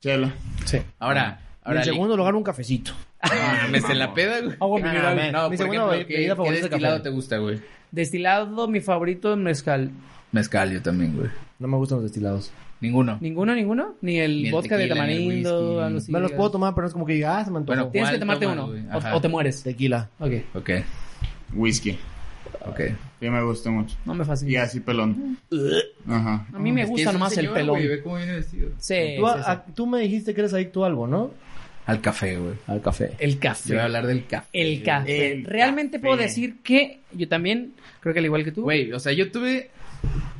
[SPEAKER 2] chela.
[SPEAKER 3] Sí.
[SPEAKER 4] Ahora,
[SPEAKER 3] Y en
[SPEAKER 4] ahora...
[SPEAKER 3] Ah,
[SPEAKER 4] Ah,
[SPEAKER 3] segundo lugar, un cafecito.
[SPEAKER 4] me en la peda, güey. Ah,
[SPEAKER 1] Agua mineral.
[SPEAKER 4] No,
[SPEAKER 3] Mi
[SPEAKER 4] por
[SPEAKER 3] segunda
[SPEAKER 4] ejemplo,
[SPEAKER 3] be-
[SPEAKER 4] ¿qué-
[SPEAKER 3] bebida
[SPEAKER 4] ¿qué,
[SPEAKER 3] favorita es el
[SPEAKER 4] destilado
[SPEAKER 3] café.
[SPEAKER 4] te gusta, güey?
[SPEAKER 1] destilado, mi favorito, mezcal.
[SPEAKER 4] Mezcal, yo también, güey.
[SPEAKER 3] No me gustan los destilados.
[SPEAKER 4] Ninguno.
[SPEAKER 1] ¿Ninguno, ninguno? Ni el,
[SPEAKER 4] Ni el
[SPEAKER 1] vodka
[SPEAKER 4] tequila,
[SPEAKER 1] de
[SPEAKER 4] ni el
[SPEAKER 1] tamarindo,
[SPEAKER 4] whisky.
[SPEAKER 1] algo así.
[SPEAKER 3] me los puedo tomar, pero no es como que diga, ah, se me antojó.
[SPEAKER 4] Bueno,
[SPEAKER 1] Tienes que
[SPEAKER 4] ¿Cuál
[SPEAKER 1] tomarte
[SPEAKER 4] tomas,
[SPEAKER 1] uno,
[SPEAKER 4] güey?
[SPEAKER 1] o,
[SPEAKER 4] Ajá.
[SPEAKER 1] o te mueres.
[SPEAKER 3] Tequila.
[SPEAKER 1] Ok,
[SPEAKER 4] Ok,
[SPEAKER 2] Whisky.
[SPEAKER 4] ok.
[SPEAKER 2] Sí, me gusta mucho.
[SPEAKER 1] no me
[SPEAKER 2] Y
[SPEAKER 1] fascina.
[SPEAKER 2] así pelón. Ajá.
[SPEAKER 1] A mí me
[SPEAKER 4] Es que
[SPEAKER 1] gusta
[SPEAKER 4] es un
[SPEAKER 1] nomás el
[SPEAKER 4] señor,
[SPEAKER 1] pelón.
[SPEAKER 4] güey, ve cómo viene vestido.
[SPEAKER 1] Sí,
[SPEAKER 3] tú,
[SPEAKER 1] sí, sí.
[SPEAKER 3] a- tú me dijiste que eres adicto a algo, ¿no?
[SPEAKER 4] Al café, güey.
[SPEAKER 3] Al café.
[SPEAKER 1] El
[SPEAKER 4] Yo voy a
[SPEAKER 1] café.
[SPEAKER 4] hablar del café.
[SPEAKER 1] El café.
[SPEAKER 2] El
[SPEAKER 1] Realmente
[SPEAKER 2] café.
[SPEAKER 1] puedo decir que yo también, creo que al igual que tú.
[SPEAKER 4] Güey, o sea, yo tuve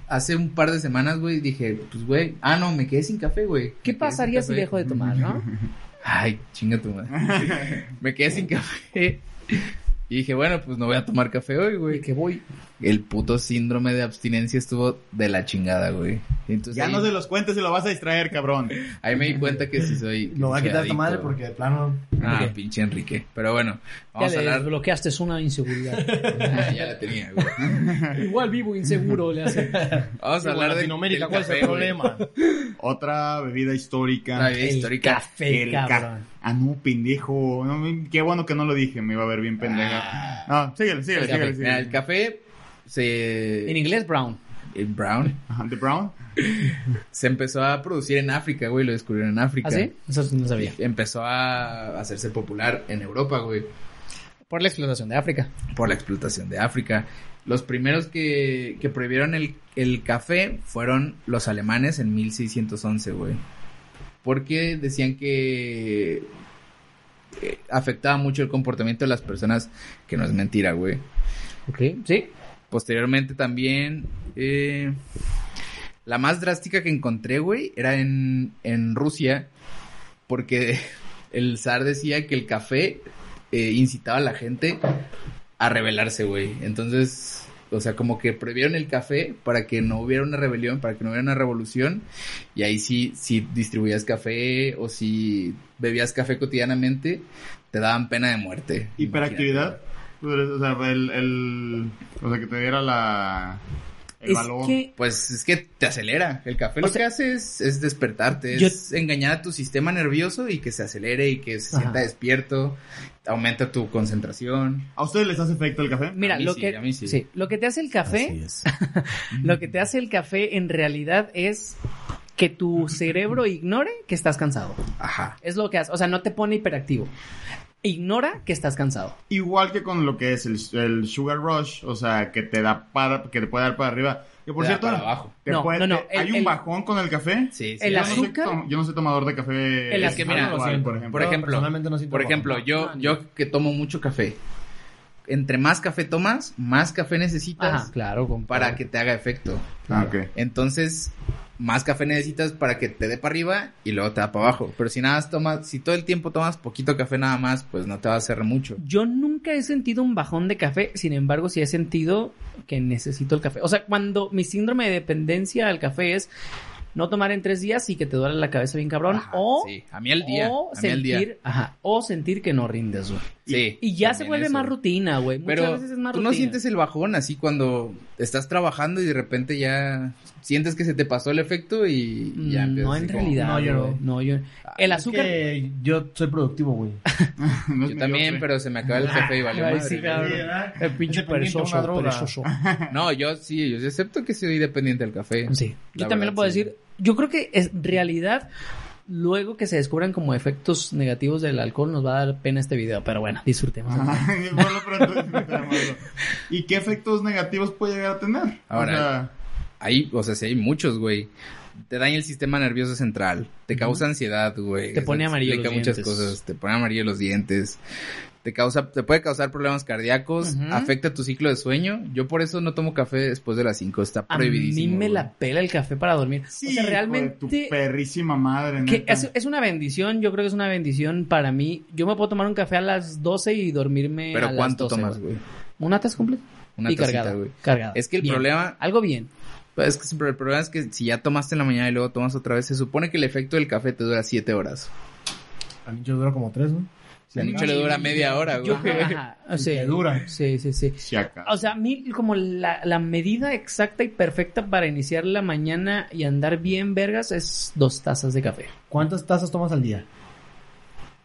[SPEAKER 4] hace un par de semanas, güey, dije, pues, güey, ah, no, me quedé sin café, güey.
[SPEAKER 1] ¿Qué
[SPEAKER 4] Me quedé
[SPEAKER 1] pasaría si
[SPEAKER 4] sin café.
[SPEAKER 1] dejo de tomar, Ah, no?
[SPEAKER 4] Ay, chinga tu madre. me quedé sin café. Y dije, bueno, pues no voy a tomar café hoy,
[SPEAKER 1] Y
[SPEAKER 4] güey.
[SPEAKER 1] que voy.
[SPEAKER 4] el puto síndrome de abstinencia estuvo de la chingada, güey. Entonces,
[SPEAKER 2] Ya
[SPEAKER 4] ahí,
[SPEAKER 2] no se los cuentes y lo vas a distraer, cabrón.
[SPEAKER 4] ahí me di cuenta que sí soy.
[SPEAKER 5] Lo va a
[SPEAKER 4] soy
[SPEAKER 5] quitar tu
[SPEAKER 4] adicto.
[SPEAKER 5] madre porque de plano.
[SPEAKER 4] Ah, pinche Enrique. Pero bueno,
[SPEAKER 1] Ya
[SPEAKER 4] vamos a
[SPEAKER 1] le
[SPEAKER 4] hablar.
[SPEAKER 1] desbloqueaste es una inseguridad.
[SPEAKER 4] Ah, ya la tenía, güey.
[SPEAKER 1] Igual vivo inseguro le hace.
[SPEAKER 4] Vamos a hablar de.
[SPEAKER 5] Latinoamérica,
[SPEAKER 4] del
[SPEAKER 5] ¿cuál es el
[SPEAKER 4] café, güey.
[SPEAKER 5] problema?
[SPEAKER 2] Otra bebida histórica.
[SPEAKER 4] La bebida
[SPEAKER 1] El
[SPEAKER 4] histórica.
[SPEAKER 1] café,
[SPEAKER 2] El ca-
[SPEAKER 1] cabrón.
[SPEAKER 2] Ah, no, pendejo. No, me- qué bueno que no lo dije, me iba a ver bien pendeja.
[SPEAKER 1] Ah.
[SPEAKER 2] No, síguele, síguele,
[SPEAKER 4] El café.
[SPEAKER 2] síguele.
[SPEAKER 4] Mira,
[SPEAKER 2] síguele.
[SPEAKER 4] el café se.
[SPEAKER 1] En inglés, brown.
[SPEAKER 4] en Brown.
[SPEAKER 2] Ajá, ¿The Brown?
[SPEAKER 4] Se empezó a producir en África, güey. Lo descubrieron en África.
[SPEAKER 1] ¿Ah, sí? Eso sí no sabía.
[SPEAKER 4] Empezó a hacerse popular en Europa, güey.
[SPEAKER 1] Por la explotación de África.
[SPEAKER 4] por la explotación de África. Los primeros que, que prohibieron el, el café fueron los alemanes en 1611, güey. Porque decían que eh, afectaba mucho el comportamiento de las personas, que no es mentira, güey.
[SPEAKER 1] Ok, sí.
[SPEAKER 4] Posteriormente también, eh, la más drástica que encontré, güey, era en, en Rusia, porque el zar decía que el café eh, incitaba a la gente a rebelarse, güey. Entonces, o sea, como que prohibieron el café para que no hubiera una rebelión, para que no hubiera una revolución. Y ahí sí, si distribuías café o si bebías café cotidianamente, te daban pena de muerte.
[SPEAKER 2] ¿Hiperactividad?
[SPEAKER 4] Imagínate.
[SPEAKER 2] O sea, el, el- o sea, que te diera la... El
[SPEAKER 1] es
[SPEAKER 2] valor.
[SPEAKER 1] que
[SPEAKER 4] Pues es que te acelera. El
[SPEAKER 1] O
[SPEAKER 4] café lo
[SPEAKER 1] sea,
[SPEAKER 4] que hace es, es despertarte,
[SPEAKER 1] yo-
[SPEAKER 4] es engañar a tu sistema nervioso y que se acelere y que se
[SPEAKER 1] Ajá.
[SPEAKER 4] sienta despierto, aumenta tu concentración.
[SPEAKER 2] ¿A ustedes les hace efecto el café?
[SPEAKER 1] Mira,
[SPEAKER 4] A mí
[SPEAKER 1] lo
[SPEAKER 4] sí,
[SPEAKER 1] que
[SPEAKER 4] a mí sí.
[SPEAKER 1] sí, lo que te
[SPEAKER 4] Ah,
[SPEAKER 1] hace el
[SPEAKER 3] Así
[SPEAKER 1] café,
[SPEAKER 3] es.
[SPEAKER 1] lo que te hace el café en realidad es que tu cerebro ignore que estás cansado.
[SPEAKER 4] Ajá.
[SPEAKER 1] Es lo que hace, o sea, no te pone hiperactivo. Ignora que estás cansado.
[SPEAKER 2] Igual que con lo que es el, el sugar rush, o sea, que te da para, que te puede dar para arriba. Que por
[SPEAKER 4] Te da
[SPEAKER 2] cierto,
[SPEAKER 4] para abajo.
[SPEAKER 2] te
[SPEAKER 1] No,
[SPEAKER 2] puede-
[SPEAKER 1] no, no,
[SPEAKER 2] te-
[SPEAKER 1] el-
[SPEAKER 2] ¿hay un
[SPEAKER 1] el-
[SPEAKER 2] bajón con el café?
[SPEAKER 4] Sí, sí.
[SPEAKER 1] El
[SPEAKER 2] Yo
[SPEAKER 4] Yo
[SPEAKER 2] no soy
[SPEAKER 1] azúcar.
[SPEAKER 2] tom- yo no soy tomador de café.
[SPEAKER 1] El
[SPEAKER 2] eh,
[SPEAKER 1] az- que
[SPEAKER 4] mira,
[SPEAKER 2] manual,
[SPEAKER 5] lo siento.
[SPEAKER 2] por ejemplo.
[SPEAKER 4] Por ejemplo,
[SPEAKER 5] personalmente no
[SPEAKER 4] no-
[SPEAKER 5] siento
[SPEAKER 4] Por
[SPEAKER 5] bajo.
[SPEAKER 4] ejemplo,
[SPEAKER 1] Ah,
[SPEAKER 4] yo, yo que tomo mucho café. Entre más café tomas, más café necesitas
[SPEAKER 1] Ajá, claro,
[SPEAKER 4] para que te haga efecto.
[SPEAKER 2] Ah, ok.
[SPEAKER 4] Entonces, más café necesitas para que te dé para arriba y luego te da para abajo. Pero si nada más tomas, si todo el tiempo tomas poquito café nada más, pues no te va a hacer mucho.
[SPEAKER 1] Yo nunca he sentido un bajón de café, sin embargo, sí he sentido que necesito el café. O sea, cuando mi síndrome de dependencia al café es no tomar en tres días y que te duele la cabeza bien cabrón,
[SPEAKER 4] Ajá,
[SPEAKER 1] o,
[SPEAKER 4] sí, a mí al día,
[SPEAKER 1] o
[SPEAKER 4] a mí al
[SPEAKER 1] sentir,
[SPEAKER 4] día.
[SPEAKER 1] ajá, o sentir que no rindes, güey.
[SPEAKER 4] Sí.
[SPEAKER 1] Y ya se
[SPEAKER 4] también
[SPEAKER 1] vuelve
[SPEAKER 4] eso.
[SPEAKER 1] más rutina, güey. Muchas
[SPEAKER 4] Pero
[SPEAKER 1] veces es más
[SPEAKER 4] tú
[SPEAKER 1] rutina.
[SPEAKER 4] no sientes el bajón así cuando estás trabajando y de repente ya sientes que se te pasó el efecto y
[SPEAKER 1] Mm,
[SPEAKER 4] ya empiezas
[SPEAKER 1] no, en
[SPEAKER 4] así como-
[SPEAKER 1] realidad.
[SPEAKER 5] No, yo no.
[SPEAKER 1] güey. No, yo. El
[SPEAKER 5] Es
[SPEAKER 1] azúcar.
[SPEAKER 5] que yo soy productivo, güey.
[SPEAKER 2] No es
[SPEAKER 4] Yo también,
[SPEAKER 2] mediocre.
[SPEAKER 4] pero se me acaba el café y valió
[SPEAKER 1] Ay,
[SPEAKER 4] madre.
[SPEAKER 1] sí, cabrón. El pinche
[SPEAKER 5] Independiente de una
[SPEAKER 1] perezoso,
[SPEAKER 5] droga.
[SPEAKER 1] perezoso.
[SPEAKER 4] No, yo sí, yo sí acepto que soy dependiente del café.
[SPEAKER 1] Sí. Yo
[SPEAKER 4] La
[SPEAKER 1] también
[SPEAKER 4] verdad,
[SPEAKER 1] lo puedo
[SPEAKER 4] sí.
[SPEAKER 1] decir. Yo creo que es realidad. Luego que se descubran como efectos negativos del alcohol, nos va a dar pena este video. Pero bueno, disfrutemos.
[SPEAKER 2] Ajá, y por lo pronto, disfrutémoslo. ¿Y qué efectos negativos puede llegar a tener?
[SPEAKER 4] Ahora,
[SPEAKER 2] O sea,
[SPEAKER 4] Hay, o sea, sí hay muchos, güey. Te daña el sistema nervioso central, te causa ansiedad, güey.
[SPEAKER 1] Te pone
[SPEAKER 4] Eso
[SPEAKER 1] amarillo
[SPEAKER 4] explica
[SPEAKER 1] los
[SPEAKER 4] muchas
[SPEAKER 1] dientes.
[SPEAKER 4] cosas, te pone amarillo los dientes. Te causa te puede causar problemas cardíacos,
[SPEAKER 1] Ujú.
[SPEAKER 4] afecta tu ciclo de sueño. Yo por eso no tomo café después de las 5, está
[SPEAKER 1] a mí
[SPEAKER 4] prohibidísimo.
[SPEAKER 1] me
[SPEAKER 4] güey.
[SPEAKER 1] la pela el café para dormir.
[SPEAKER 2] sí,
[SPEAKER 1] o sea,
[SPEAKER 2] hijo de
[SPEAKER 1] realmente.
[SPEAKER 2] Tu perrísima madre,
[SPEAKER 1] que
[SPEAKER 2] neta.
[SPEAKER 1] es, es una bendición, yo creo que es una bendición para mí. Yo me puedo tomar un café a las 12 y dormirme a
[SPEAKER 4] Pero
[SPEAKER 1] las
[SPEAKER 4] ¿cuánto
[SPEAKER 1] 12,
[SPEAKER 4] tomas, güey?
[SPEAKER 1] Una taza completa
[SPEAKER 4] Una
[SPEAKER 1] y
[SPEAKER 4] tacita,
[SPEAKER 1] cargada,
[SPEAKER 4] güey.
[SPEAKER 1] cargada.
[SPEAKER 4] Es que el
[SPEAKER 1] Bien.
[SPEAKER 4] problema,
[SPEAKER 1] Algo bien.
[SPEAKER 4] pues, es que siempre- el problema es que si ya tomaste en la mañana y luego tomas otra vez, se supone que el efecto del café te dura 7 horas.
[SPEAKER 5] A mí yo dura como tres, ¿no?
[SPEAKER 4] Si mucho le dura media hora, güey.
[SPEAKER 1] Yo creo ajá, o sea,
[SPEAKER 5] Que dura. eh.
[SPEAKER 1] Sí, sí, sí.
[SPEAKER 2] Si acá.
[SPEAKER 1] O sea, a mí como la, la medida exacta y perfecta para iniciar la mañana y andar bien vergas es dos tazas de café.
[SPEAKER 5] ¿Cuántas tazas tomas al día?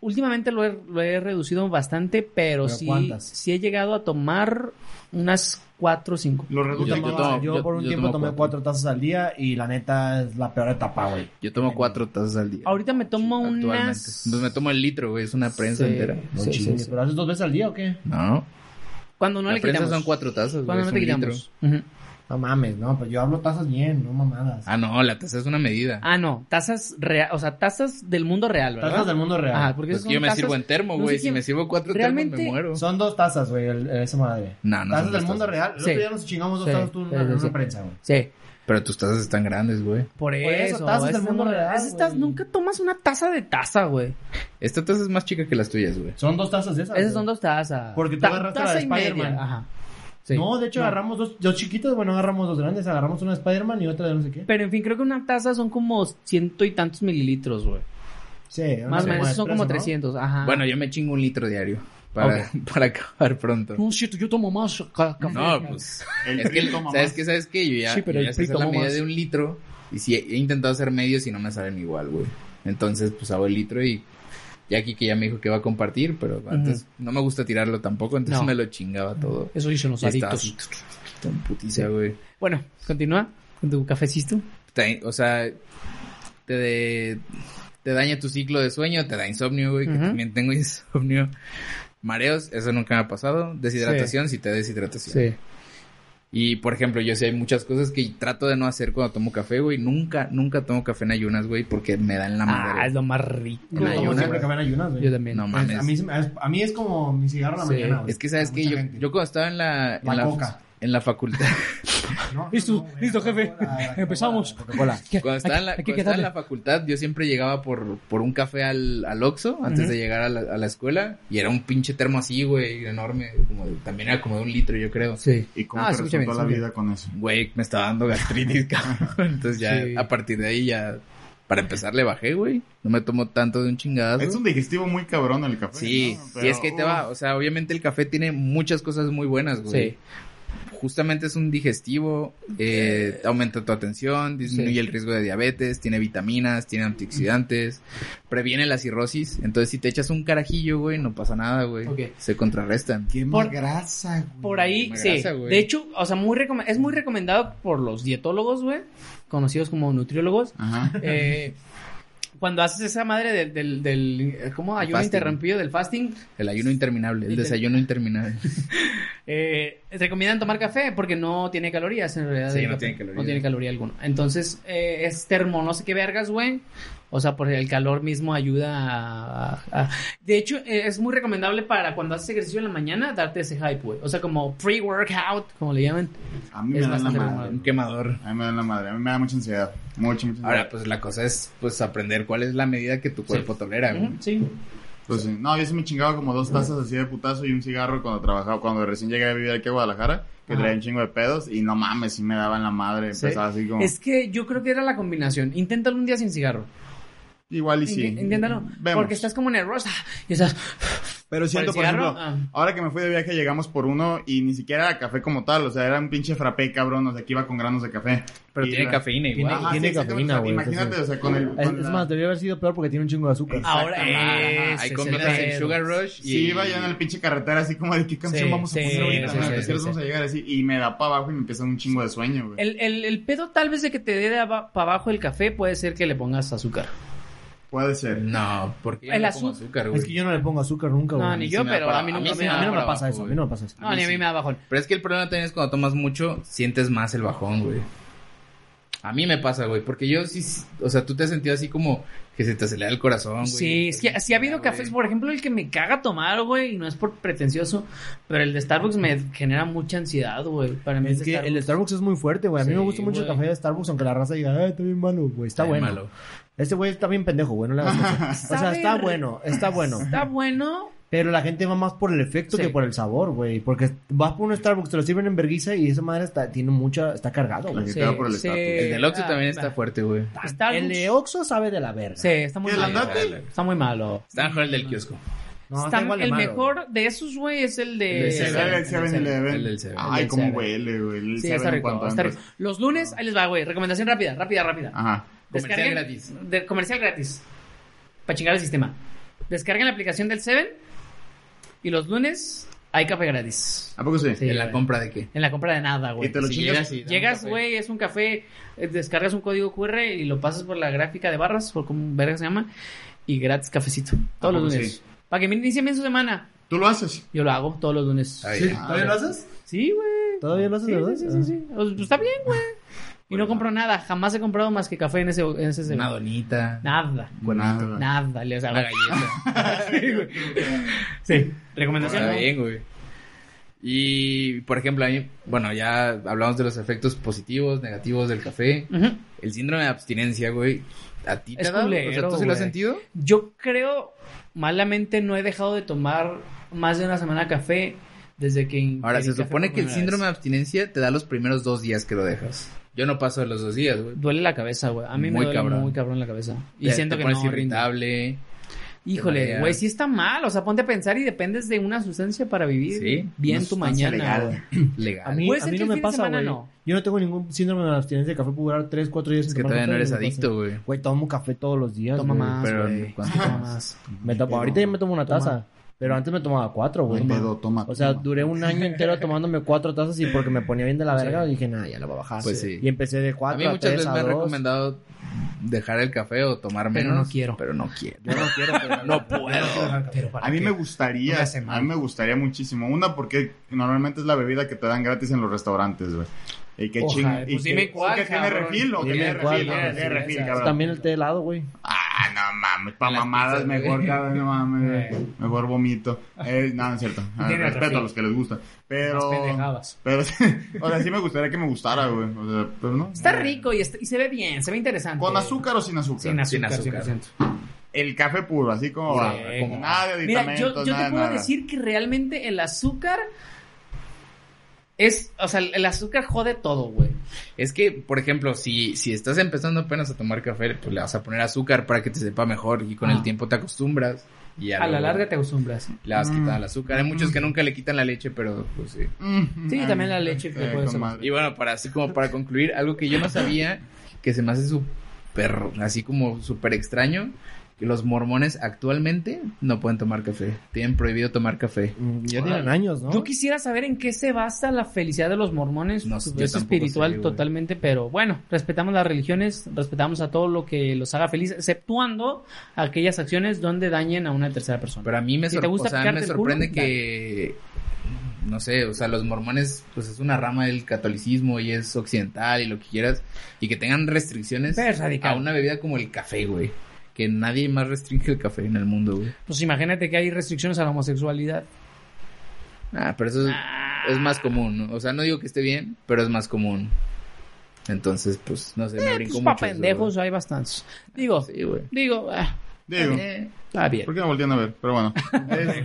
[SPEAKER 1] Últimamente lo he, lo he reducido bastante, pero,
[SPEAKER 5] ¿Pero
[SPEAKER 1] sí,
[SPEAKER 5] cuántas?
[SPEAKER 1] sí he llegado a tomar unas cuatro o cinco.
[SPEAKER 2] Lo reduce
[SPEAKER 4] Yo-
[SPEAKER 2] a
[SPEAKER 4] yo
[SPEAKER 2] más.
[SPEAKER 4] tomo-
[SPEAKER 5] Yo, por un
[SPEAKER 4] yo
[SPEAKER 5] tiempo
[SPEAKER 4] tomo
[SPEAKER 5] tomé
[SPEAKER 4] cuatro.
[SPEAKER 5] cuatro. tazas al día y la neta es la peor etapa, güey.
[SPEAKER 4] Yo tomo 4 tazas al día.
[SPEAKER 1] Ahorita me tomo
[SPEAKER 4] Actualmente.
[SPEAKER 1] unas...
[SPEAKER 4] Pues me tomo el litro, güey, es una prensa
[SPEAKER 1] Sí,
[SPEAKER 4] entera.
[SPEAKER 5] No
[SPEAKER 1] sí, sí,
[SPEAKER 5] chingues,
[SPEAKER 1] sí.
[SPEAKER 5] ¿Pero haces dos veces al día o qué?
[SPEAKER 4] No.
[SPEAKER 1] Cuando no
[SPEAKER 4] la
[SPEAKER 1] le
[SPEAKER 4] prensa
[SPEAKER 1] quitamos.
[SPEAKER 4] son cuatro tazas, güey,
[SPEAKER 1] Cuando no
[SPEAKER 4] es
[SPEAKER 1] le
[SPEAKER 4] un
[SPEAKER 1] quitamos. Ujú.
[SPEAKER 5] No mames, no, pues yo hablo tazas bien, no mamadas.
[SPEAKER 4] Ah, no, la taza es una medida.
[SPEAKER 1] Ah, no. Tazas real, o sea, tazas del mundo real, ¿verdad?
[SPEAKER 5] tazas del mundo real.
[SPEAKER 1] Ajá, porque
[SPEAKER 4] Pues
[SPEAKER 1] esas
[SPEAKER 4] que yo
[SPEAKER 1] son
[SPEAKER 4] me
[SPEAKER 1] tazas-
[SPEAKER 4] sirvo en termo,
[SPEAKER 1] no
[SPEAKER 4] güey.
[SPEAKER 1] sé
[SPEAKER 4] si
[SPEAKER 1] quién-
[SPEAKER 4] me sirvo cuatro
[SPEAKER 1] Realmente-
[SPEAKER 4] termos, me muero.
[SPEAKER 5] Son dos tazas, güey, el- esa madre.
[SPEAKER 4] Ah, No, no
[SPEAKER 5] tazas
[SPEAKER 4] son
[SPEAKER 5] del
[SPEAKER 4] dos
[SPEAKER 5] mundo
[SPEAKER 4] tazas.
[SPEAKER 5] real. El
[SPEAKER 1] Sí.
[SPEAKER 5] otro día nos chingamos dos
[SPEAKER 1] Sí,
[SPEAKER 5] tazas tú en
[SPEAKER 1] sí,
[SPEAKER 5] una, en
[SPEAKER 1] sí,
[SPEAKER 5] una
[SPEAKER 1] sí.
[SPEAKER 5] prensa, güey.
[SPEAKER 1] Sí.
[SPEAKER 4] Pero tus tazas están grandes, güey.
[SPEAKER 1] Por eso.
[SPEAKER 5] eso, tazas del
[SPEAKER 1] ese
[SPEAKER 5] mundo
[SPEAKER 1] no-
[SPEAKER 5] real,
[SPEAKER 1] esas tazas-
[SPEAKER 5] güey.
[SPEAKER 1] nunca tomas una taza de taza, güey.
[SPEAKER 4] Esta taza es más chica que las tuyas, güey.
[SPEAKER 5] Son dos tazas de esas.
[SPEAKER 1] Esas son
[SPEAKER 5] güey.
[SPEAKER 1] dos tazas.
[SPEAKER 5] Porque tú
[SPEAKER 1] Ta-
[SPEAKER 5] agarraste la
[SPEAKER 1] taza
[SPEAKER 5] de
[SPEAKER 1] y media,
[SPEAKER 5] Spider-Man.
[SPEAKER 1] Ajá.
[SPEAKER 4] Sí.
[SPEAKER 5] No, de hecho agarramos dos, dos chiquitos, bueno, agarramos dos grandes, agarramos una de Spider-Man y otra de no sé qué.
[SPEAKER 1] Pero en fin, creo que una taza son como ciento y tantos mililitros, güey.
[SPEAKER 5] Sí, una
[SPEAKER 1] Más o menos,
[SPEAKER 5] de
[SPEAKER 1] son como
[SPEAKER 5] espresso, ¿no?
[SPEAKER 1] 300, ajá.
[SPEAKER 4] Bueno, yo me chingo un litro diario para, para acabar pronto.
[SPEAKER 1] no, cierto, yo tomo más ca- café.
[SPEAKER 4] No, pues.
[SPEAKER 2] El
[SPEAKER 4] es que,
[SPEAKER 2] PRI toma
[SPEAKER 4] ¿sabes
[SPEAKER 2] más.
[SPEAKER 4] qué? ¿Sabes qué? Yo ya,
[SPEAKER 1] Sí, pero
[SPEAKER 4] yo
[SPEAKER 1] el
[SPEAKER 4] ya
[SPEAKER 1] PRI
[SPEAKER 4] sé hacer la
[SPEAKER 1] tomó
[SPEAKER 4] medida
[SPEAKER 1] más.
[SPEAKER 4] de un litro. Y si he intentado hacer medios y no me salen igual, güey. Entonces, pues hago el litro y. Ya aquí que ya me dijo que va a compartir, pero antes no me gusta tirarlo tampoco, entonces
[SPEAKER 1] No.
[SPEAKER 4] me lo chingaba todo.
[SPEAKER 1] Eso dicen los
[SPEAKER 4] Y estaba
[SPEAKER 1] adictos.
[SPEAKER 4] así, tan putiza, güey.
[SPEAKER 1] Bueno, continúa con tu cafecito.
[SPEAKER 4] Te- O sea, te, de- te daña tu ciclo de sueño, te da insomnio, güey, que
[SPEAKER 1] Ujú.
[SPEAKER 4] también tengo insomnio. Mareos, eso nunca me ha pasado. Deshidratación, si te da deshidratación. Y por ejemplo, yo sé, hay muchas cosas que trato de no hacer cuando tomo café, güey. Nunca, nunca tomo café en ayunas, güey, porque me dan la madre.
[SPEAKER 1] Ah, es lo más rico.
[SPEAKER 4] En
[SPEAKER 5] Yo tomo
[SPEAKER 4] ayunas,
[SPEAKER 5] siempre
[SPEAKER 4] güey.
[SPEAKER 5] café en ayunas, güey.
[SPEAKER 1] Yo también.
[SPEAKER 4] No
[SPEAKER 5] Pues,
[SPEAKER 4] mames.
[SPEAKER 5] a, mí, se me- es- a mí es como mi cigarro a la
[SPEAKER 1] Sí.
[SPEAKER 5] mañana, güey.
[SPEAKER 4] es que sabes
[SPEAKER 5] Para
[SPEAKER 4] que yo,
[SPEAKER 5] mucha gente.
[SPEAKER 4] yo cuando estaba en la, en
[SPEAKER 5] La
[SPEAKER 4] la,
[SPEAKER 5] coca.
[SPEAKER 4] en la facultad,
[SPEAKER 5] No, no,
[SPEAKER 1] Listo,
[SPEAKER 5] no, güey,
[SPEAKER 1] listo,
[SPEAKER 5] la
[SPEAKER 1] jefe.
[SPEAKER 5] Coca-Cola, la Coca-Cola,
[SPEAKER 1] Empezamos.
[SPEAKER 5] la Coca-Cola.
[SPEAKER 4] cuando estaba en la,
[SPEAKER 1] Aquí
[SPEAKER 4] cuando
[SPEAKER 1] que
[SPEAKER 4] estaba en
[SPEAKER 1] darle.
[SPEAKER 4] la facultad, yo siempre llegaba por, por un café al, al Oxxo antes
[SPEAKER 1] Ujú.
[SPEAKER 4] de llegar a la, a la escuela y era un pinche termo así, güey, enorme, como de- también era como de un litro, yo creo.
[SPEAKER 1] Sí.
[SPEAKER 2] ¿Y cómo
[SPEAKER 1] Ah,
[SPEAKER 2] te
[SPEAKER 1] escúchame,
[SPEAKER 2] resultó la
[SPEAKER 1] escúchame.
[SPEAKER 2] vida con eso?
[SPEAKER 4] Güey, me estaba dando gastritis, cabrón. Entonces ya,
[SPEAKER 1] Sí.
[SPEAKER 4] a partir de ahí ya, para empezar le bajé, güey. No me tomo tanto de un chingadazo.
[SPEAKER 2] Es un digestivo muy cabrón el café.
[SPEAKER 4] Sí,
[SPEAKER 2] ¿no?
[SPEAKER 4] y es que ahí te
[SPEAKER 2] Pero, uh.
[SPEAKER 4] va, o sea, obviamente el café tiene muchas cosas muy buenas, güey.
[SPEAKER 1] Sí.
[SPEAKER 4] Justamente es un digestivo, eh, aumenta tu atención, disminuye
[SPEAKER 1] Sí.
[SPEAKER 4] el riesgo de diabetes, tiene vitaminas, tiene antioxidantes, previene la cirrosis. Entonces, si te echas un carajillo, güey, no pasa nada, güey.
[SPEAKER 1] Ok.
[SPEAKER 4] Se contrarrestan.
[SPEAKER 2] Qué
[SPEAKER 1] Por-
[SPEAKER 2] más grasa, güey.
[SPEAKER 1] Por ahí,
[SPEAKER 4] Me
[SPEAKER 1] sí.
[SPEAKER 4] grasa, güey.
[SPEAKER 1] de hecho, o sea, muy recome- es muy recomendado por los dietólogos, güey, conocidos como nutriólogos.
[SPEAKER 2] Ajá.
[SPEAKER 1] Eh, cuando haces esa madre del, del, del- eh, ¿cómo?
[SPEAKER 4] El
[SPEAKER 1] Ayuno
[SPEAKER 4] fasting.
[SPEAKER 1] interrumpido del fasting,
[SPEAKER 4] El ayuno interminable, el
[SPEAKER 1] Inter-
[SPEAKER 4] desayuno interminable.
[SPEAKER 1] eh, recomiendan tomar café porque no tiene calorías en realidad.
[SPEAKER 4] Sí,
[SPEAKER 1] el
[SPEAKER 4] no
[SPEAKER 1] café.
[SPEAKER 4] tiene calorías.
[SPEAKER 1] No tiene caloría alguna. Entonces, eh, es termo, no sé qué vergas, güey. O sea, porque el calor mismo ayuda a... a- De hecho, eh, es muy recomendable para cuando haces ejercicio en la mañana, darte ese hype, güey. O sea, como pre-workout, como le llaman.
[SPEAKER 2] A mí me
[SPEAKER 1] Es
[SPEAKER 2] dan la
[SPEAKER 1] bastante
[SPEAKER 2] madre.
[SPEAKER 1] normal.
[SPEAKER 4] Un quemador.
[SPEAKER 2] A mí me dan la madre. A mí me da mucha ansiedad. Mucha, mucha ansiedad.
[SPEAKER 4] Ahora, pues la cosa es, pues, aprender cuál es la medida que tu cuerpo tolera, güey.
[SPEAKER 1] Ujú, Sí.
[SPEAKER 2] Pues sí. No, yo se me chingaba como dos tazas así de putazo y un cigarro cuando trabajaba, cuando recién llegué a vivir aquí a Guadalajara, que
[SPEAKER 1] Ajá.
[SPEAKER 2] traía un chingo de pedos y no mames, sí me daban la madre.
[SPEAKER 1] Sí.
[SPEAKER 2] Empezaba así como.
[SPEAKER 1] Es que yo creo que era la combinación. Inténtalo un día sin cigarro.
[SPEAKER 2] Igual y sí.
[SPEAKER 1] Inté- Inténtalo.
[SPEAKER 2] Vemos.
[SPEAKER 1] Porque estás como nerviosa. Y estás...
[SPEAKER 2] Pero siento,
[SPEAKER 1] ¿Por
[SPEAKER 2] por,
[SPEAKER 1] el cigarro?
[SPEAKER 2] ejemplo,
[SPEAKER 1] Ah.
[SPEAKER 2] ahora que me fui de viaje llegamos por uno y ni siquiera era café como tal, o sea, era un pinche frappé, cabrón, o sea, que iba con granos de café.
[SPEAKER 4] Pero
[SPEAKER 2] Y
[SPEAKER 4] tiene
[SPEAKER 2] la-
[SPEAKER 4] cafeína igual.
[SPEAKER 5] Tiene-
[SPEAKER 2] Ajá, sí,
[SPEAKER 5] cafeína,
[SPEAKER 2] exactamente, o sea,
[SPEAKER 5] güey,
[SPEAKER 2] Imagínate,
[SPEAKER 5] entonces-
[SPEAKER 2] o sea, con el...
[SPEAKER 5] Es,
[SPEAKER 2] con
[SPEAKER 5] es
[SPEAKER 2] la-
[SPEAKER 5] más, debió haber sido peor porque tiene un chingo de azúcar.
[SPEAKER 2] Exacto.
[SPEAKER 1] Ahora
[SPEAKER 4] Ajá,
[SPEAKER 1] ese
[SPEAKER 4] Ahí
[SPEAKER 1] es
[SPEAKER 4] combinas el
[SPEAKER 1] pedo.
[SPEAKER 4] Sugar Rush y...
[SPEAKER 2] Sí, iba yo en el pinche carretera así como de qué canción
[SPEAKER 1] Sí,
[SPEAKER 2] vamos a
[SPEAKER 1] sí,
[SPEAKER 2] poner ahorita,
[SPEAKER 1] sí,
[SPEAKER 2] ¿no?
[SPEAKER 1] sí,
[SPEAKER 2] ¿A qué
[SPEAKER 1] sí,
[SPEAKER 2] horas
[SPEAKER 1] sí.
[SPEAKER 2] vamos a llegar así y me da para abajo y me empieza un chingo de sueño, güey.
[SPEAKER 1] El, el, el pedo tal vez de que te dé para abajo el café puede ser que le pongas azúcar.
[SPEAKER 2] Puede ser.
[SPEAKER 4] No, porque
[SPEAKER 1] El
[SPEAKER 4] el
[SPEAKER 1] azu-
[SPEAKER 4] azúcar, güey.
[SPEAKER 5] Es que yo no le pongo azúcar nunca, güey.
[SPEAKER 1] No, ni
[SPEAKER 4] sí
[SPEAKER 1] yo,
[SPEAKER 4] me da
[SPEAKER 1] pero
[SPEAKER 4] para-
[SPEAKER 1] a mí
[SPEAKER 4] a
[SPEAKER 1] nunca
[SPEAKER 4] mí sí
[SPEAKER 1] me
[SPEAKER 4] me
[SPEAKER 1] da.
[SPEAKER 5] A mí no me
[SPEAKER 4] para
[SPEAKER 5] pasa
[SPEAKER 4] abajo,
[SPEAKER 5] eso, a mí
[SPEAKER 4] güey.
[SPEAKER 5] no me pasa eso.
[SPEAKER 1] No, ni a mí
[SPEAKER 4] sí.
[SPEAKER 1] me da bajón.
[SPEAKER 4] Pero es que el problema también es cuando tomas mucho, sientes más el bajón, güey. A mí me pasa, güey, porque yo sí, o sea, tú te has sentido así como que se te acelera el corazón, güey.
[SPEAKER 1] Sí, es que sí ha habido
[SPEAKER 4] Güey.
[SPEAKER 1] cafés, por ejemplo, el que me caga tomar, güey, y no es por pretencioso, pero el de Starbucks me genera mucha ansiedad, güey. Para mí
[SPEAKER 5] Es que el de Starbucks es muy fuerte, güey. A mí me
[SPEAKER 1] Sí,
[SPEAKER 5] gusta mucho el
[SPEAKER 1] güey.
[SPEAKER 5] café de Starbucks, aunque la raza diga, "Ay, está bien malo, güey. Está
[SPEAKER 4] Está
[SPEAKER 5] bueno.
[SPEAKER 4] malo.
[SPEAKER 5] Este güey está bien pendejo, güey. No le hagas caso. O sea,
[SPEAKER 1] Sabe
[SPEAKER 5] está
[SPEAKER 1] re-
[SPEAKER 5] bueno, está bueno.
[SPEAKER 1] Está bueno.
[SPEAKER 5] Pero la gente va más por el efecto
[SPEAKER 1] Sí.
[SPEAKER 5] que por el sabor, güey. Porque vas por un Starbucks, te lo sirven en vergüenza y esa madre está, tiene mucha, está cargado,
[SPEAKER 2] La
[SPEAKER 5] güey.
[SPEAKER 2] que te va por el
[SPEAKER 1] Sí,
[SPEAKER 2] estatus.
[SPEAKER 1] sí.
[SPEAKER 4] El del Oxxo
[SPEAKER 1] ah,
[SPEAKER 4] también
[SPEAKER 1] ah.
[SPEAKER 4] está fuerte, güey.
[SPEAKER 1] Starbucks-
[SPEAKER 5] El de Oxxo sabe de la verga.
[SPEAKER 1] Sí, está muy
[SPEAKER 2] ¿Qué, el
[SPEAKER 1] malo.
[SPEAKER 2] andate?
[SPEAKER 1] Está muy malo.
[SPEAKER 4] Está mejor el
[SPEAKER 1] Ah.
[SPEAKER 4] del kiosco.
[SPEAKER 5] No, está
[SPEAKER 1] Está-
[SPEAKER 5] igual de
[SPEAKER 1] el
[SPEAKER 5] malo.
[SPEAKER 1] mejor de esos, güey, es el
[SPEAKER 4] El
[SPEAKER 1] de...
[SPEAKER 4] de
[SPEAKER 2] Sí,
[SPEAKER 4] Seven,
[SPEAKER 2] el
[SPEAKER 4] el
[SPEAKER 2] 7-Eleven.
[SPEAKER 4] del Seven.
[SPEAKER 1] El
[SPEAKER 2] Ay,
[SPEAKER 1] del
[SPEAKER 2] cómo
[SPEAKER 1] Seven.
[SPEAKER 2] huele, güey. El
[SPEAKER 1] Sí, está
[SPEAKER 2] 7-Eleven
[SPEAKER 1] rico,
[SPEAKER 2] cuando
[SPEAKER 1] está rico.
[SPEAKER 2] entras.
[SPEAKER 1] Los lunes, ahí les va, güey. Recomendación rápida, rápida, rápida.
[SPEAKER 2] Ajá.
[SPEAKER 4] Comercial
[SPEAKER 1] Descarguen-
[SPEAKER 4] gratis.
[SPEAKER 1] de- comercial gratis. Para chingar el sistema. Descarguen la aplicación del Seven y los lunes hay café gratis.
[SPEAKER 2] ¿A poco sí?
[SPEAKER 1] Sí.
[SPEAKER 4] ¿En la
[SPEAKER 1] güey.
[SPEAKER 4] compra de qué?
[SPEAKER 1] En la compra de nada,
[SPEAKER 2] Y
[SPEAKER 1] güey.
[SPEAKER 2] te lo
[SPEAKER 4] Si
[SPEAKER 2] chingas.
[SPEAKER 4] llegas y-
[SPEAKER 1] Llegas,
[SPEAKER 4] café.
[SPEAKER 1] güey, es un café, eh, descargas un código QR y lo pasas por la gráfica de barras, por como verga se llama, y gratis cafecito. Todos los
[SPEAKER 2] poco
[SPEAKER 1] lunes.
[SPEAKER 2] sí?
[SPEAKER 1] Para que inicien bien su semana.
[SPEAKER 2] ¿Tú lo haces?
[SPEAKER 1] Yo lo hago todos los lunes.
[SPEAKER 4] Ahí.
[SPEAKER 2] ¿Todavía lo haces?
[SPEAKER 1] Sí, güey.
[SPEAKER 5] ¿Todavía lo haces,
[SPEAKER 1] Sí,
[SPEAKER 5] verdad?
[SPEAKER 1] sí, sí, sí, sí.
[SPEAKER 4] Ah.
[SPEAKER 1] O sea, pues, está bien, güey. Y no compro nada. Jamás he comprado más que café en ese, en ese
[SPEAKER 4] Una
[SPEAKER 1] Seven.
[SPEAKER 4] donita.
[SPEAKER 1] Nada.
[SPEAKER 2] Nada.
[SPEAKER 1] Nada, le o sea,
[SPEAKER 4] Una galleta.
[SPEAKER 1] sí, güey. Sí, recomendación.
[SPEAKER 4] Está bien, güey. Y, por ejemplo, a mí, bueno, ya hablamos de los efectos positivos, negativos del café.
[SPEAKER 1] Ujú.
[SPEAKER 4] El síndrome de abstinencia, güey. ¿A ti te
[SPEAKER 1] Es
[SPEAKER 4] ha dado? o sea,
[SPEAKER 1] culero,
[SPEAKER 4] ¿tú sí lo has
[SPEAKER 1] güey.
[SPEAKER 4] sentido?
[SPEAKER 1] Yo creo, malamente, no he dejado de tomar más de una semana café desde que...
[SPEAKER 4] Ahora, se
[SPEAKER 1] ingerí café
[SPEAKER 4] supone
[SPEAKER 1] por
[SPEAKER 4] que el
[SPEAKER 1] primera
[SPEAKER 4] síndrome de
[SPEAKER 1] vez.
[SPEAKER 4] abstinencia te da los primeros dos días que lo dejas. Yo no paso de los dos días, güey.
[SPEAKER 1] Duele la cabeza, güey. A mí me
[SPEAKER 4] Muy
[SPEAKER 1] duele
[SPEAKER 4] cabrón.
[SPEAKER 1] muy cabrón la cabeza. Y
[SPEAKER 4] Te-
[SPEAKER 1] siento
[SPEAKER 4] te
[SPEAKER 1] que
[SPEAKER 4] pones
[SPEAKER 1] no...
[SPEAKER 4] irritable.
[SPEAKER 1] Híjole,
[SPEAKER 4] marea.
[SPEAKER 1] güey, sí está mal. O sea, ponte a pensar y dependes de una sustancia para vivir
[SPEAKER 4] Sí,
[SPEAKER 1] bien
[SPEAKER 4] una
[SPEAKER 1] tu
[SPEAKER 4] sustancia
[SPEAKER 1] mañana.
[SPEAKER 4] legal.
[SPEAKER 1] güey.
[SPEAKER 4] Legal.
[SPEAKER 3] A mí,
[SPEAKER 1] Puede
[SPEAKER 3] a
[SPEAKER 1] ser
[SPEAKER 3] mí
[SPEAKER 1] que
[SPEAKER 3] no
[SPEAKER 1] el fin de
[SPEAKER 3] me pasa,
[SPEAKER 1] semana
[SPEAKER 3] güey.
[SPEAKER 1] no.
[SPEAKER 3] Yo no tengo ningún síndrome de abstinencia de café. Puedo durar 3, 4 días.
[SPEAKER 4] es
[SPEAKER 3] sin
[SPEAKER 4] que
[SPEAKER 3] tomar
[SPEAKER 4] todavía no
[SPEAKER 3] café,
[SPEAKER 4] eres
[SPEAKER 3] me pasa.
[SPEAKER 4] adicto, güey.
[SPEAKER 3] Güey, tomo café todos los días.
[SPEAKER 1] Toma
[SPEAKER 3] Ah, güey.
[SPEAKER 1] más,
[SPEAKER 4] Pero,
[SPEAKER 1] güey.
[SPEAKER 4] ¿cuánto
[SPEAKER 1] Toma
[SPEAKER 4] más?
[SPEAKER 1] más.
[SPEAKER 3] Me tomo, ahorita ya me tomo una taza. Pero antes me tomaba cuatro, güey.
[SPEAKER 2] Pedo, toma.
[SPEAKER 3] O sea,
[SPEAKER 2] toma.
[SPEAKER 3] duré un año entero tomándome cuatro tazas y porque me ponía bien de la
[SPEAKER 1] Sí.
[SPEAKER 3] verga dije, nada, ya lo voy a bajar.
[SPEAKER 4] Pues sí.
[SPEAKER 3] Y empecé de
[SPEAKER 4] A
[SPEAKER 3] cuatro
[SPEAKER 4] mí
[SPEAKER 3] a,
[SPEAKER 4] muchas
[SPEAKER 3] tres
[SPEAKER 4] veces
[SPEAKER 3] a
[SPEAKER 4] me han
[SPEAKER 3] dos.
[SPEAKER 4] recomendado dejar el café o tomar
[SPEAKER 1] Pero
[SPEAKER 4] menos.
[SPEAKER 1] no quiero.
[SPEAKER 4] Pero no quiero.
[SPEAKER 3] Yo no quiero, pero
[SPEAKER 4] No puedo.
[SPEAKER 1] Pero para
[SPEAKER 2] A mí
[SPEAKER 1] qué.
[SPEAKER 2] me gustaría,
[SPEAKER 1] No me hace mal.
[SPEAKER 2] a mí me gustaría muchísimo. Una, porque normalmente es la bebida que te dan gratis en los restaurantes, güey. Y que
[SPEAKER 1] Ojalá,
[SPEAKER 2] ching.
[SPEAKER 1] pues
[SPEAKER 2] y
[SPEAKER 1] dime
[SPEAKER 2] que, o
[SPEAKER 1] cuál,
[SPEAKER 2] que tiene
[SPEAKER 1] cabrón.
[SPEAKER 2] refil, o que
[SPEAKER 3] Dime
[SPEAKER 2] tiene
[SPEAKER 3] cuál,
[SPEAKER 2] refil, o que
[SPEAKER 3] cabrón.
[SPEAKER 2] tiene refil, cabrón.
[SPEAKER 3] También el té de helado, güey.
[SPEAKER 2] Ah, no mames, pa'
[SPEAKER 4] Las
[SPEAKER 2] mamadas
[SPEAKER 4] pizzas, güey.
[SPEAKER 2] mejor, cabrón, no mames,
[SPEAKER 1] Eh.
[SPEAKER 2] mejor vomito. Eh, no, no es cierto. Ah,
[SPEAKER 1] Tiene
[SPEAKER 2] respeto
[SPEAKER 1] refil.
[SPEAKER 2] a los que les gusta.
[SPEAKER 1] Más
[SPEAKER 2] Pero.
[SPEAKER 1] pendejadas.
[SPEAKER 2] Pero, o sea, sí me gustaría que me gustara, güey. O sea, pero no.
[SPEAKER 1] Está rico y, está- y se ve bien, se ve interesante.
[SPEAKER 2] ¿Con azúcar o sin azúcar?
[SPEAKER 1] Sin azúcar,
[SPEAKER 4] Sin azúcar.
[SPEAKER 1] 100%.
[SPEAKER 2] El café puro, así como.
[SPEAKER 1] Puro,
[SPEAKER 2] va,
[SPEAKER 1] eh,
[SPEAKER 2] como
[SPEAKER 1] como-
[SPEAKER 2] nada de
[SPEAKER 1] Mira, yo, yo
[SPEAKER 2] aditamentos, nada
[SPEAKER 1] te
[SPEAKER 2] de
[SPEAKER 1] puedo
[SPEAKER 2] nada.
[SPEAKER 1] decir que realmente el azúcar es, o sea, el azúcar jode todo, güey.
[SPEAKER 4] Es que, por ejemplo, si, si estás empezando apenas a tomar café, pues le vas a poner azúcar para que te sepa mejor y con
[SPEAKER 1] Ah.
[SPEAKER 4] el tiempo te acostumbras. Y ya
[SPEAKER 1] A la
[SPEAKER 4] luego
[SPEAKER 1] larga Mm. te acostumbras.
[SPEAKER 4] Le vas
[SPEAKER 2] Mm.
[SPEAKER 4] quitando el azúcar. Hay muchos que nunca le quitan la leche, pero pues sí.
[SPEAKER 2] Mm,
[SPEAKER 1] Sí,
[SPEAKER 2] mm,
[SPEAKER 1] también la
[SPEAKER 2] mm,
[SPEAKER 1] leche que
[SPEAKER 2] eh,
[SPEAKER 1] puede
[SPEAKER 2] con
[SPEAKER 1] ser.
[SPEAKER 2] madre.
[SPEAKER 4] Y bueno, para así como para concluir, algo que yo no sabía, que se me hace súper, así como súper extraño, que los mormones actualmente no pueden tomar café. Tienen prohibido tomar café.
[SPEAKER 3] Mm, Ya
[SPEAKER 4] Órale.
[SPEAKER 3] tienen años, ¿no?
[SPEAKER 1] Yo quisiera saber en qué se basa la felicidad de los mormones.
[SPEAKER 4] No,
[SPEAKER 1] Pues,
[SPEAKER 4] yo
[SPEAKER 1] es
[SPEAKER 4] tampoco
[SPEAKER 1] espiritual
[SPEAKER 4] sé, güey.
[SPEAKER 1] totalmente, pero bueno, respetamos las religiones, respetamos a todo lo que los haga feliz, exceptuando aquellas acciones donde dañen a una tercera persona.
[SPEAKER 4] Pero a mí me,
[SPEAKER 1] Si
[SPEAKER 4] sor-
[SPEAKER 1] te gusta
[SPEAKER 4] o sea,
[SPEAKER 1] picarte
[SPEAKER 4] me
[SPEAKER 1] el
[SPEAKER 4] sorprende
[SPEAKER 1] culo,
[SPEAKER 4] que, no sé, o sea, los mormones, pues es una rama del catolicismo y es occidental y lo que quieras, y que tengan restricciones
[SPEAKER 1] Pero es radical.
[SPEAKER 4] a una bebida como el café, güey. Que nadie más restringe el café en el mundo, güey.
[SPEAKER 1] Pues imagínate que hay restricciones a la homosexualidad.
[SPEAKER 4] Ah, pero eso es- es más común, ¿no? O sea, no digo que esté bien, pero es más común. Entonces, pues, no sé, me
[SPEAKER 1] Pues
[SPEAKER 4] brinco
[SPEAKER 1] para
[SPEAKER 4] mucho eso,
[SPEAKER 1] pendejos hay bastantes. Digo,
[SPEAKER 4] güey. Sí, güey.
[SPEAKER 1] digo, ah,
[SPEAKER 2] Digo,
[SPEAKER 4] Eh,
[SPEAKER 1] está bien.
[SPEAKER 2] ¿por qué me voltean a ver? Pero bueno.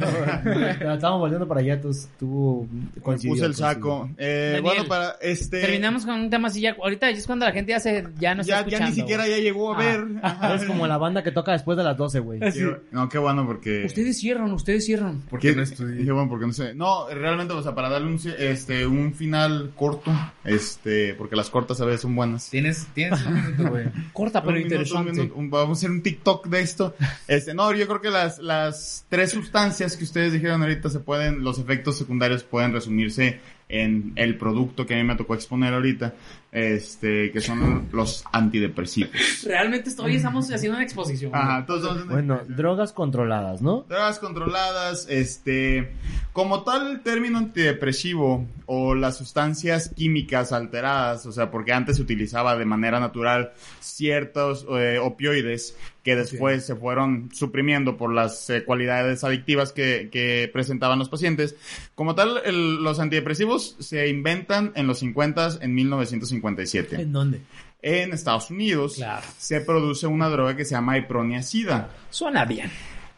[SPEAKER 3] Pero estábamos volviendo para allá, tú, tú
[SPEAKER 2] Puse
[SPEAKER 3] coincidió,
[SPEAKER 2] el
[SPEAKER 3] coincidió.
[SPEAKER 2] saco. Eh,
[SPEAKER 1] Daniel,
[SPEAKER 2] bueno, para este.
[SPEAKER 1] Terminamos con un tema así ya. Ahorita ya es cuando la gente ya se ya no está
[SPEAKER 2] ya, ya
[SPEAKER 1] escuchando.
[SPEAKER 2] ni siquiera
[SPEAKER 1] güey.
[SPEAKER 2] ya llegó a
[SPEAKER 1] Ah.
[SPEAKER 2] ver. Ajá.
[SPEAKER 3] Es como la banda que toca después de las 12, güey.
[SPEAKER 2] Quiero- No, qué bueno porque.
[SPEAKER 1] Ustedes cierran, ustedes cierran.
[SPEAKER 2] Porque no Dije, bueno, porque no sé. No, realmente, o sea, para darle un, ci- este, un final corto, este, porque las cortas a veces son buenas.
[SPEAKER 4] Tienes, tienes un minuto, güey.
[SPEAKER 1] Corta pero
[SPEAKER 2] Un minuto, un
[SPEAKER 1] interesante.
[SPEAKER 2] minuto, un- vamos a hacer un TikTok de esto. Este, no, yo creo que las, las tres sustancias que ustedes dijeron ahorita se pueden, los efectos secundarios pueden resumirse en el producto que a mí me tocó exponer ahorita, este, que son los antidepresivos.
[SPEAKER 1] Realmente esto- hoy estamos haciendo una exposición. güey.
[SPEAKER 2] Ajá, todos son-
[SPEAKER 3] Bueno, drogas controladas, ¿no?
[SPEAKER 2] Drogas controladas, este, como tal el término antidepresivo o las sustancias químicas alteradas, o sea, porque antes se utilizaba de manera natural ciertos eh, opioides que después se fueron suprimiendo por las eh, cualidades adictivas que, que presentaban los pacientes. Como tal, el- los antidepresivos se inventan en los 50 en 1957.
[SPEAKER 1] ¿En dónde?
[SPEAKER 2] En Estados Unidos
[SPEAKER 1] Claro.
[SPEAKER 2] se produce una droga que se llama iproniacida.
[SPEAKER 1] Suena bien.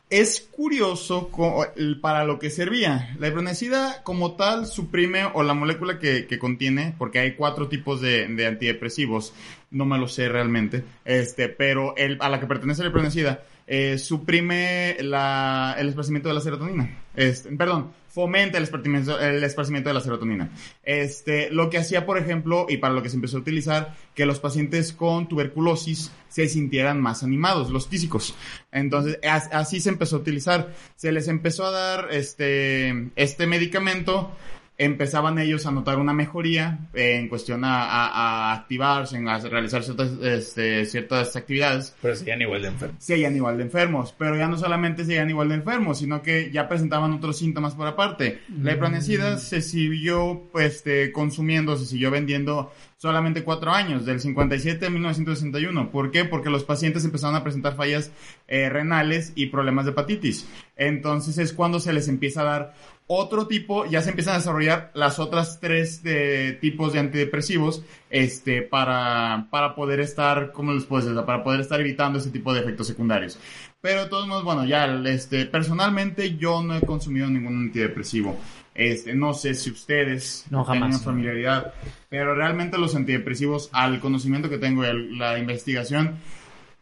[SPEAKER 2] Es curioso co- el- para lo que servía. La ipronecida como tal suprime o la molécula que, que contiene, porque hay cuatro tipos de, de antidepresivos, no me lo sé realmente, este, pero el, a la que pertenece la ipronecida eh, suprime la- el esparcimiento de la serotonina. Este, perdón, fomenta el esparcimiento, el esparcimiento de la serotonina. Este, lo que hacía, por ejemplo, y para lo que se empezó a utilizar, que los pacientes con tuberculosis se sintieran más animados, los tísicos. Entonces, as- así se empezó a utilizar. Se les empezó a dar este, este medicamento. Empezaban ellos a notar una mejoría eh, en cuestión a, a- a activarse, en a realizar ciertas, este, ciertas actividades
[SPEAKER 4] Pero serían igual de enfermos.
[SPEAKER 2] seguían igual de enfermos, pero ya no solamente seguían igual de enfermos, sino que ya presentaban otros síntomas por aparte. La ipronecida se siguió pues, este, consumiendo, se siguió vendiendo solamente cuatro años, del 57 a 1961. ¿Por qué? Porque los pacientes empezaron a presentar fallas eh, renales y problemas de hepatitis. Entonces es cuando se les empieza a dar otro tipo, ya se empiezan a desarrollar las otras tres de, tipos de antidepresivos, este, para, para poder estar, ¿cómo les puedo decir? Para poder estar evitando ese tipo de efectos secundarios. Pero de todos modos, bueno, ya, este, personalmente yo no he consumido ningún antidepresivo. Este, no sé si ustedes
[SPEAKER 1] No, jamás.
[SPEAKER 2] tengan familiaridad, pero realmente los antidepresivos, al conocimiento que tengo y a la investigación,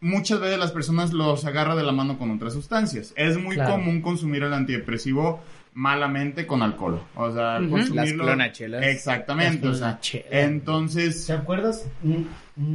[SPEAKER 2] muchas veces las personas los agarra de la mano con otras sustancias. Es muy
[SPEAKER 1] Claro.
[SPEAKER 2] común consumir el antidepresivo malamente con alcohol. O sea,
[SPEAKER 1] Ujú.
[SPEAKER 4] Las
[SPEAKER 2] consumirlo...
[SPEAKER 4] clonachelas.
[SPEAKER 2] Exactamente, o sea, entonces...
[SPEAKER 5] ¿Te acuerdas? Mm,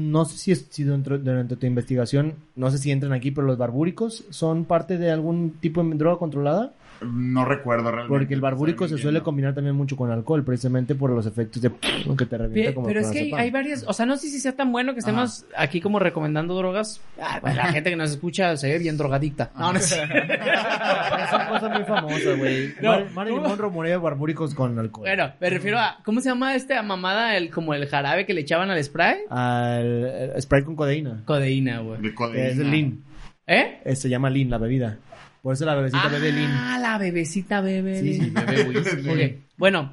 [SPEAKER 5] No sé si, es- si dentro- durante tu investigación, no sé si entran aquí, pero los barbúricos son parte de algún tipo de droga controlada.
[SPEAKER 2] No recuerdo realmente.
[SPEAKER 5] Porque el barbúrico se suele combinar también mucho con alcohol, precisamente por los efectos de que te revienta
[SPEAKER 1] Pe-
[SPEAKER 5] como
[SPEAKER 1] pero es que hay,
[SPEAKER 5] clonazepam.
[SPEAKER 1] hay varias, o sea, no sé si sea tan bueno que estemos aquí como recomendando drogas. Ah, bueno, la gente que nos escucha se ve bien drogadicta. No, no sé.
[SPEAKER 5] Pero Son cosas muy famosas, güey.
[SPEAKER 1] No,
[SPEAKER 5] Mar- Marilyn
[SPEAKER 1] ¿cómo?
[SPEAKER 5] Monroe murió de barbúricos con alcohol.
[SPEAKER 1] Bueno, me refiero a, ¿cómo se llama esta mamada? El, como el jarabe que le echaban al spray.
[SPEAKER 5] Al eh, Sprite con codeína.
[SPEAKER 1] Codeína, güey.
[SPEAKER 2] De codeína.
[SPEAKER 5] que es el lean.
[SPEAKER 1] ¿Eh?
[SPEAKER 5] Eh, se llama lean la bebida. Por eso la bebecita
[SPEAKER 1] ah,
[SPEAKER 5] bebe lean.
[SPEAKER 1] la bebecita bebe.
[SPEAKER 5] Sí,
[SPEAKER 1] lean.
[SPEAKER 4] Bebe whisky.
[SPEAKER 1] Ok, Bueno,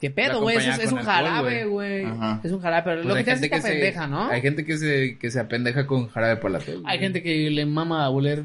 [SPEAKER 1] qué pedo,
[SPEAKER 4] La
[SPEAKER 1] güey. Eso Es,
[SPEAKER 4] acompañaba
[SPEAKER 1] es un
[SPEAKER 4] con alcohol,
[SPEAKER 1] jarabe, güey.
[SPEAKER 2] Ajá.
[SPEAKER 1] Es un jarabe, pero
[SPEAKER 4] Pues
[SPEAKER 1] lo que
[SPEAKER 4] hay
[SPEAKER 1] te hace es
[SPEAKER 4] gente
[SPEAKER 1] esta
[SPEAKER 4] que se-
[SPEAKER 1] pendeja, ¿no?
[SPEAKER 4] Hay gente que se, que se apendeja con jarabe para la tos. güey.
[SPEAKER 1] Hay gente que le mama a oler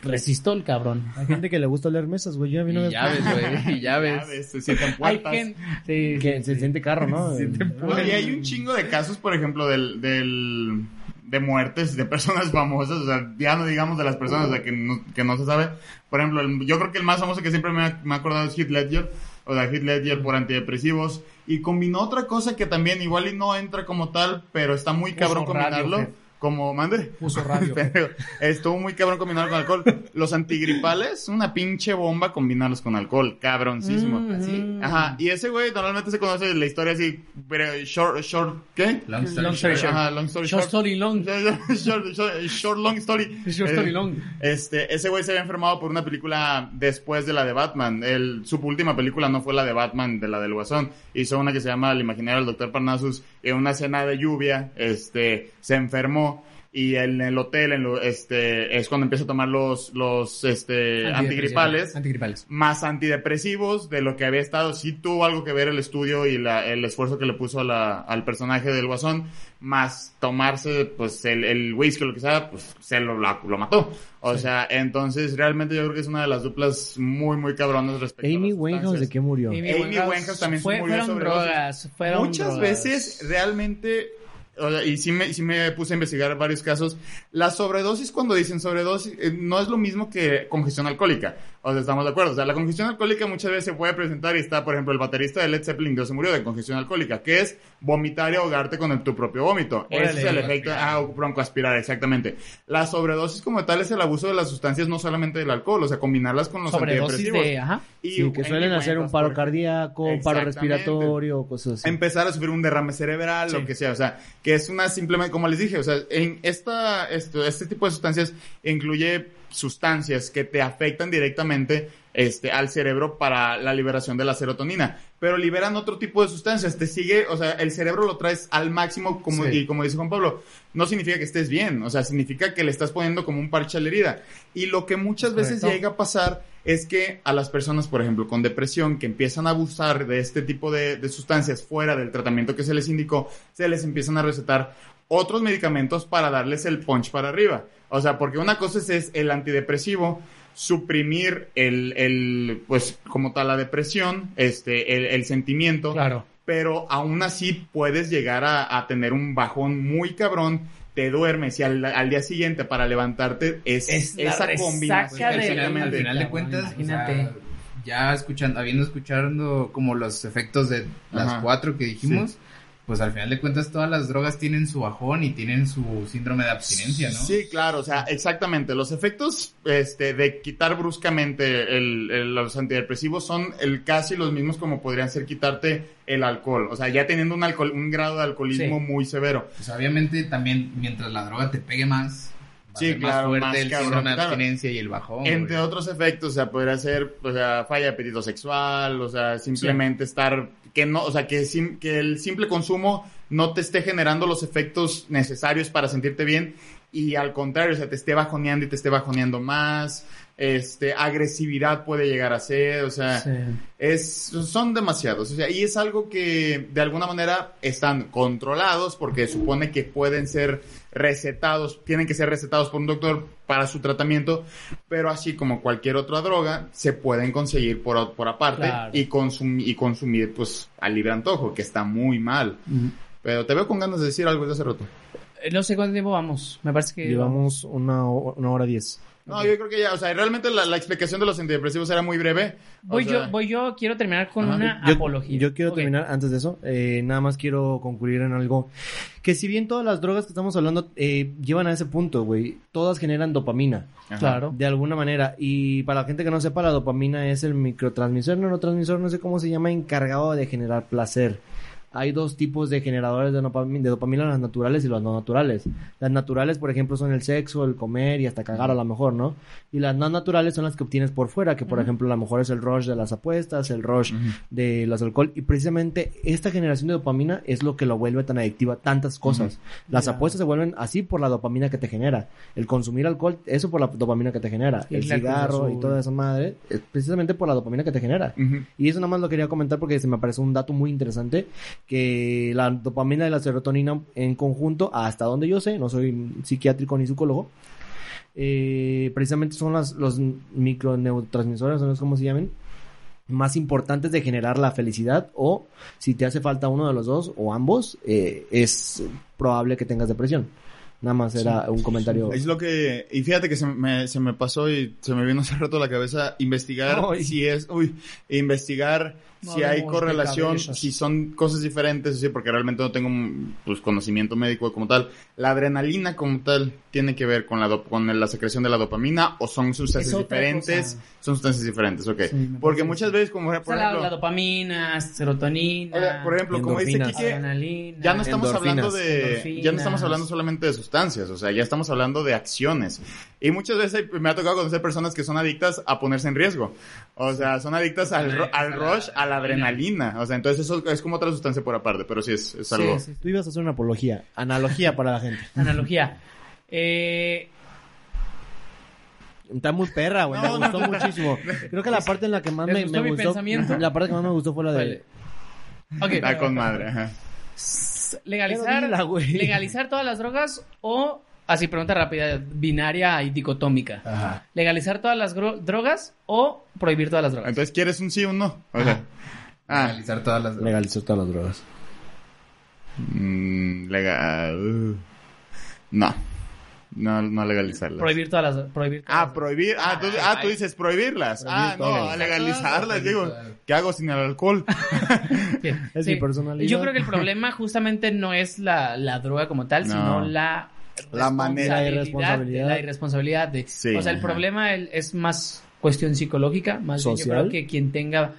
[SPEAKER 1] resistol, cabrón.
[SPEAKER 5] Hay gente que le gusta oler mesas, güey. Yo a mí no
[SPEAKER 4] Y
[SPEAKER 5] me
[SPEAKER 4] llaves, güey. Y
[SPEAKER 2] Ya
[SPEAKER 4] llaves.
[SPEAKER 2] ves, se sienten puertas.
[SPEAKER 1] Hay gente. Sí,
[SPEAKER 5] que se siente carro, ¿no?
[SPEAKER 2] No, y hay un chingo de casos, por ejemplo, del, del, de muertes de personas famosas, o sea, ya no digamos de las personas o sea, que, no, que no se sabe. Por ejemplo, el- yo creo que el más famoso que siempre me ha, me ha acordado es Heath Ledger, o sea, Heath Ledger por antidepresivos. Y combinó otra cosa que también igual y no entra como tal, pero está muy
[SPEAKER 1] radio,
[SPEAKER 2] cabrón combinarlo.
[SPEAKER 1] jefe.
[SPEAKER 2] como, mande.
[SPEAKER 1] Puso radio.
[SPEAKER 2] Pero estuvo muy cabrón combinarlo con alcohol. Los antigripales, una pinche bomba combinarlos con alcohol, cabroncísimo.
[SPEAKER 1] Mm, mm.
[SPEAKER 2] Ajá, y ese güey normalmente se conoce la historia así, pero short, short, ¿qué?
[SPEAKER 4] Long story
[SPEAKER 1] Long
[SPEAKER 4] short.
[SPEAKER 1] story short.
[SPEAKER 2] Ajá, long story
[SPEAKER 1] Short
[SPEAKER 2] short.
[SPEAKER 1] story long.
[SPEAKER 2] Short, short, short, long story.
[SPEAKER 1] Short
[SPEAKER 2] Eh,
[SPEAKER 1] story long.
[SPEAKER 2] Este, ese güey se había enfermado por una película después de la de Batman. El, su última película no fue la de Batman, de la del Guasón. Hizo una que se llama El imaginario del Doctor Parnassus. En una cena de lluvia, este, se enfermó. Y en el hotel, en lo- este, es cuando empieza a tomar los, los, este, antigripales
[SPEAKER 1] Antigripales.
[SPEAKER 2] más antidepresivos de lo que había estado. Sí tuvo algo que ver el estudio y la- el esfuerzo que le puso a la- al personaje del guasón, más tomarse pues el, el whisky o lo que sea, pues se lo, la- lo mató. O sea, entonces realmente yo creo que es una de las duplas muy, muy cabronas respecto
[SPEAKER 5] Amy
[SPEAKER 2] a las
[SPEAKER 5] Winehouse, ¿de
[SPEAKER 2] sustancias.
[SPEAKER 5] qué murió?
[SPEAKER 1] Amy
[SPEAKER 2] Amy
[SPEAKER 1] Winehouse
[SPEAKER 2] Winehouse también
[SPEAKER 1] fue,
[SPEAKER 2] murió de
[SPEAKER 1] fueron
[SPEAKER 2] sobredosis.
[SPEAKER 1] drogas, fueron
[SPEAKER 2] Muchas
[SPEAKER 1] drogas.
[SPEAKER 2] veces realmente, o sea, y sí me, sí me puse a investigar varios casos, la sobredosis cuando dicen sobredosis eh, no es lo mismo que congestión alcohólica, o sea, estamos de acuerdo, o sea, la congestión alcohólica muchas veces se puede presentar y está, por ejemplo, el baterista de Led Zeppelin II se murió de congestión alcohólica, que es vomitar y ahogarte con el- tu propio vómito. Ese es el efecto, ah, broncoaspirar, exactamente. La sobredosis como tal es el abuso de las sustancias, no solamente del alcohol, o sea, combinarlas con los
[SPEAKER 1] sobredosis
[SPEAKER 2] antidepresivos.
[SPEAKER 1] de, ajá.
[SPEAKER 2] Y
[SPEAKER 5] Sí, que
[SPEAKER 2] Amy
[SPEAKER 5] suelen hacer un
[SPEAKER 2] Winehouse,
[SPEAKER 5] paro
[SPEAKER 2] por ejemplo
[SPEAKER 5] cardíaco, un paro
[SPEAKER 2] Exactamente.
[SPEAKER 5] respiratorio, cosas
[SPEAKER 1] Em-
[SPEAKER 5] así.
[SPEAKER 2] empezar a sufrir un derrame cerebral, lo que sea, o sea, que es una simplemente, como les dije, o sea, en esta, esto, este tipo de sustancias incluye sustancias que te afectan directamente este, al cerebro para la liberación de la serotonina, pero liberan otro tipo de sustancias, te sigue, o sea, el cerebro lo traes al máximo, como,
[SPEAKER 4] Sí.
[SPEAKER 2] y como dice Juan Pablo, no significa que estés bien, o sea, significa que le estás poniendo como un parche a la herida. Y lo que muchas veces
[SPEAKER 1] Correcto.
[SPEAKER 2] llega a pasar es que a las personas, por ejemplo, con depresión, que empiezan a abusar de este tipo de, de sustancias fuera del tratamiento que se les indicó, se les empiezan a recetar otros medicamentos para darles el punch para arriba. O sea, porque una cosa es, es el antidepresivo, suprimir el, el, pues, como tal, la depresión, este, el, el sentimiento,
[SPEAKER 1] Claro.
[SPEAKER 2] pero aún así puedes llegar a, a tener un bajón muy cabrón, te duermes y al, al día siguiente para levantarte es,
[SPEAKER 1] Es la
[SPEAKER 2] esa
[SPEAKER 1] resaca
[SPEAKER 4] Pues,
[SPEAKER 2] combinación.
[SPEAKER 4] que al, final, al
[SPEAKER 1] Exactamente.
[SPEAKER 4] final de
[SPEAKER 1] Cabrón,
[SPEAKER 4] cuentas, o sea,
[SPEAKER 1] imagínate.
[SPEAKER 4] ya escuchando, habiendo escuchado como los efectos de las
[SPEAKER 2] Ajá.
[SPEAKER 4] cuatro que dijimos, pues al final de cuentas todas las drogas tienen su bajón y tienen su síndrome de abstinencia, ¿no?
[SPEAKER 2] Sí, claro, o sea, exactamente. Los efectos este, de quitar bruscamente el- el- los antidepresivos son el, casi los mismos como podrían ser quitarte el alcohol. O sea, ya teniendo un, alcohol, un grado de alcoholismo
[SPEAKER 1] Sí.
[SPEAKER 2] muy severo.
[SPEAKER 4] Pues obviamente también mientras la droga te pegue más, va a
[SPEAKER 2] Sí,
[SPEAKER 4] ser
[SPEAKER 2] claro,
[SPEAKER 4] más fuerte
[SPEAKER 2] más
[SPEAKER 4] el
[SPEAKER 2] cabrón,
[SPEAKER 4] síndrome de
[SPEAKER 2] claro.
[SPEAKER 4] abstinencia y el bajón.
[SPEAKER 2] Entre
[SPEAKER 4] güey.
[SPEAKER 2] otros efectos, o sea, podría ser, o sea, falla de apetito sexual, o sea, simplemente estar, que no, o sea, que, sim- que el simple consumo no te esté generando los efectos necesarios para sentirte bien y al contrario, o sea, te esté bajoneando y te esté bajoneando más, este, agresividad puede llegar a ser, o sea, es, son demasiados, o sea, y es algo que de alguna manera están controlados porque supone que pueden ser recetados, tienen que ser recetados por un doctor para su tratamiento, pero así como cualquier otra droga, se pueden conseguir por, por aparte
[SPEAKER 1] Claro.
[SPEAKER 2] y, consum- y consumir pues al libre antojo, que está muy mal. Pero te veo con ganas de decir algo desde hace rato.
[SPEAKER 1] Eh, No sé cuánto tiempo vamos. Me parece que.
[SPEAKER 3] Llevamos una, ho- una hora diez.
[SPEAKER 2] No, yo creo que ya, o sea, realmente la, la explicación de los antidepresivos era muy breve. o
[SPEAKER 1] Voy,
[SPEAKER 2] sea,
[SPEAKER 1] yo, voy yo, quiero terminar con
[SPEAKER 2] Ajá.
[SPEAKER 1] una
[SPEAKER 3] yo,
[SPEAKER 1] apología.
[SPEAKER 3] yo quiero
[SPEAKER 1] Ok.
[SPEAKER 3] terminar antes de eso. eh, nada más quiero concluir en algo. Que si bien todas las drogas que estamos hablando eh, llevan a ese punto, güey, todas generan dopamina.
[SPEAKER 2] ajá.
[SPEAKER 1] Claro.
[SPEAKER 3] De alguna manera. Y para la gente que no sepa, la dopamina es el microtransmisor, neurotransmisor, no sé cómo se llama, encargado de generar placer. Hay dos tipos de generadores de dopamina, de dopamina, las naturales y las no naturales. Las naturales, por ejemplo, son el sexo, el comer y hasta cagar a lo mejor, ¿no? Y las no naturales son las que obtienes por fuera, que por
[SPEAKER 1] Ujú.
[SPEAKER 3] ejemplo a lo mejor es el rush de las apuestas, el rush
[SPEAKER 2] Ujú.
[SPEAKER 3] de los alcohol y precisamente esta generación de dopamina es lo que lo vuelve tan adictiva tantas cosas. Las
[SPEAKER 1] Ya.
[SPEAKER 3] apuestas se vuelven así por la dopamina que te genera. El consumir alcohol, eso por la dopamina que te genera.
[SPEAKER 1] Y
[SPEAKER 3] el
[SPEAKER 1] la Cruz
[SPEAKER 3] cigarro y
[SPEAKER 1] Azul.
[SPEAKER 3] toda esa madre, es precisamente por la dopamina que te genera.
[SPEAKER 2] Ujú.
[SPEAKER 3] Y eso nada más lo quería comentar porque se me parece un dato muy interesante que la dopamina y la serotonina en conjunto, hasta donde yo sé, no soy psiquiátrico ni psicólogo, eh, precisamente son las, los microneurotransmisores, no sé cómo se llaman, más importantes de generar la felicidad o si te hace falta uno de los dos o ambos, eh, es probable que tengas depresión. Nada más era un comentario.
[SPEAKER 2] Es lo que, y fíjate que se me, se me pasó y se me vino hace rato a la cabeza investigar
[SPEAKER 3] Ay.
[SPEAKER 2] si es, uy, investigar
[SPEAKER 1] No
[SPEAKER 2] si hay
[SPEAKER 1] hablemos de
[SPEAKER 2] correlación,
[SPEAKER 1] cabezas.
[SPEAKER 2] si son cosas diferentes, sí, porque realmente no tengo pues, conocimiento médico como tal. La adrenalina como tal tiene que ver con la, dop- con la secreción de la dopamina o son sustancias
[SPEAKER 1] otra
[SPEAKER 2] diferentes,
[SPEAKER 1] cosa.
[SPEAKER 2] son sustancias diferentes, ok.
[SPEAKER 1] Sí, me
[SPEAKER 2] porque
[SPEAKER 1] parece
[SPEAKER 2] muchas
[SPEAKER 1] que sí.
[SPEAKER 2] veces, como por
[SPEAKER 1] O sea, la,
[SPEAKER 2] ejemplo,
[SPEAKER 1] la dopamina, serotonina.
[SPEAKER 2] o sea, por ejemplo, como dice
[SPEAKER 3] endorfinas.
[SPEAKER 2] Kike,
[SPEAKER 1] adrenalina.
[SPEAKER 2] ya no estamos
[SPEAKER 4] Endorfinas.
[SPEAKER 2] hablando de ya no estamos
[SPEAKER 1] Endorfinas.
[SPEAKER 2] hablando solamente de sustancias, o sea, ya estamos hablando de acciones. Y muchas veces me ha tocado conocer personas que son adictas a ponerse en riesgo. O sea, son adictas al, ro- al rush, a la adrenalina. O sea, entonces eso es como otra sustancia por aparte, pero sí es, es
[SPEAKER 1] Sí,
[SPEAKER 2] algo.
[SPEAKER 1] sí, sí.
[SPEAKER 3] Tú ibas a hacer una apología, analogía para la gente.
[SPEAKER 1] Analogía. Eh,
[SPEAKER 3] Está muy perra, güey.
[SPEAKER 2] No,
[SPEAKER 3] me gustó muchísimo. Creo que la parte en la que más
[SPEAKER 1] ¿les
[SPEAKER 3] me,
[SPEAKER 1] gustó
[SPEAKER 3] me
[SPEAKER 1] mi
[SPEAKER 3] gustó.
[SPEAKER 1] pensamiento?
[SPEAKER 3] La parte que más me gustó fue la de.
[SPEAKER 4] Vale.
[SPEAKER 1] ok.
[SPEAKER 2] Está con madre. ajá.
[SPEAKER 1] legalizar,
[SPEAKER 3] Pero dila, güey.
[SPEAKER 1] legalizar todas las drogas o, así pregunta rápida, binaria y dicotómica. Legalizar todas las gro- drogas o prohibir todas las drogas.
[SPEAKER 2] Entonces, ¿quieres un sí o un no? O sea, ah,
[SPEAKER 4] Analizar todas las
[SPEAKER 3] Legalizó todas las drogas.
[SPEAKER 2] mm, legal. uh, No. No, no legalizarlas.
[SPEAKER 1] prohibir todas las prohibir todas
[SPEAKER 2] Ah,
[SPEAKER 1] las drogas.
[SPEAKER 2] prohibir. Ah, tú, ah, tú dices prohibirlas. ah, no,
[SPEAKER 4] todas.
[SPEAKER 2] legalizarlas. Digo,
[SPEAKER 4] Legalizar.
[SPEAKER 2] ¿qué hago sin el alcohol?
[SPEAKER 1] Bien,
[SPEAKER 3] Es mi personalidad.
[SPEAKER 1] Yo creo que el problema justamente no es la, la droga como tal,
[SPEAKER 2] No.
[SPEAKER 1] sino la
[SPEAKER 2] La manera
[SPEAKER 3] de
[SPEAKER 1] responsabilidad de- La irresponsabilidad de...
[SPEAKER 2] Sí,
[SPEAKER 1] o sea, el
[SPEAKER 2] ajá.
[SPEAKER 1] problema el- es más cuestión psicológica, más bien
[SPEAKER 3] Social.
[SPEAKER 1] yo creo que quien tenga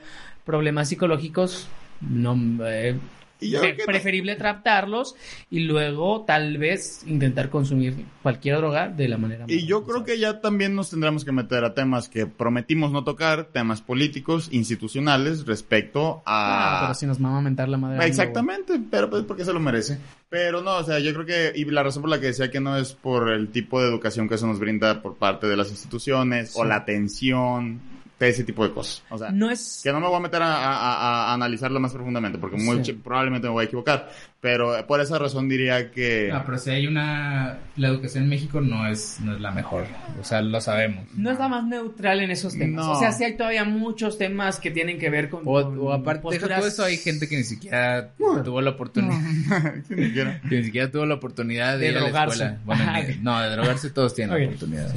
[SPEAKER 1] problemas psicológicos no eh,
[SPEAKER 2] Y yo
[SPEAKER 1] pre-
[SPEAKER 2] creo que no.
[SPEAKER 1] preferible tratarlos y luego tal vez intentar consumir cualquier droga de la manera
[SPEAKER 2] Y
[SPEAKER 1] más
[SPEAKER 2] yo creo que ya también nos tendremos que meter a temas que prometimos no tocar, temas políticos, institucionales, respecto
[SPEAKER 1] Ah,
[SPEAKER 2] a...
[SPEAKER 1] pero si nos mama a mentar la madre. al mundo,
[SPEAKER 2] Exactamente, pero pues porque se lo merece. Pero no, o sea, yo creo que, y la razón por la que decía que no es por el tipo de educación que eso nos brinda por parte de las instituciones, o la atención, de ese tipo de cosas. O sea,
[SPEAKER 1] güey. No es
[SPEAKER 2] que no me voy a meter a, a- a- a analizarlo más profundamente, porque muy
[SPEAKER 1] Sí.
[SPEAKER 2] ch- probablemente me voy a equivocar, pero eh, por esa razón diría que...
[SPEAKER 1] Ah,
[SPEAKER 4] No, Ah, pero si hay una... La educación en México no es, no es la mejor. O sea, lo sabemos.
[SPEAKER 1] No es la más neutral en esos temas.
[SPEAKER 2] No.
[SPEAKER 1] O sea, sí hay todavía muchos temas que tienen que ver con.
[SPEAKER 4] O,
[SPEAKER 1] con
[SPEAKER 4] o aparte deja
[SPEAKER 1] posturas-
[SPEAKER 4] todo eso, hay gente que ni siquiera tuvo la oportunidad.
[SPEAKER 2] Ni siquiera.
[SPEAKER 4] que ni siquiera tuvo la oportunidad de,
[SPEAKER 1] De
[SPEAKER 4] ir a la
[SPEAKER 1] drogarse.
[SPEAKER 4] escuela. Bueno,
[SPEAKER 1] Ajá.
[SPEAKER 4] ni- no, de drogarse todos tienen
[SPEAKER 1] Ok.
[SPEAKER 4] la oportunidad.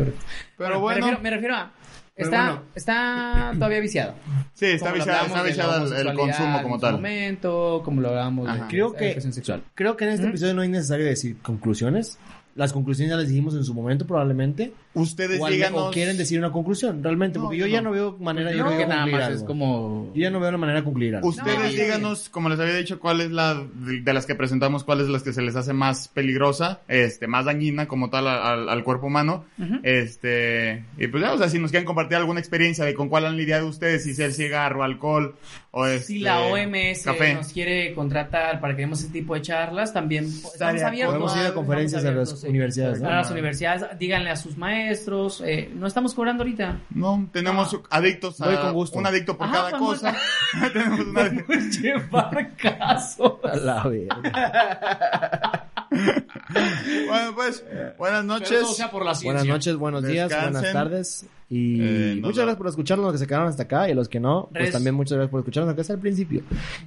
[SPEAKER 2] Pero
[SPEAKER 1] Me
[SPEAKER 2] bueno,
[SPEAKER 1] refiero, me refiero a.
[SPEAKER 4] Pero
[SPEAKER 1] Está,
[SPEAKER 4] bueno.
[SPEAKER 1] está todavía viciado.
[SPEAKER 2] sí, está
[SPEAKER 1] Como lo
[SPEAKER 2] viciada, está
[SPEAKER 1] hablábamos de la
[SPEAKER 2] viciada el-
[SPEAKER 1] homosexualidad
[SPEAKER 2] el, consumo como
[SPEAKER 1] en su
[SPEAKER 2] tal.
[SPEAKER 1] momento, como lo hablábamos de
[SPEAKER 2] Ajá.
[SPEAKER 3] Ah, Creo que-
[SPEAKER 1] educación sexual.
[SPEAKER 3] Creo que en este
[SPEAKER 1] ¿Mm?
[SPEAKER 3] episodio no es necesario decir conclusiones. Las conclusiones ya las dijimos en su momento, probablemente.
[SPEAKER 2] Ustedes
[SPEAKER 3] O, al-
[SPEAKER 2] Pues díganos.
[SPEAKER 3] o quieren decir una conclusión, realmente.
[SPEAKER 2] No,
[SPEAKER 3] porque yo
[SPEAKER 2] yo
[SPEAKER 3] ya
[SPEAKER 2] no.
[SPEAKER 3] no veo manera de
[SPEAKER 4] Yo creo que
[SPEAKER 3] concluir
[SPEAKER 4] nada más
[SPEAKER 3] algo.
[SPEAKER 4] es como...
[SPEAKER 3] Yo ya no veo la manera de concluir algo.
[SPEAKER 2] Ustedes
[SPEAKER 1] No,
[SPEAKER 2] díganos, como les había dicho, cuál es la de, de las que presentamos, cuál es las que se les hace más peligrosa, este, más dañina como tal a- al, al cuerpo humano.
[SPEAKER 1] Ujú.
[SPEAKER 2] Este, y pues ya, o sea, si nos quieren compartir alguna experiencia de con cuál han lidiado ustedes, si es el cigarro, alcohol, o este,
[SPEAKER 1] Si la OMS
[SPEAKER 2] café.
[SPEAKER 1] nos quiere contratar para que demos ese tipo de charlas, también estamos
[SPEAKER 2] Estaría
[SPEAKER 1] abiertos.
[SPEAKER 2] con-
[SPEAKER 3] Podemos ir a
[SPEAKER 1] estamos
[SPEAKER 3] conferencias al
[SPEAKER 1] abiertos, Sí.
[SPEAKER 3] universidades. ¿no?
[SPEAKER 1] A las universidades, díganle a sus maestros, eh, no estamos cobrando ahorita.
[SPEAKER 2] No, tenemos adictos
[SPEAKER 3] Voy
[SPEAKER 2] a
[SPEAKER 3] con gusto.
[SPEAKER 2] un adicto por
[SPEAKER 1] Ah. Ajá,
[SPEAKER 2] cada
[SPEAKER 1] vamos
[SPEAKER 2] cosa. tenemos un adicto.
[SPEAKER 1] Llevar caso.
[SPEAKER 3] A la verga.
[SPEAKER 2] Bueno, pues,
[SPEAKER 3] Eh,
[SPEAKER 6] Pero
[SPEAKER 2] buenas
[SPEAKER 6] todo
[SPEAKER 2] noches.
[SPEAKER 6] sea por la ciencia.
[SPEAKER 3] Buenas noches, buenos días,
[SPEAKER 2] Descansen.
[SPEAKER 3] buenas tardes. Y
[SPEAKER 2] Eh, nos
[SPEAKER 3] muchas
[SPEAKER 2] va-
[SPEAKER 3] gracias por escucharnos, los que se quedaron hasta acá y los que no, pues
[SPEAKER 1] Redes-
[SPEAKER 3] también muchas gracias por escucharnos, aunque sea al principio.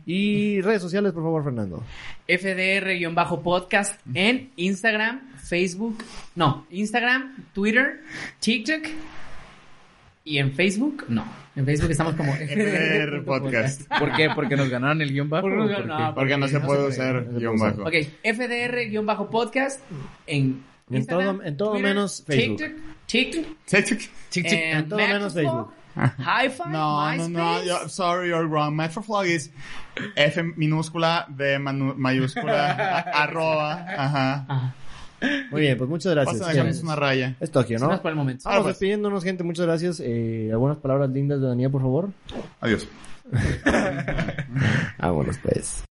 [SPEAKER 3] Y redes sociales, por favor, Fernando.
[SPEAKER 1] FDR-podcast en Instagram, Facebook, no, Instagram, Twitter, TikTok y en Facebook, no. En Facebook estamos como
[SPEAKER 2] FDR Podcast.
[SPEAKER 4] ¿Por qué? ¿Porque nos ganaron el guión bajo?
[SPEAKER 1] Por-
[SPEAKER 4] ¿O
[SPEAKER 1] no,
[SPEAKER 4] por qué?
[SPEAKER 1] no,
[SPEAKER 2] Porque no se puede usar
[SPEAKER 3] no se
[SPEAKER 2] guión
[SPEAKER 3] puede
[SPEAKER 2] bajo.
[SPEAKER 1] Ok, FDR-podcast en
[SPEAKER 3] En
[SPEAKER 1] Instagram,
[SPEAKER 3] todo- en todo
[SPEAKER 1] Twitter,
[SPEAKER 3] menos Facebook.
[SPEAKER 1] TikTok, TikTok,
[SPEAKER 4] Chic, chic.
[SPEAKER 1] en
[SPEAKER 3] en todo menos
[SPEAKER 1] Microsoft, Hi-Fi,
[SPEAKER 2] No, no, no,
[SPEAKER 1] MySpace.
[SPEAKER 2] yo- sorry, you're wrong. My flog is F minúscula de manu- mayúscula a- arroba. Ajá.
[SPEAKER 1] Ah,
[SPEAKER 3] Muy bien, pues muchas
[SPEAKER 2] Pasa de
[SPEAKER 3] gracias.
[SPEAKER 2] dejarnos una raya.
[SPEAKER 3] Es Tokio,
[SPEAKER 1] sin
[SPEAKER 3] ¿no?
[SPEAKER 1] más por el momento.
[SPEAKER 3] Vamos
[SPEAKER 2] pues.
[SPEAKER 3] despidiéndonos, gente. Muchas gracias. Eh, algunas palabras lindas de Daniel, por favor.
[SPEAKER 2] Adiós.
[SPEAKER 3] Vámonos, pues.